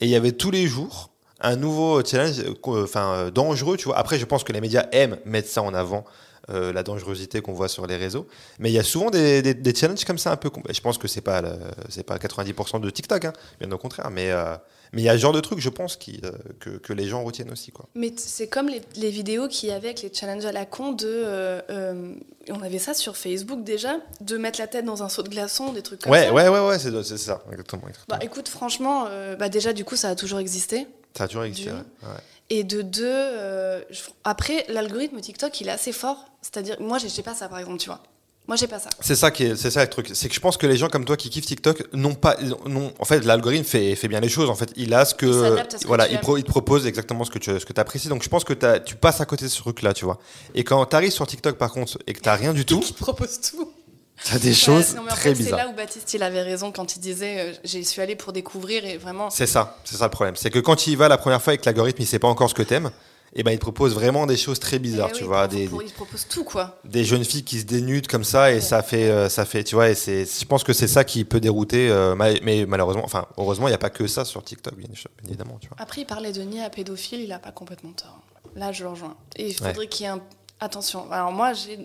Speaker 1: et il y avait tous les jours un nouveau challenge, euh, qu'on- enfin euh, dangereux, tu vois. Après, je pense que les médias aiment mettre ça en avant. euh, la dangerosité qu'on voit sur les réseaux, mais il y a souvent des, des- des challenges comme ça un peu. compl- Je pense que c'est pas le- c'est pas 90% de TikTok, hein, bien au contraire, mais euh, mais il y a ce genre de truc, je pense, qui, euh, que, que les gens retiennent aussi quoi.
Speaker 2: Mais t- c'est comme les, les vidéos qu'il y avait avec les challenges à la con de. euh, euh, on avait ça sur Facebook déjà, de mettre la tête dans un seau de glaçon, des trucs comme
Speaker 1: Ouais,
Speaker 2: ça.
Speaker 1: ouais, ouais, ouais, c'est c'est ça, exactement. exactement.
Speaker 2: Bah écoute, franchement, euh, bah déjà, du coup, ça a toujours existé.
Speaker 1: ça a toujours existé.
Speaker 2: du-
Speaker 1: ouais, ouais.
Speaker 2: Et de deux, euh, je- après, l'algorithme TikTok, il est assez fort. C'est-à-dire, moi, j'ai j'ai pas ça, par exemple, tu vois. Moi, j'ai pas ça.
Speaker 1: C'est ça qui est, c'est ça le truc. C'est que je pense que les gens comme toi qui kiffent TikTok n'ont pas, non, en fait, l'algorithme fait, fait bien les choses. En fait, il a ce que,
Speaker 2: Il s'adapte à ce que
Speaker 1: voilà,
Speaker 2: tu
Speaker 1: il,
Speaker 2: aimes.
Speaker 1: pro- il te propose exactement ce que tu, ce que apprécies. Donc, je pense que t'as- tu passes à côté de ce truc-là, tu vois. Et quand t'arrives sur TikTok, par contre, et que t'as rien du tout,
Speaker 2: Qui propose tout.
Speaker 1: t'as des choses
Speaker 2: Ouais, non, mais en
Speaker 1: très
Speaker 2: fait, C'est
Speaker 1: bizarres.
Speaker 2: là où Baptiste, il avait raison quand il disait, euh, j'y suis allé pour découvrir et vraiment.
Speaker 1: C'est ça, c'est ça le problème. C'est que quand tu y vas la première fois et que l'algorithme il sait pas encore ce que t'aimes, et ben il te propose vraiment des choses très bizarres,
Speaker 2: Eh
Speaker 1: tu
Speaker 2: oui,
Speaker 1: vois,
Speaker 2: pour-
Speaker 1: des,
Speaker 2: pour- il propose tout, quoi.
Speaker 1: des jeunes filles qui se dénudent comme ça et ça fait euh, ça fait tu vois et c'est je pense que c'est ça qui peut dérouter euh, ma- mais malheureusement enfin heureusement il n'y a pas que ça sur TikTok bien sûr, bien évidemment tu vois
Speaker 2: Après, il parlait de nid à pédophile, il a pas complètement tort. Là, je le rejoins. Et il faudrait qu'il y ait un, Attention, alors moi, j'ai,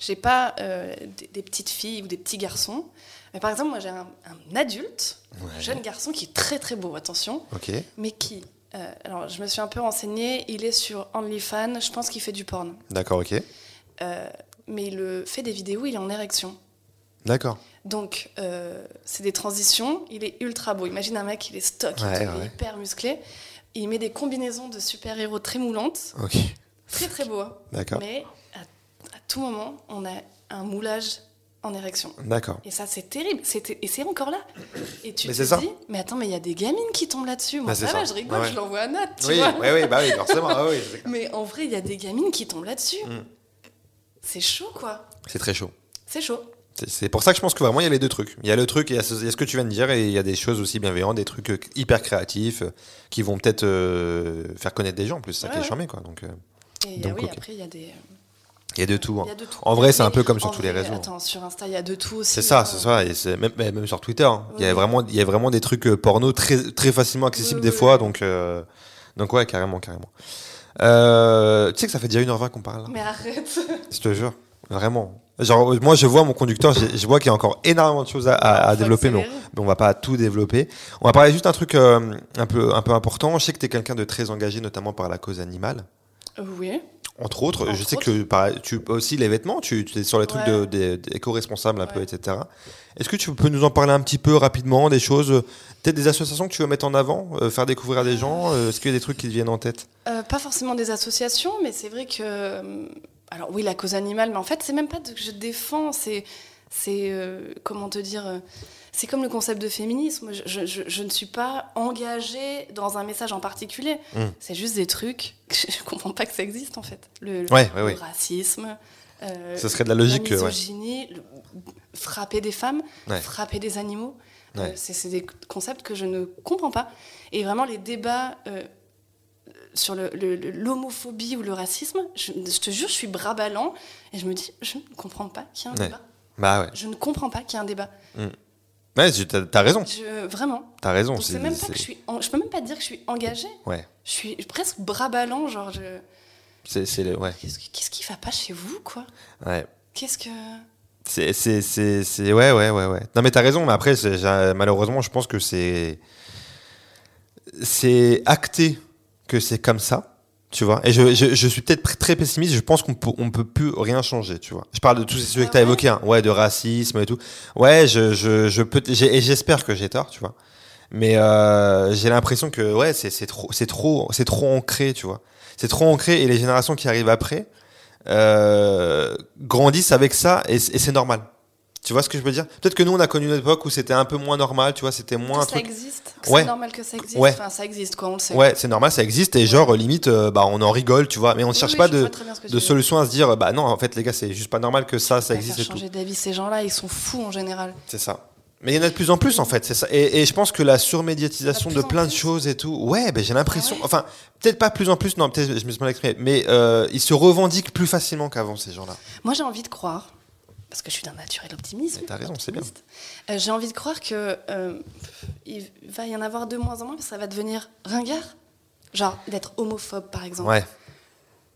Speaker 2: j'ai pas euh, des, des petites filles ou des petits garçons. Mais par exemple, moi, j'ai un, un adulte, un jeune garçon qui est très très beau, attention,
Speaker 1: Ok.
Speaker 2: mais qui, euh, alors je me suis un peu renseignée, il est sur OnlyFans, je pense qu'il fait du porn.
Speaker 1: D'accord, ok.
Speaker 2: Euh, mais il euh, fait des vidéos, où il est en érection.
Speaker 1: D'accord.
Speaker 2: Donc, euh, c'est des transitions. Il est ultra beau. Imagine un mec, il est stock,
Speaker 1: Ouais,
Speaker 2: il est
Speaker 1: ouais.
Speaker 2: hyper musclé. Il met des combinaisons de super-héros très moulantes.
Speaker 1: Ok.
Speaker 2: Très, très beau. hein.
Speaker 1: D'accord.
Speaker 2: Mais à, à tout moment, on a un moulage en érection.
Speaker 1: D'accord.
Speaker 2: Et ça, c'est terrible. C'était- Et c'est encore là. Et tu
Speaker 1: Mais
Speaker 2: te
Speaker 1: c'est ça.
Speaker 2: dis, mais attends, mais il y a des gamines qui tombent là-dessus. Moi,
Speaker 1: Bah, c'est
Speaker 2: ça, va,
Speaker 1: ça.
Speaker 2: je rigole,
Speaker 1: Ah ouais.
Speaker 2: je l'envoie à Nat. Tu
Speaker 1: Oui,
Speaker 2: vois
Speaker 1: oui, oui, bah oui, forcément. ah oui, c'est clair.
Speaker 2: Mais en vrai, il y a des gamines qui tombent là-dessus.
Speaker 1: Mm.
Speaker 2: C'est chaud, quoi.
Speaker 1: c'est très chaud.
Speaker 2: C'est chaud.
Speaker 1: C'est- C'est pour ça que je pense que vraiment il y a les deux trucs. Il y a le truc, il y a ce, il y a ce que tu viens de dire, et il y a des choses aussi bienveillantes, des trucs euh, hyper créatifs euh, qui vont peut-être euh, faire connaître des gens en plus. C'est ça
Speaker 2: Ouais,
Speaker 1: qui est
Speaker 2: ouais.
Speaker 1: charmé quoi. Donc euh,
Speaker 2: Et
Speaker 1: Donc,
Speaker 2: oui,
Speaker 1: ok.
Speaker 2: après, il y a des...
Speaker 1: il y a de tout. hein.
Speaker 2: Il y a de tout.
Speaker 1: En vrai, c'est un peu comme
Speaker 2: Mais
Speaker 1: sur
Speaker 2: en
Speaker 1: tous les
Speaker 2: vrai,
Speaker 1: réseaux.
Speaker 2: Attends, sur Insta, il y a de tout aussi.
Speaker 1: C'est ça,
Speaker 2: hein.
Speaker 1: c'est ça, et c'est même, mais même sur Twitter. hein. Il y a
Speaker 2: Oui.
Speaker 1: vraiment, il y a vraiment des trucs euh, porno très, très facilement accessibles
Speaker 2: Oui,
Speaker 1: des
Speaker 2: oui.
Speaker 1: fois, donc, euh, donc ouais, carrément, carrément. Euh, tu sais que ça fait déjà 1h20 qu'on parle, là.
Speaker 2: Mais arrête.
Speaker 1: je te jure, vraiment. Genre, euh, moi, je vois mon conducteur, j'ai- je vois qu'il y a encore énormément de choses à, à- à
Speaker 2: Faut
Speaker 1: développer, mais on,
Speaker 2: accélérer.
Speaker 1: mais on va pas tout développer. On va parler juste d'un truc euh, un, peu, un peu important. Je sais que tu es quelqu'un de très engagé, notamment par la cause animale.
Speaker 2: Oui.
Speaker 1: Entre autres,
Speaker 2: Entre
Speaker 1: je sais
Speaker 2: autres.
Speaker 1: que pareil, tu aussi les vêtements, tu, tu es sur les trucs de-
Speaker 2: Ouais.
Speaker 1: des- des éco-responsables un peu,
Speaker 2: Ouais.
Speaker 1: etc. Est-ce que tu peux nous en parler un petit peu rapidement, des choses, euh, peut-être des associations que tu veux mettre en avant, euh, faire découvrir à des gens euh, Est-ce qu'il y a des trucs qui te viennent en tête
Speaker 2: Euh, pas forcément des associations, mais c'est vrai que. euh, Alors oui, la cause animale, mais en fait, c'est même pas de- que je défends. C'est. C'est. euh, comment te dire euh, C'est comme le concept de féminisme. Je, je- je- je ne suis pas engagée dans un message en particulier.
Speaker 1: Mm.
Speaker 2: C'est juste des trucs. que Je comprends pas que ça existe, en fait. Le, le-
Speaker 1: Ouais, ouais,
Speaker 2: le
Speaker 1: ouais.
Speaker 2: racisme. euh,
Speaker 1: Ce serait de la logique,
Speaker 2: La
Speaker 1: euh, ouais.
Speaker 2: misogynie, le- frapper des femmes,
Speaker 1: Ouais.
Speaker 2: frapper des animaux. Euh,
Speaker 1: Ouais.
Speaker 2: c'est- c'est des concepts que je ne comprends pas. Et vraiment, les débats euh, sur le- le- le- l'homophobie ou le racisme, je, je te jure, je suis bras ballant et je me dis, je ne comprends pas qu'il y ait un
Speaker 1: Ouais.
Speaker 2: débat.
Speaker 1: Bah ouais.
Speaker 2: Je ne comprends pas qu'il y ait un débat.
Speaker 1: Ouais, tu- t'as t'as raison,
Speaker 2: Je, vraiment.
Speaker 1: t'as raison.
Speaker 2: Donc, c'est même pas que je suis. en- je peux même pas dire que je suis engagée.
Speaker 1: Ouais,
Speaker 2: Je suis presque bras ballant, genre. je-
Speaker 1: c'est c'est le- ouais,
Speaker 2: Qu'est-ce que- qu'est-ce qui va pas chez vous, quoi
Speaker 1: ouais.
Speaker 2: Qu'est-ce que.
Speaker 1: C'est, c'est, c'est, c'est- ouais, ouais, ouais, ouais. Non, mais t'as raison, mais après, c'est- j'ai- malheureusement, je pense que c'est. C'est acté que c'est comme ça, tu vois. Et je, je, je suis peut-être pr- très pessimiste, je pense qu'on peut, on peut plus rien changer, tu vois. Je parle de tous ces sujets que
Speaker 2: Ah
Speaker 1: t'as
Speaker 2: ouais
Speaker 1: évoqués, hein. ouais, de racisme et tout. Ouais, je, je, je peux, j'ai- et j'espère que j'ai tort, tu vois. Mais euh, j'ai l'impression que, ouais, c'est, c'est, trop, c'est, trop, c'est trop ancré, tu vois. C'est trop ancré et les générations qui arrivent après, euh, grandissent avec ça et, c- et c'est normal. Tu vois ce que je veux dire Peut-être que nous, on a connu une époque où c'était un peu moins normal, tu vois, c'était moins
Speaker 2: que
Speaker 1: un
Speaker 2: ça
Speaker 1: truc.
Speaker 2: existe que
Speaker 1: Ouais.
Speaker 2: C'est normal que ça existe.
Speaker 1: Ouais.
Speaker 2: Enfin, ça existe, quoi, on le sait.
Speaker 1: Ouais, c'est normal, ça existe et genre, limite, euh, bah, on en rigole, tu vois, mais on ne
Speaker 2: Oui,
Speaker 1: cherche
Speaker 2: oui,
Speaker 1: pas
Speaker 2: je
Speaker 1: de,
Speaker 2: vois très bien ce que tu
Speaker 1: de
Speaker 2: veux dire.
Speaker 1: solution à se dire, bah non, en fait, les gars, c'est juste pas normal que ça, ça
Speaker 2: On va
Speaker 1: existe et
Speaker 2: faire
Speaker 1: tout.
Speaker 2: changer d'avis ces gens-là, ils sont fous en général.
Speaker 1: C'est ça. Mais il y en a de plus en plus en fait, c'est ça. Et, et je pense que la surmédiatisation
Speaker 2: De
Speaker 1: de
Speaker 2: plus en
Speaker 1: plein de
Speaker 2: plus.
Speaker 1: choses et tout, ouais, ben j'ai l'impression,
Speaker 2: Ah ouais
Speaker 1: enfin peut-être pas plus en plus, non, peut-être je me suis mal exprimé, mais euh, ils se revendiquent plus facilement qu'avant ces gens-là.
Speaker 2: Moi, j'ai envie de croire, parce que je suis d'un naturel optimisme.
Speaker 1: Mais t'as raison, c'est
Speaker 2: optimiste, euh, j'ai envie de croire que euh, il va y en avoir de moins en moins, parce que ça va devenir ringard. Genre, d'être homophobe, par exemple.
Speaker 1: Ouais,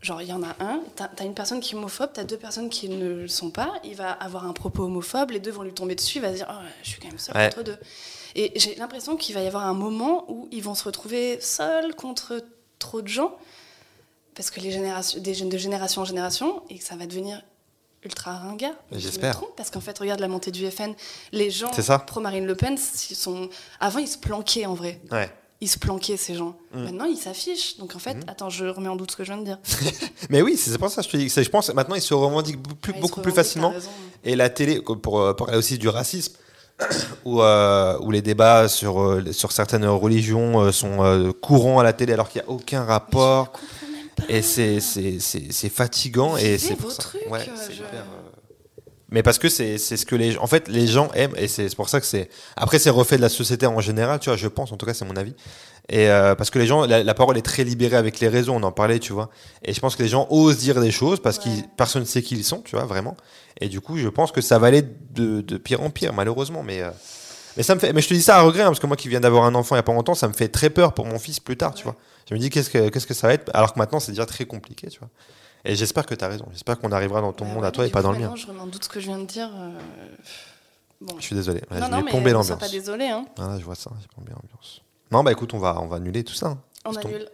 Speaker 2: Genre, il y en a un, t'as t'as une personne qui est homophobe, t'as deux personnes qui ne le sont pas, il va avoir un propos homophobe, les deux vont lui tomber dessus, il va se dire Oh, Je suis quand même seul
Speaker 1: Ouais.
Speaker 2: entre deux. Et j'ai l'impression qu'il va y avoir un moment où ils vont se retrouver seuls contre trop de gens, parce que les générations, des jeunes de génération en génération, et que ça va devenir ultra ringard.
Speaker 1: Mais
Speaker 2: Je me
Speaker 1: j'espère.
Speaker 2: trompe, Parce qu'en fait, regarde la montée du FN, les gens
Speaker 1: C'est ça.
Speaker 2: pro-Marine Le Pen, ils sont... avant, ils se planquaient en vrai
Speaker 1: ouais.
Speaker 2: ils se planquaient ces gens.
Speaker 1: Mm.
Speaker 2: Maintenant ils s'affichent. Donc en fait,
Speaker 1: Mm.
Speaker 2: attends, je remets en doute ce que je viens de dire.
Speaker 1: Mais oui, c'est c'est pour ça que je te dis, que c'est- je pense que maintenant ils se revendiquent b- plus-
Speaker 2: Ah, ils se
Speaker 1: beaucoup plus
Speaker 2: revendiquent,
Speaker 1: facilement.
Speaker 2: hein. t'as raison.
Speaker 1: Et la télé, comme pour, euh, parler aussi du racisme, où, euh, où les débats sur, euh, les- sur certaines religions euh, sont euh, courants à la télé alors qu'il n'y a aucun
Speaker 2: Mais je
Speaker 1: rapport.
Speaker 2: comprends même pas.
Speaker 1: Et c'est c'est- c'est- c'est fatigant et
Speaker 2: Vivez
Speaker 1: c'est pour
Speaker 2: vos
Speaker 1: ça.
Speaker 2: trucs,
Speaker 1: Ouais,
Speaker 2: euh,
Speaker 1: c'est
Speaker 2: je-
Speaker 1: hyper, euh, Mais parce que c'est c'est ce que les en fait les gens aiment et c'est c'est pour ça que c'est après c'est refait de la société en général tu vois je pense en tout cas c'est mon avis et euh, parce que les gens la, la parole est très libérée avec les réseaux on en parlait tu vois et je pense que les gens osent dire des choses parce
Speaker 2: Ouais.
Speaker 1: que personne ne sait qui ils sont tu vois vraiment et du coup je pense que ça va aller de, de pire en pire malheureusement mais euh, mais ça me fait mais je te dis ça à regret hein, parce que moi qui viens d'avoir un enfant il y a pas longtemps ça me fait très peur pour mon fils plus tard tu vois je me dis qu'est-ce que qu'est-ce que ça va être alors que maintenant c'est déjà très compliqué tu vois Et j'espère que tu as raison. J'espère qu'on arrivera dans ton
Speaker 2: Bah
Speaker 1: monde
Speaker 2: ouais,
Speaker 1: à toi
Speaker 2: mais
Speaker 1: et
Speaker 2: du
Speaker 1: pas
Speaker 2: coup,
Speaker 1: dans le mien.
Speaker 2: maintenant, Je remets en doute ce que je viens de dire. euh, Bon.
Speaker 1: Je suis désolé. Ouais,
Speaker 2: non,
Speaker 1: je
Speaker 2: non,
Speaker 1: vais
Speaker 2: mais
Speaker 1: plomber
Speaker 2: on sera
Speaker 1: l'ambiance.
Speaker 2: pas désolé. Hein.
Speaker 1: Ah, je vois ça, j'ai plombé l'ambiance. Non, bah écoute, on va, on va annuler tout ça. hein.
Speaker 2: On
Speaker 1: Parce qu'on-
Speaker 2: annule.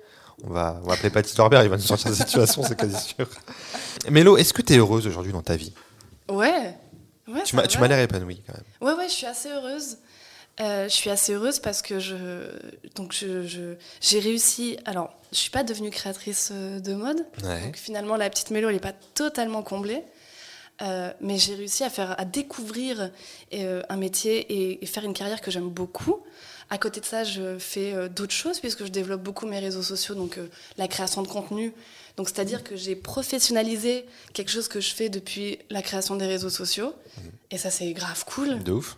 Speaker 1: On va, on va appeler Paty Norbert, il va nous sortir de cette situation, c'est quasi sûr. Mélo, est-ce que tu es heureuse aujourd'hui dans ta vie
Speaker 2: Ouais. ouais
Speaker 1: Tu
Speaker 2: ça
Speaker 1: m'as tu
Speaker 2: va.
Speaker 1: m'as l'air épanouie quand même.
Speaker 2: Ouais, ouais, je suis assez heureuse. Euh, je suis assez heureuse parce que je donc je je- j'ai réussi. Alors, je suis pas devenue créatrice euh, de mode.
Speaker 1: Ouais.
Speaker 2: Donc finalement, la petite mélo, elle est pas totalement comblée. Euh, mais j'ai réussi à faire à découvrir euh, un métier et, et faire une carrière que j'aime beaucoup. À côté de ça, je fais euh, d'autres choses puisque je développe beaucoup mes réseaux sociaux, donc euh, la création de contenu. Donc c'est-à-dire que j'ai professionnalisé quelque chose que je fais depuis la création des réseaux sociaux. Et ça, c'est grave cool.
Speaker 1: De ouf.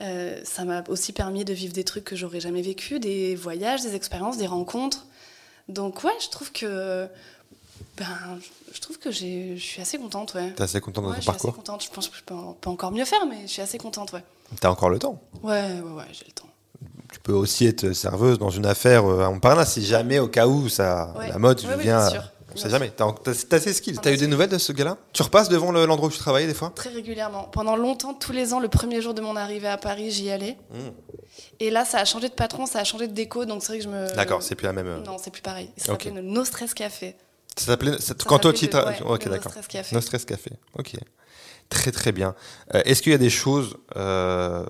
Speaker 2: Euh, ça m'a aussi permis de vivre des trucs que j'aurais jamais vécu, des voyages, des expériences, des rencontres. Donc ouais, je trouve que ben je trouve que j'ai je suis assez contente ouais.
Speaker 1: T'es assez contente de
Speaker 2: Ouais, je
Speaker 1: ton
Speaker 2: suis assez
Speaker 1: parcours
Speaker 2: contente. Je pense que je peux, en- peux encore mieux faire, mais je suis assez contente ouais.
Speaker 1: T'as encore le temps.
Speaker 2: Ouais ouais ouais, j'ai le temps.
Speaker 1: Tu peux aussi être serveuse dans une affaire euh, à Montparnasse, si jamais, au cas où, ça,
Speaker 2: Ouais.
Speaker 1: la mode
Speaker 2: Ouais, ouais,
Speaker 1: vient.
Speaker 2: bien sûr.
Speaker 1: On sait
Speaker 2: Bien
Speaker 1: jamais. T'as as, ces skills.
Speaker 2: Ah,
Speaker 1: T'as eu
Speaker 2: bien
Speaker 1: des nouvelles de ce gars-là Tu repasses devant le- l'endroit où tu travaillais des fois
Speaker 2: Très régulièrement. Pendant longtemps, tous les ans, le premier jour de mon arrivée à Paris, j'y allais.
Speaker 1: Mm.
Speaker 2: Et là, ça a changé de patron, ça a changé de déco, donc c'est vrai que je me.
Speaker 1: D'accord, c'est plus la même. euh,
Speaker 2: Non, c'est plus pareil. Ça
Speaker 1: Ok.
Speaker 2: s'appelait le No Stress Café.
Speaker 1: Ça s'appelait. ça-
Speaker 2: Ça
Speaker 1: Quand toi, tu
Speaker 2: s'appelait
Speaker 1: y
Speaker 2: le-
Speaker 1: tra-
Speaker 2: ouais,
Speaker 1: Ok,
Speaker 2: le No
Speaker 1: d'accord.
Speaker 2: Stress Café.
Speaker 1: No Stress Café. Ok. Très, très bien. Euh, Est-ce qu'il y a des choses. euh,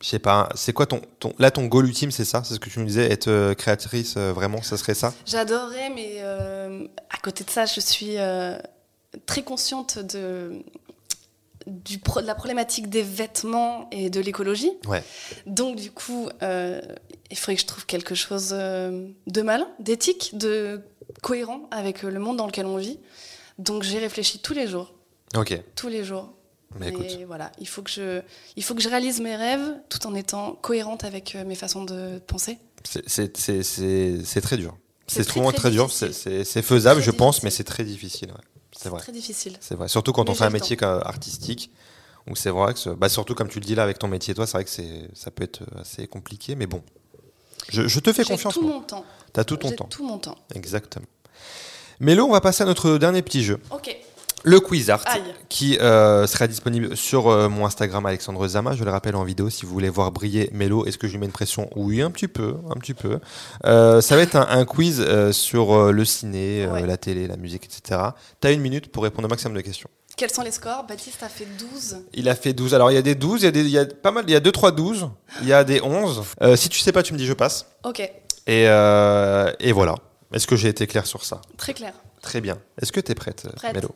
Speaker 1: Je sais pas, c'est quoi ton, ton. Là, ton goal ultime, c'est ça C'est ce que tu me disais, être euh, créatrice, euh, vraiment, ça serait ça
Speaker 2: J'adorerais, mais euh, à côté de ça, je suis euh, très consciente de, du pro- de la problématique des vêtements et de l'écologie.
Speaker 1: Ouais.
Speaker 2: Donc, du coup, euh, il faudrait que je trouve quelque chose euh, de malin, d'éthique, de cohérent avec euh, le monde dans lequel on vit. Donc, j'ai réfléchi tous les jours,
Speaker 1: Ok.
Speaker 2: tous les jours.
Speaker 1: Mais Bah, écoute.
Speaker 2: Et voilà, il faut, que je, il faut que je réalise mes rêves tout en étant cohérente avec euh, mes façons de penser.
Speaker 1: C'est- C'est c'est- c'est- c'est très dur.
Speaker 2: C'est
Speaker 1: C'est
Speaker 2: très,
Speaker 1: souvent très,
Speaker 2: très
Speaker 1: dur. C'est
Speaker 2: difficile.
Speaker 1: c'est- c'est faisable,
Speaker 2: Très
Speaker 1: je pense,
Speaker 2: difficile.
Speaker 1: mais c'est très difficile. ouais. C'est vrai.
Speaker 2: Très difficile.
Speaker 1: C'est vrai. Surtout quand
Speaker 2: Mais
Speaker 1: on fait un
Speaker 2: j'ai le
Speaker 1: métier comme- artistique, où c'est vrai que, ce- bah, surtout comme tu le dis là avec ton métier, toi, c'est vrai que c'est- ça peut être euh, assez compliqué, mais bon. Je, je te fais
Speaker 2: J'ai
Speaker 1: confiance.
Speaker 2: tout mon temps.
Speaker 1: Tu as tout ton
Speaker 2: J'ai
Speaker 1: temps.
Speaker 2: tout mon temps.
Speaker 1: Exactement. Mélo, on va passer à notre dernier petit jeu,
Speaker 2: Ok.
Speaker 1: le Quiz Art,
Speaker 2: Aïe.
Speaker 1: qui euh, sera disponible sur euh, mon Instagram Alexandre Zama. Je le rappelle en vidéo si vous voulez voir briller Mélo. Est-ce que je lui mets une pression Oui, un petit peu, un petit peu. Euh, ça va être un, un quiz euh, sur euh, le ciné, euh,
Speaker 2: Ouais.
Speaker 1: la télé, la musique, etc. Tu as une minute pour répondre au maximum de questions.
Speaker 2: Quels sont les scores Baptiste a fait 12.
Speaker 1: Il a fait 12. Alors, il y a des 12, il y a, des, il y a pas mal, il y a 2, 3, 12, il y a des 11. Euh, si tu sais pas, tu me dis je passe.
Speaker 2: Ok,
Speaker 1: Et, euh, et voilà. Est-ce que j'ai été clair sur ça
Speaker 2: très clair.
Speaker 1: Très bien. Est-ce que tu es prête,
Speaker 2: Prête.
Speaker 1: Mélo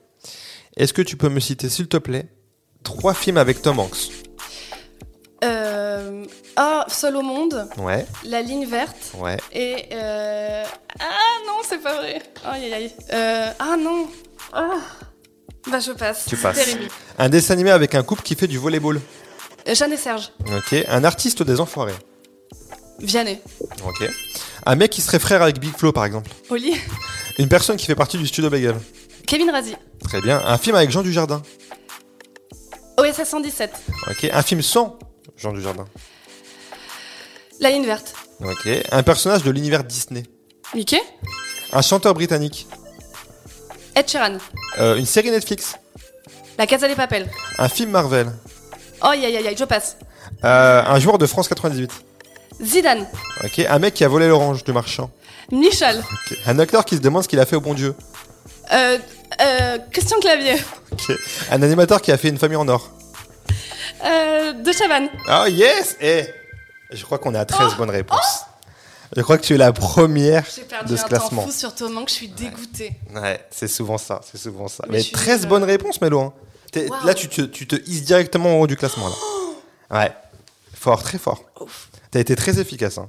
Speaker 1: Est-ce que tu peux me citer, s'il te plaît, trois films avec Tom Hanks
Speaker 2: Euh, ah, Seul au monde,
Speaker 1: Ouais,
Speaker 2: La ligne verte
Speaker 1: ouais.
Speaker 2: et. euh, Ah non, c'est pas vrai. Aïe aïe aïe. Euh, ah non. Ah. Bah je passe.
Speaker 1: Tu passes.
Speaker 2: C'était Rémi.
Speaker 1: Un dessin animé avec un couple qui fait du volleyball.
Speaker 2: Euh, Jeanne et Serge.
Speaker 1: Ok. Un artiste des enfoirés.
Speaker 2: Vianney.
Speaker 1: Ok. Un mec qui serait frère avec Big Flo, par exemple.
Speaker 2: Oli.
Speaker 1: Une personne qui fait partie du studio Bagel.
Speaker 2: Kevin Razi.
Speaker 1: Très bien. Un film avec Jean Dujardin.
Speaker 2: OSS 117.
Speaker 1: Ok. Un film sans Jean Dujardin.
Speaker 2: La ligne verte.
Speaker 1: Ok. Un personnage de l'univers Disney.
Speaker 2: Mickey.
Speaker 1: Un chanteur britannique.
Speaker 2: Ed Sheeran.
Speaker 1: Euh, une série Netflix.
Speaker 2: La Casa des Papel.
Speaker 1: Un film Marvel.
Speaker 2: Aïe aïe aïe aïe, je passe.
Speaker 1: Euh, un joueur de France 98.
Speaker 2: Zidane.
Speaker 1: Ok. Un mec qui a volé l'orange du marchand.
Speaker 2: Michel.
Speaker 1: Ok. Un acteur qui se demande ce qu'il a fait au bon Dieu.
Speaker 2: Euh, euh, Christian Clavier.
Speaker 1: Ok. Un animateur qui a fait une famille en or.
Speaker 2: Euh, de Chavannes.
Speaker 1: Ah yes Eh Je crois qu'on est à 13 bonnes réponses. Je crois que tu es la première
Speaker 2: J'ai perdu
Speaker 1: de
Speaker 2: un
Speaker 1: ce
Speaker 2: temps
Speaker 1: classement.
Speaker 2: fou sur Tom Hanks, je suis dégoûtée.
Speaker 1: Ouais, c'est souvent ça, c'est souvent ça.
Speaker 2: Mais
Speaker 1: Mais,
Speaker 2: je suis
Speaker 1: 13
Speaker 2: une-
Speaker 1: bonnes réponses, Mélo. hein. T'es-
Speaker 2: Waouh.
Speaker 1: Là, tu te, tu te hisses directement en haut du classement. Là. Ouais, fort, très fort.
Speaker 2: Ouf.
Speaker 1: T'as été très efficace. Hein.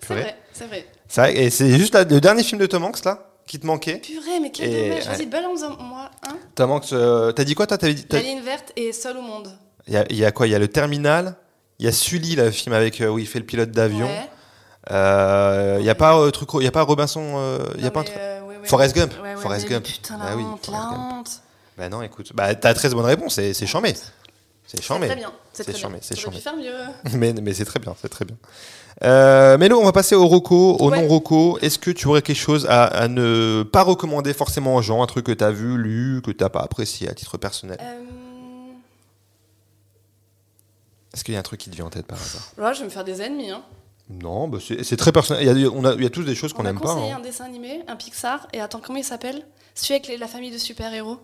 Speaker 2: C'est
Speaker 1: Purée.
Speaker 2: vrai, c'est vrai.
Speaker 1: C'est vrai, et c'est juste là, le dernier film de Tom Hanks, là, qui te manquait.
Speaker 2: Purée, mais quel
Speaker 1: Et,
Speaker 2: dommage.
Speaker 1: ouais.
Speaker 2: Vas-y, balance-moi un.
Speaker 1: Tom Hanks, euh, t'as dit quoi, toi T'avais dit-
Speaker 2: La
Speaker 1: t'as-
Speaker 2: ligne verte et seul au monde.
Speaker 1: Il y a, il y a quoi Il y a le Terminal, il y a Sully, là, le film avec, euh, où il fait le pilote d'avion.
Speaker 2: Ouais.
Speaker 1: Euh, Il n'y a, pas, euh, truc- il y a pas Robinson, euh, il y a
Speaker 2: Non,
Speaker 1: pas un
Speaker 2: mais,
Speaker 1: truc.
Speaker 2: euh, ouais, ouais.
Speaker 1: Forrest Gump.
Speaker 2: Ouais, ouais,
Speaker 1: Forrest
Speaker 2: mais
Speaker 1: Gump.
Speaker 2: Putain,
Speaker 1: Bah
Speaker 2: la
Speaker 1: oui,
Speaker 2: honte, la
Speaker 1: Forrest Gump.
Speaker 2: honte.
Speaker 1: Bah non, écoute, bah, t'as 13 bonnes réponses, c'est c'est chambé. C'est
Speaker 2: C'est
Speaker 1: charmé.
Speaker 2: très bien. C'est
Speaker 1: C'est
Speaker 2: très
Speaker 1: charmé,
Speaker 2: bien.
Speaker 1: c'est
Speaker 2: J'aurais pu faire mieux.
Speaker 1: Mais, mais c'est très bien, c'est très bien. Euh, Mélo, on va passer au roco, au
Speaker 2: Ouais.
Speaker 1: non-roco. Est-ce que tu aurais quelque chose à, à ne pas recommander forcément aux gens Un truc que t'as vu, lu, que t'as pas apprécié à titre personnel
Speaker 2: Euh,
Speaker 1: Est-ce qu'il y a un truc qui te vient en tête par hasard
Speaker 2: ouais, je vais me faire des ennemis. hein.
Speaker 1: Non, bah, c'est c'est très personnel. Il y a- il y, a- on a- il y a tous des choses qu'on
Speaker 2: On a
Speaker 1: n'aime pas.
Speaker 2: conseillé
Speaker 1: hein.
Speaker 2: un dessin animé, un Pixar, et attends, comment il s'appelle Celui avec les- la famille de super-héros.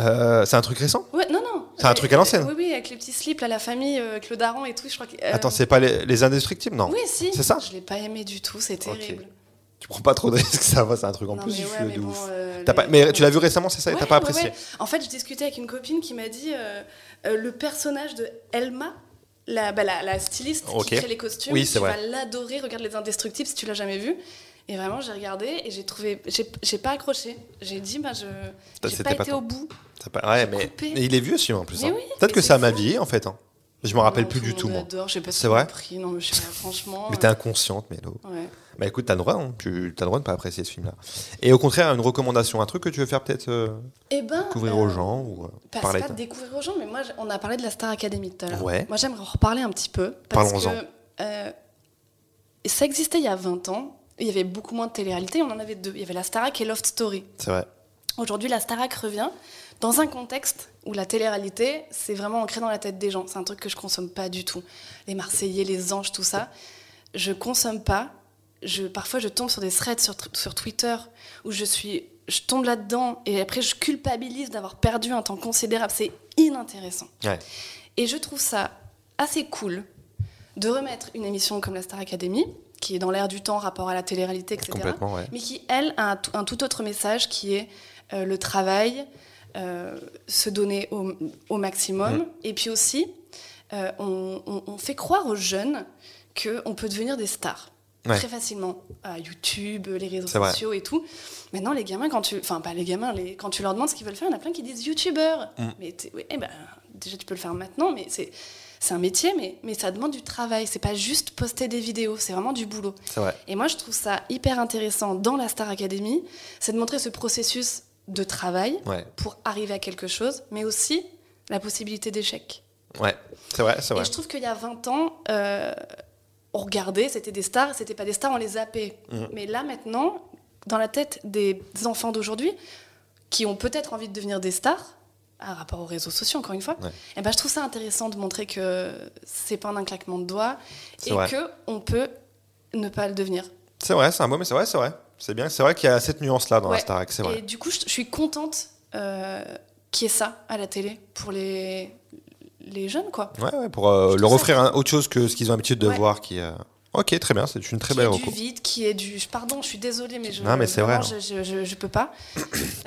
Speaker 1: Euh, c'est un truc récent
Speaker 2: Ouais, non, non.
Speaker 1: C'est un
Speaker 2: Euh,
Speaker 1: truc à l'ancienne.
Speaker 2: Oui, oui, avec les petits slips, là, la famille, euh, avec le daron et tout, je crois que. euh,
Speaker 1: Attends, c'est pas les, les indestructibles Non.
Speaker 2: Oui, si.
Speaker 1: C'est ça
Speaker 2: Je l'ai pas aimé du tout, c'est
Speaker 1: Ok.
Speaker 2: terrible.
Speaker 1: Tu prends pas trop de risques, ça va, c'est un truc en
Speaker 2: Non,
Speaker 1: plus
Speaker 2: mais
Speaker 1: il
Speaker 2: ouais,
Speaker 1: fume
Speaker 2: mais
Speaker 1: de
Speaker 2: bon,
Speaker 1: ouf.
Speaker 2: euh,
Speaker 1: T'as
Speaker 2: les-
Speaker 1: pas- mais tu l'as vu récemment, c'est ça, et
Speaker 2: Ouais,
Speaker 1: t'as pas
Speaker 2: ouais,
Speaker 1: apprécié.
Speaker 2: ouais. En fait, je discutais avec une copine qui m'a dit euh, euh, le personnage de Elma, la, bah, la, la styliste
Speaker 1: Ok.
Speaker 2: qui crée les costumes,
Speaker 1: Oui, c'est
Speaker 2: tu
Speaker 1: vrai.
Speaker 2: vas l'adorer, regarde les indestructibles si tu l'as jamais vu. Et vraiment, j'ai regardé et j'ai trouvé, j'ai j'ai pas accroché. J'ai dit, bah, je j'ai
Speaker 1: c'était
Speaker 2: pas
Speaker 1: pas
Speaker 2: été
Speaker 1: ton-
Speaker 2: au bout.
Speaker 1: T'as pas- ouais, mais,
Speaker 2: coupé.
Speaker 1: mais il est vieux, celui en plus.
Speaker 2: Mais
Speaker 1: hein.
Speaker 2: oui,
Speaker 1: Peut-être
Speaker 2: mais
Speaker 1: que
Speaker 2: c'est
Speaker 1: ça m'a
Speaker 2: fou.
Speaker 1: vieillé, en fait. hein. Je me rappelle
Speaker 2: Non,
Speaker 1: plus du
Speaker 2: le
Speaker 1: tout,
Speaker 2: monde
Speaker 1: moi.
Speaker 2: adore, je sais pas si
Speaker 1: C'est
Speaker 2: on
Speaker 1: vrai
Speaker 2: l'a pris, non, mais je sais pas, franchement.
Speaker 1: Mais t'es inconsciente, Mélo.
Speaker 2: euh, ouais.
Speaker 1: Bah écoute, t'as le droit, hein. tu as le droit de pas apprécier ce film-là. Et au contraire, une recommandation, un truc que tu veux faire peut-être euh,
Speaker 2: Eh ben,
Speaker 1: découvrir
Speaker 2: euh,
Speaker 1: aux gens ou euh,
Speaker 2: Pas, c'est
Speaker 1: parler.
Speaker 2: pas de découvrir aux gens, mais moi, je- on a parlé de la Star Academy tout à l'heure.
Speaker 1: Ouais.
Speaker 2: Moi, j'aimerais en reparler un petit peu. Parce
Speaker 1: Parlons-en.
Speaker 2: que euh, ça existait il y a 20 ans. Il y avait beaucoup moins de télé-réalité. On en avait deux. Il y avait la Starac et Loft Story.
Speaker 1: C'est vrai.
Speaker 2: Aujourd'hui, la Starac revient dans un contexte où la télé-réalité, c'est vraiment ancré dans la tête des gens. C'est un truc que je consomme pas du tout. Les Marseillais, les Anges, tout ça. Je consomme pas. Je, parfois, je tombe sur des threads sur, sur Twitter où je suis, je tombe là-dedans et après, je culpabilise d'avoir perdu un temps considérable. C'est inintéressant.
Speaker 1: Ouais.
Speaker 2: Et je trouve ça assez cool de remettre une émission comme la Star Academy, qui est dans l'air du temps, rapport à la télé-réalité, etc
Speaker 1: Complètement, ouais.
Speaker 2: mais qui, elle, a un, tout- un tout autre message qui est euh, le travail, euh, se donner au, au maximum.
Speaker 1: Mm.
Speaker 2: Et puis aussi, euh, on, on- on fait croire aux jeunes qu'on peut devenir des stars.
Speaker 1: Ouais.
Speaker 2: Très facilement, à YouTube, les réseaux
Speaker 1: C'est vrai.
Speaker 2: sociaux et tout. Maintenant, les gamins, quand tu, enfin pas les gamins, les, quand tu leur demandes ce qu'ils veulent faire, il y en a plein qui disent YouTubeur.
Speaker 1: Mm.
Speaker 2: Mais t'es- ouais, eh ben, déjà tu peux le faire maintenant, mais c'est c'est un métier, mais, mais ça demande du travail. C'est pas juste poster des vidéos, c'est vraiment du boulot.
Speaker 1: C'est vrai.
Speaker 2: Et moi, je trouve ça hyper intéressant dans la Star Academy, c'est de montrer ce processus de travail
Speaker 1: Ouais.
Speaker 2: pour arriver à quelque chose, mais aussi la possibilité d'échec.
Speaker 1: Ouais. C'est vrai, c'est vrai.
Speaker 2: Et je trouve qu'il y a 20 ans, euh, on regardait, c'était des stars, c'était pas des stars, on les zappait.
Speaker 1: Mhm.
Speaker 2: Mais là, maintenant, dans la tête des enfants d'aujourd'hui, qui ont peut-être envie de devenir des stars, à rapport aux réseaux sociaux, encore une fois,
Speaker 1: Ouais.
Speaker 2: eh ben, je trouve ça intéressant de montrer que c'est pas en un claquement de doigts
Speaker 1: C'est
Speaker 2: et
Speaker 1: vrai.
Speaker 2: que on peut ne pas le devenir.
Speaker 1: C'est vrai, c'est un beau, mais c'est vrai, c'est vrai. C'est bien, c'est vrai qu'il y a cette nuance-là dans la
Speaker 2: Ouais.
Speaker 1: Starac, c'est
Speaker 2: Et
Speaker 1: vrai.
Speaker 2: du coup, je, je suis contente euh, qu'il y ait ça à la télé pour les, les jeunes, quoi.
Speaker 1: Ouais, ouais, pour euh,
Speaker 2: Je
Speaker 1: leur
Speaker 2: trouve ça
Speaker 1: offrir un- autre chose que ce qu'ils ont l'habitude de
Speaker 2: Ouais.
Speaker 1: voir. Qui, euh, Ok, très bien, c'est une très
Speaker 2: Qui
Speaker 1: belle
Speaker 2: est du
Speaker 1: recours.
Speaker 2: vide, qui est du. je- Pardon, je suis désolée, mais je.
Speaker 1: Non, mais c'est
Speaker 2: vraiment,
Speaker 1: vrai, hein.
Speaker 2: Je, je, je- je peux pas.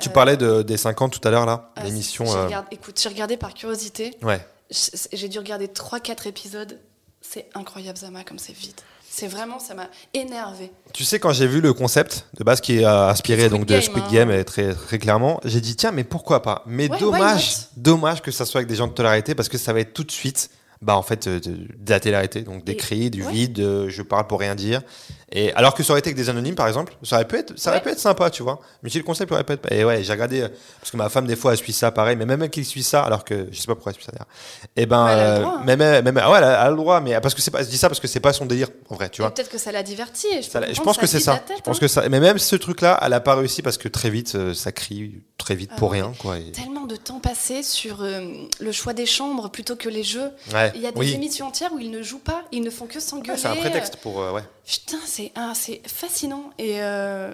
Speaker 1: Tu
Speaker 2: Euh,
Speaker 1: parlais de, des 50 tout à l'heure, là,
Speaker 2: euh,
Speaker 1: l'émission.
Speaker 2: j'ai
Speaker 1: euh,
Speaker 2: regardé- écoute, j'ai regardé par curiosité.
Speaker 1: Ouais.
Speaker 2: J- J'ai dû regarder 3-4 épisodes. C'est incroyable, Zama, comme c'est vide. C'est vraiment, ça m'a énervé.
Speaker 1: Tu sais, quand j'ai vu le concept de base qui est euh, inspiré
Speaker 2: Squid
Speaker 1: donc de
Speaker 2: Game,
Speaker 1: Squid
Speaker 2: hein.
Speaker 1: Game, et très, très clairement, j'ai dit tiens, mais pourquoi pas Mais
Speaker 2: Ouais, why
Speaker 1: dommage,
Speaker 2: not
Speaker 1: dommage que ça soit avec des gens de télé parce que ça va être tout de suite, bah en fait, euh, de, de la télé donc des
Speaker 2: Et-
Speaker 1: cris, du
Speaker 2: ouais.
Speaker 1: vide, euh, je parle pour rien dire. Et alors que ça aurait été avec des anonymes, par exemple, ça aurait pu être, ça aurait
Speaker 2: Ouais.
Speaker 1: pu être sympa, tu vois. Mais si le concept aurait pu être, et ouais, j'ai regardé euh, parce que ma femme des fois elle suit ça, pareil, mais même elle qui suit ça, alors que je sais pas pourquoi elle suit ça d'ailleurs. Et ben,
Speaker 2: Ouais, elle a le
Speaker 1: euh,
Speaker 2: droit, hein.
Speaker 1: même, elle- même, ah ouais, elle a, elle a le droit, mais parce que c'est pas, je dis ça parce que c'est pas son délire en vrai, tu
Speaker 2: Et
Speaker 1: vois.
Speaker 2: Peut-être que ça l'a diverti. Et je,
Speaker 1: Ça,
Speaker 2: peux
Speaker 1: je
Speaker 2: comprendre,
Speaker 1: pense que c'est
Speaker 2: vide
Speaker 1: ça.
Speaker 2: la tête,
Speaker 1: je pense
Speaker 2: hein.
Speaker 1: que ça. Mais même ce truc-là, elle a pas réussi parce que très vite, euh, ça crie très vite
Speaker 2: Ah
Speaker 1: pour
Speaker 2: ouais.
Speaker 1: rien, quoi. et-
Speaker 2: Tellement de temps passé sur euh, le choix des chambres plutôt que les jeux.
Speaker 1: Ouais.
Speaker 2: Il y a des
Speaker 1: Oui.
Speaker 2: émissions entières où ils ne jouent pas, ils ne font que
Speaker 1: Ouais,
Speaker 2: s'engueuler.
Speaker 1: c'est un prétexte pour. euh, ouais.
Speaker 2: Putain, c'est ah, c'est fascinant. Et, euh,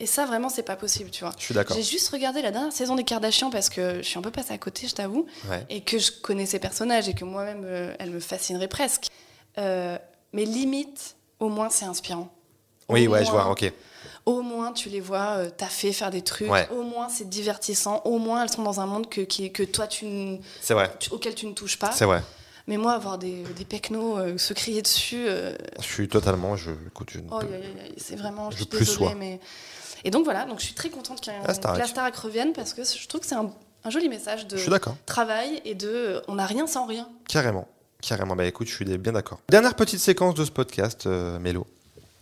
Speaker 2: et ça, vraiment, c'est pas possible, tu vois.
Speaker 1: Je suis d'accord.
Speaker 2: J'ai juste regardé la dernière saison des Kardashians parce que je suis un peu passée à côté, je t'avoue,
Speaker 1: Ouais.
Speaker 2: et que je connais ces personnages et que moi-même, euh, elle me fascinerait presque. Euh, mais limite, au moins, c'est inspirant.
Speaker 1: Oui,
Speaker 2: Au
Speaker 1: ouais, je vois.
Speaker 2: moins-
Speaker 1: Ok.
Speaker 2: Au moins, tu les vois euh, taffer, faire des trucs.
Speaker 1: Ouais.
Speaker 2: Au moins, c'est divertissant. Au moins, elles sont dans un monde que, qui- que toi, tu, n-
Speaker 1: C'est vrai.
Speaker 2: tu- auquel tu ne touches pas.
Speaker 1: C'est vrai.
Speaker 2: Mais moi, avoir des, des pecnos, euh, se crier dessus, euh,
Speaker 1: Je suis totalement. Je. Écoute, je ne
Speaker 2: oh,
Speaker 1: peux-
Speaker 2: aïe, aïe, aïe, c'est vraiment, je
Speaker 1: Je
Speaker 2: suis
Speaker 1: plus Ah,
Speaker 2: désolée,
Speaker 1: sois.
Speaker 2: mais... Et donc voilà, donc je suis très contente qu'il y ait un-
Speaker 1: La Starac.
Speaker 2: que la Starac revienne parce que je trouve que c'est un, un joli message de
Speaker 1: je suis d'accord.
Speaker 2: travail et de euh, on n'a rien sans rien.
Speaker 1: Carrément. Carrément. Bah écoute, je suis des- bien d'accord. Dernière petite séquence de ce podcast, euh, Mélo.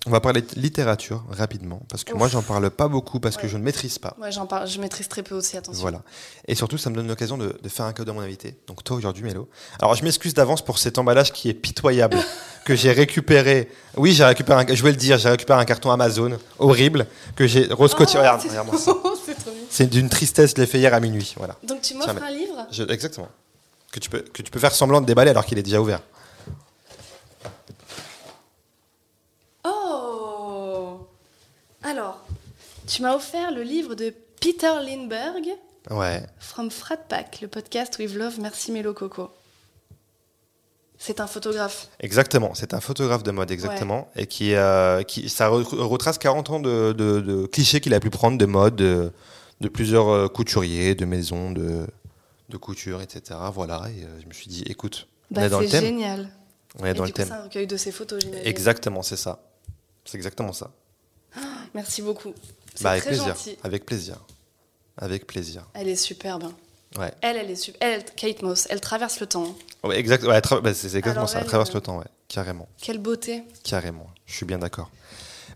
Speaker 1: On va parler de littérature rapidement, parce que
Speaker 2: Ouf.
Speaker 1: moi j'en parle pas beaucoup parce que
Speaker 2: Ouais.
Speaker 1: je ne maîtrise pas.
Speaker 2: Moi, j'en parle, je maîtrise très peu aussi, attention.
Speaker 1: Voilà. Et surtout, ça me donne l'occasion de, de faire un cadeau à mon invité, donc toi aujourd'hui, Mélo. Alors, je m'excuse d'avance pour cet emballage qui est pitoyable, que j'ai récupéré. Oui, j'ai récupéré, un, je vais le dire, j'ai récupéré un carton Amazon horrible, que j'ai. Rose Coty,
Speaker 2: Oh,
Speaker 1: regarde,
Speaker 2: c'est-
Speaker 1: regarde-moi ça.
Speaker 2: c'est trop mignon.
Speaker 1: C'est d'une tristesse, je l'ai fait hier à minuit. Voilà.
Speaker 2: Donc, tu
Speaker 1: Tiens,
Speaker 2: m'offres
Speaker 1: mais-
Speaker 2: un livre
Speaker 1: Je- exactement. Que tu, peux, que tu peux faire semblant de déballer alors qu'il est déjà ouvert.
Speaker 2: Oh Alors, tu m'as offert le livre de Peter Lindbergh,
Speaker 1: Ouais.
Speaker 2: From Frat Pack, le podcast With Love, Merci Mélo Coco. C'est un photographe.
Speaker 1: Exactement, c'est un photographe de mode, exactement, et qui, euh, qui ça re- retrace 40 ans de, de- de clichés qu'il a pu prendre de mode, de, de plusieurs euh, couturiers, de maisons, de, de couture, etc. Voilà, et euh, je me suis dit, écoute, on
Speaker 2: Bah,
Speaker 1: est dans le
Speaker 2: c'est
Speaker 1: thème.
Speaker 2: génial.
Speaker 1: On est
Speaker 2: Et
Speaker 1: dans
Speaker 2: du
Speaker 1: le
Speaker 2: coup,
Speaker 1: thème.
Speaker 2: c'est un recueil de ses photos, j'imagine.
Speaker 1: Exactement, c'est ça. C'est exactement ça.
Speaker 2: Merci beaucoup. C'est
Speaker 1: Bah, avec
Speaker 2: très
Speaker 1: plaisir.
Speaker 2: gentil.
Speaker 1: Avec plaisir. Avec plaisir.
Speaker 2: Elle est superbe. hein.
Speaker 1: Ouais.
Speaker 2: Elle, elle est super. Elle, Kate Moss, elle traverse le temps. hein.
Speaker 1: Ouais, exact, ouais, tra- bah, c'est c'est exactement
Speaker 2: Alors,
Speaker 1: ça. Elle
Speaker 2: elle,
Speaker 1: traverse
Speaker 2: euh,
Speaker 1: le temps, ouais. Carrément.
Speaker 2: Quelle beauté.
Speaker 1: Carrément. Je suis bien d'accord.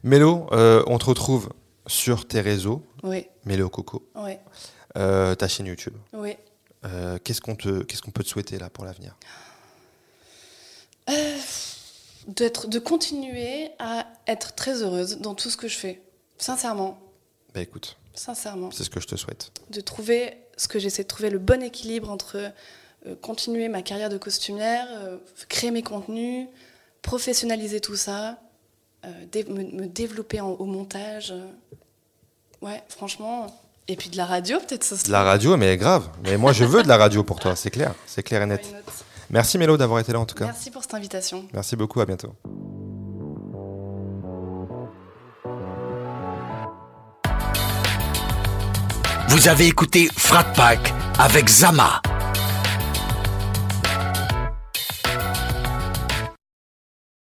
Speaker 1: Mélo, euh, on te retrouve sur tes réseaux,
Speaker 2: Oui,
Speaker 1: Mélo Coco.
Speaker 2: oui,
Speaker 1: Euh, ta chaîne YouTube.
Speaker 2: oui.
Speaker 1: Euh, qu'est-ce qu'on te, qu'est-ce qu'on peut te souhaiter là pour l'avenir
Speaker 2: Euh, D'être, de continuer à être très heureuse dans tout ce que je fais. Sincèrement,
Speaker 1: Bah écoute,
Speaker 2: sincèrement.
Speaker 1: c'est ce que je te souhaite.
Speaker 2: de trouver ce que j'essaie de trouver, le bon équilibre entre euh, continuer ma carrière de costumière, euh, créer mes contenus, professionnaliser tout ça, euh, dé- me, me développer en- au montage. euh. Ouais, franchement. Et puis de la radio, peut-être ça
Speaker 1: De la radio, mais grave. Mais moi, je veux de la radio pour toi, c'est clair, c'est clair et net. Merci Mélo d'avoir été là en tout cas.
Speaker 2: Merci pour cette invitation.
Speaker 1: Merci beaucoup, à bientôt.
Speaker 3: Vous avez écouté Frat Pack avec Zama.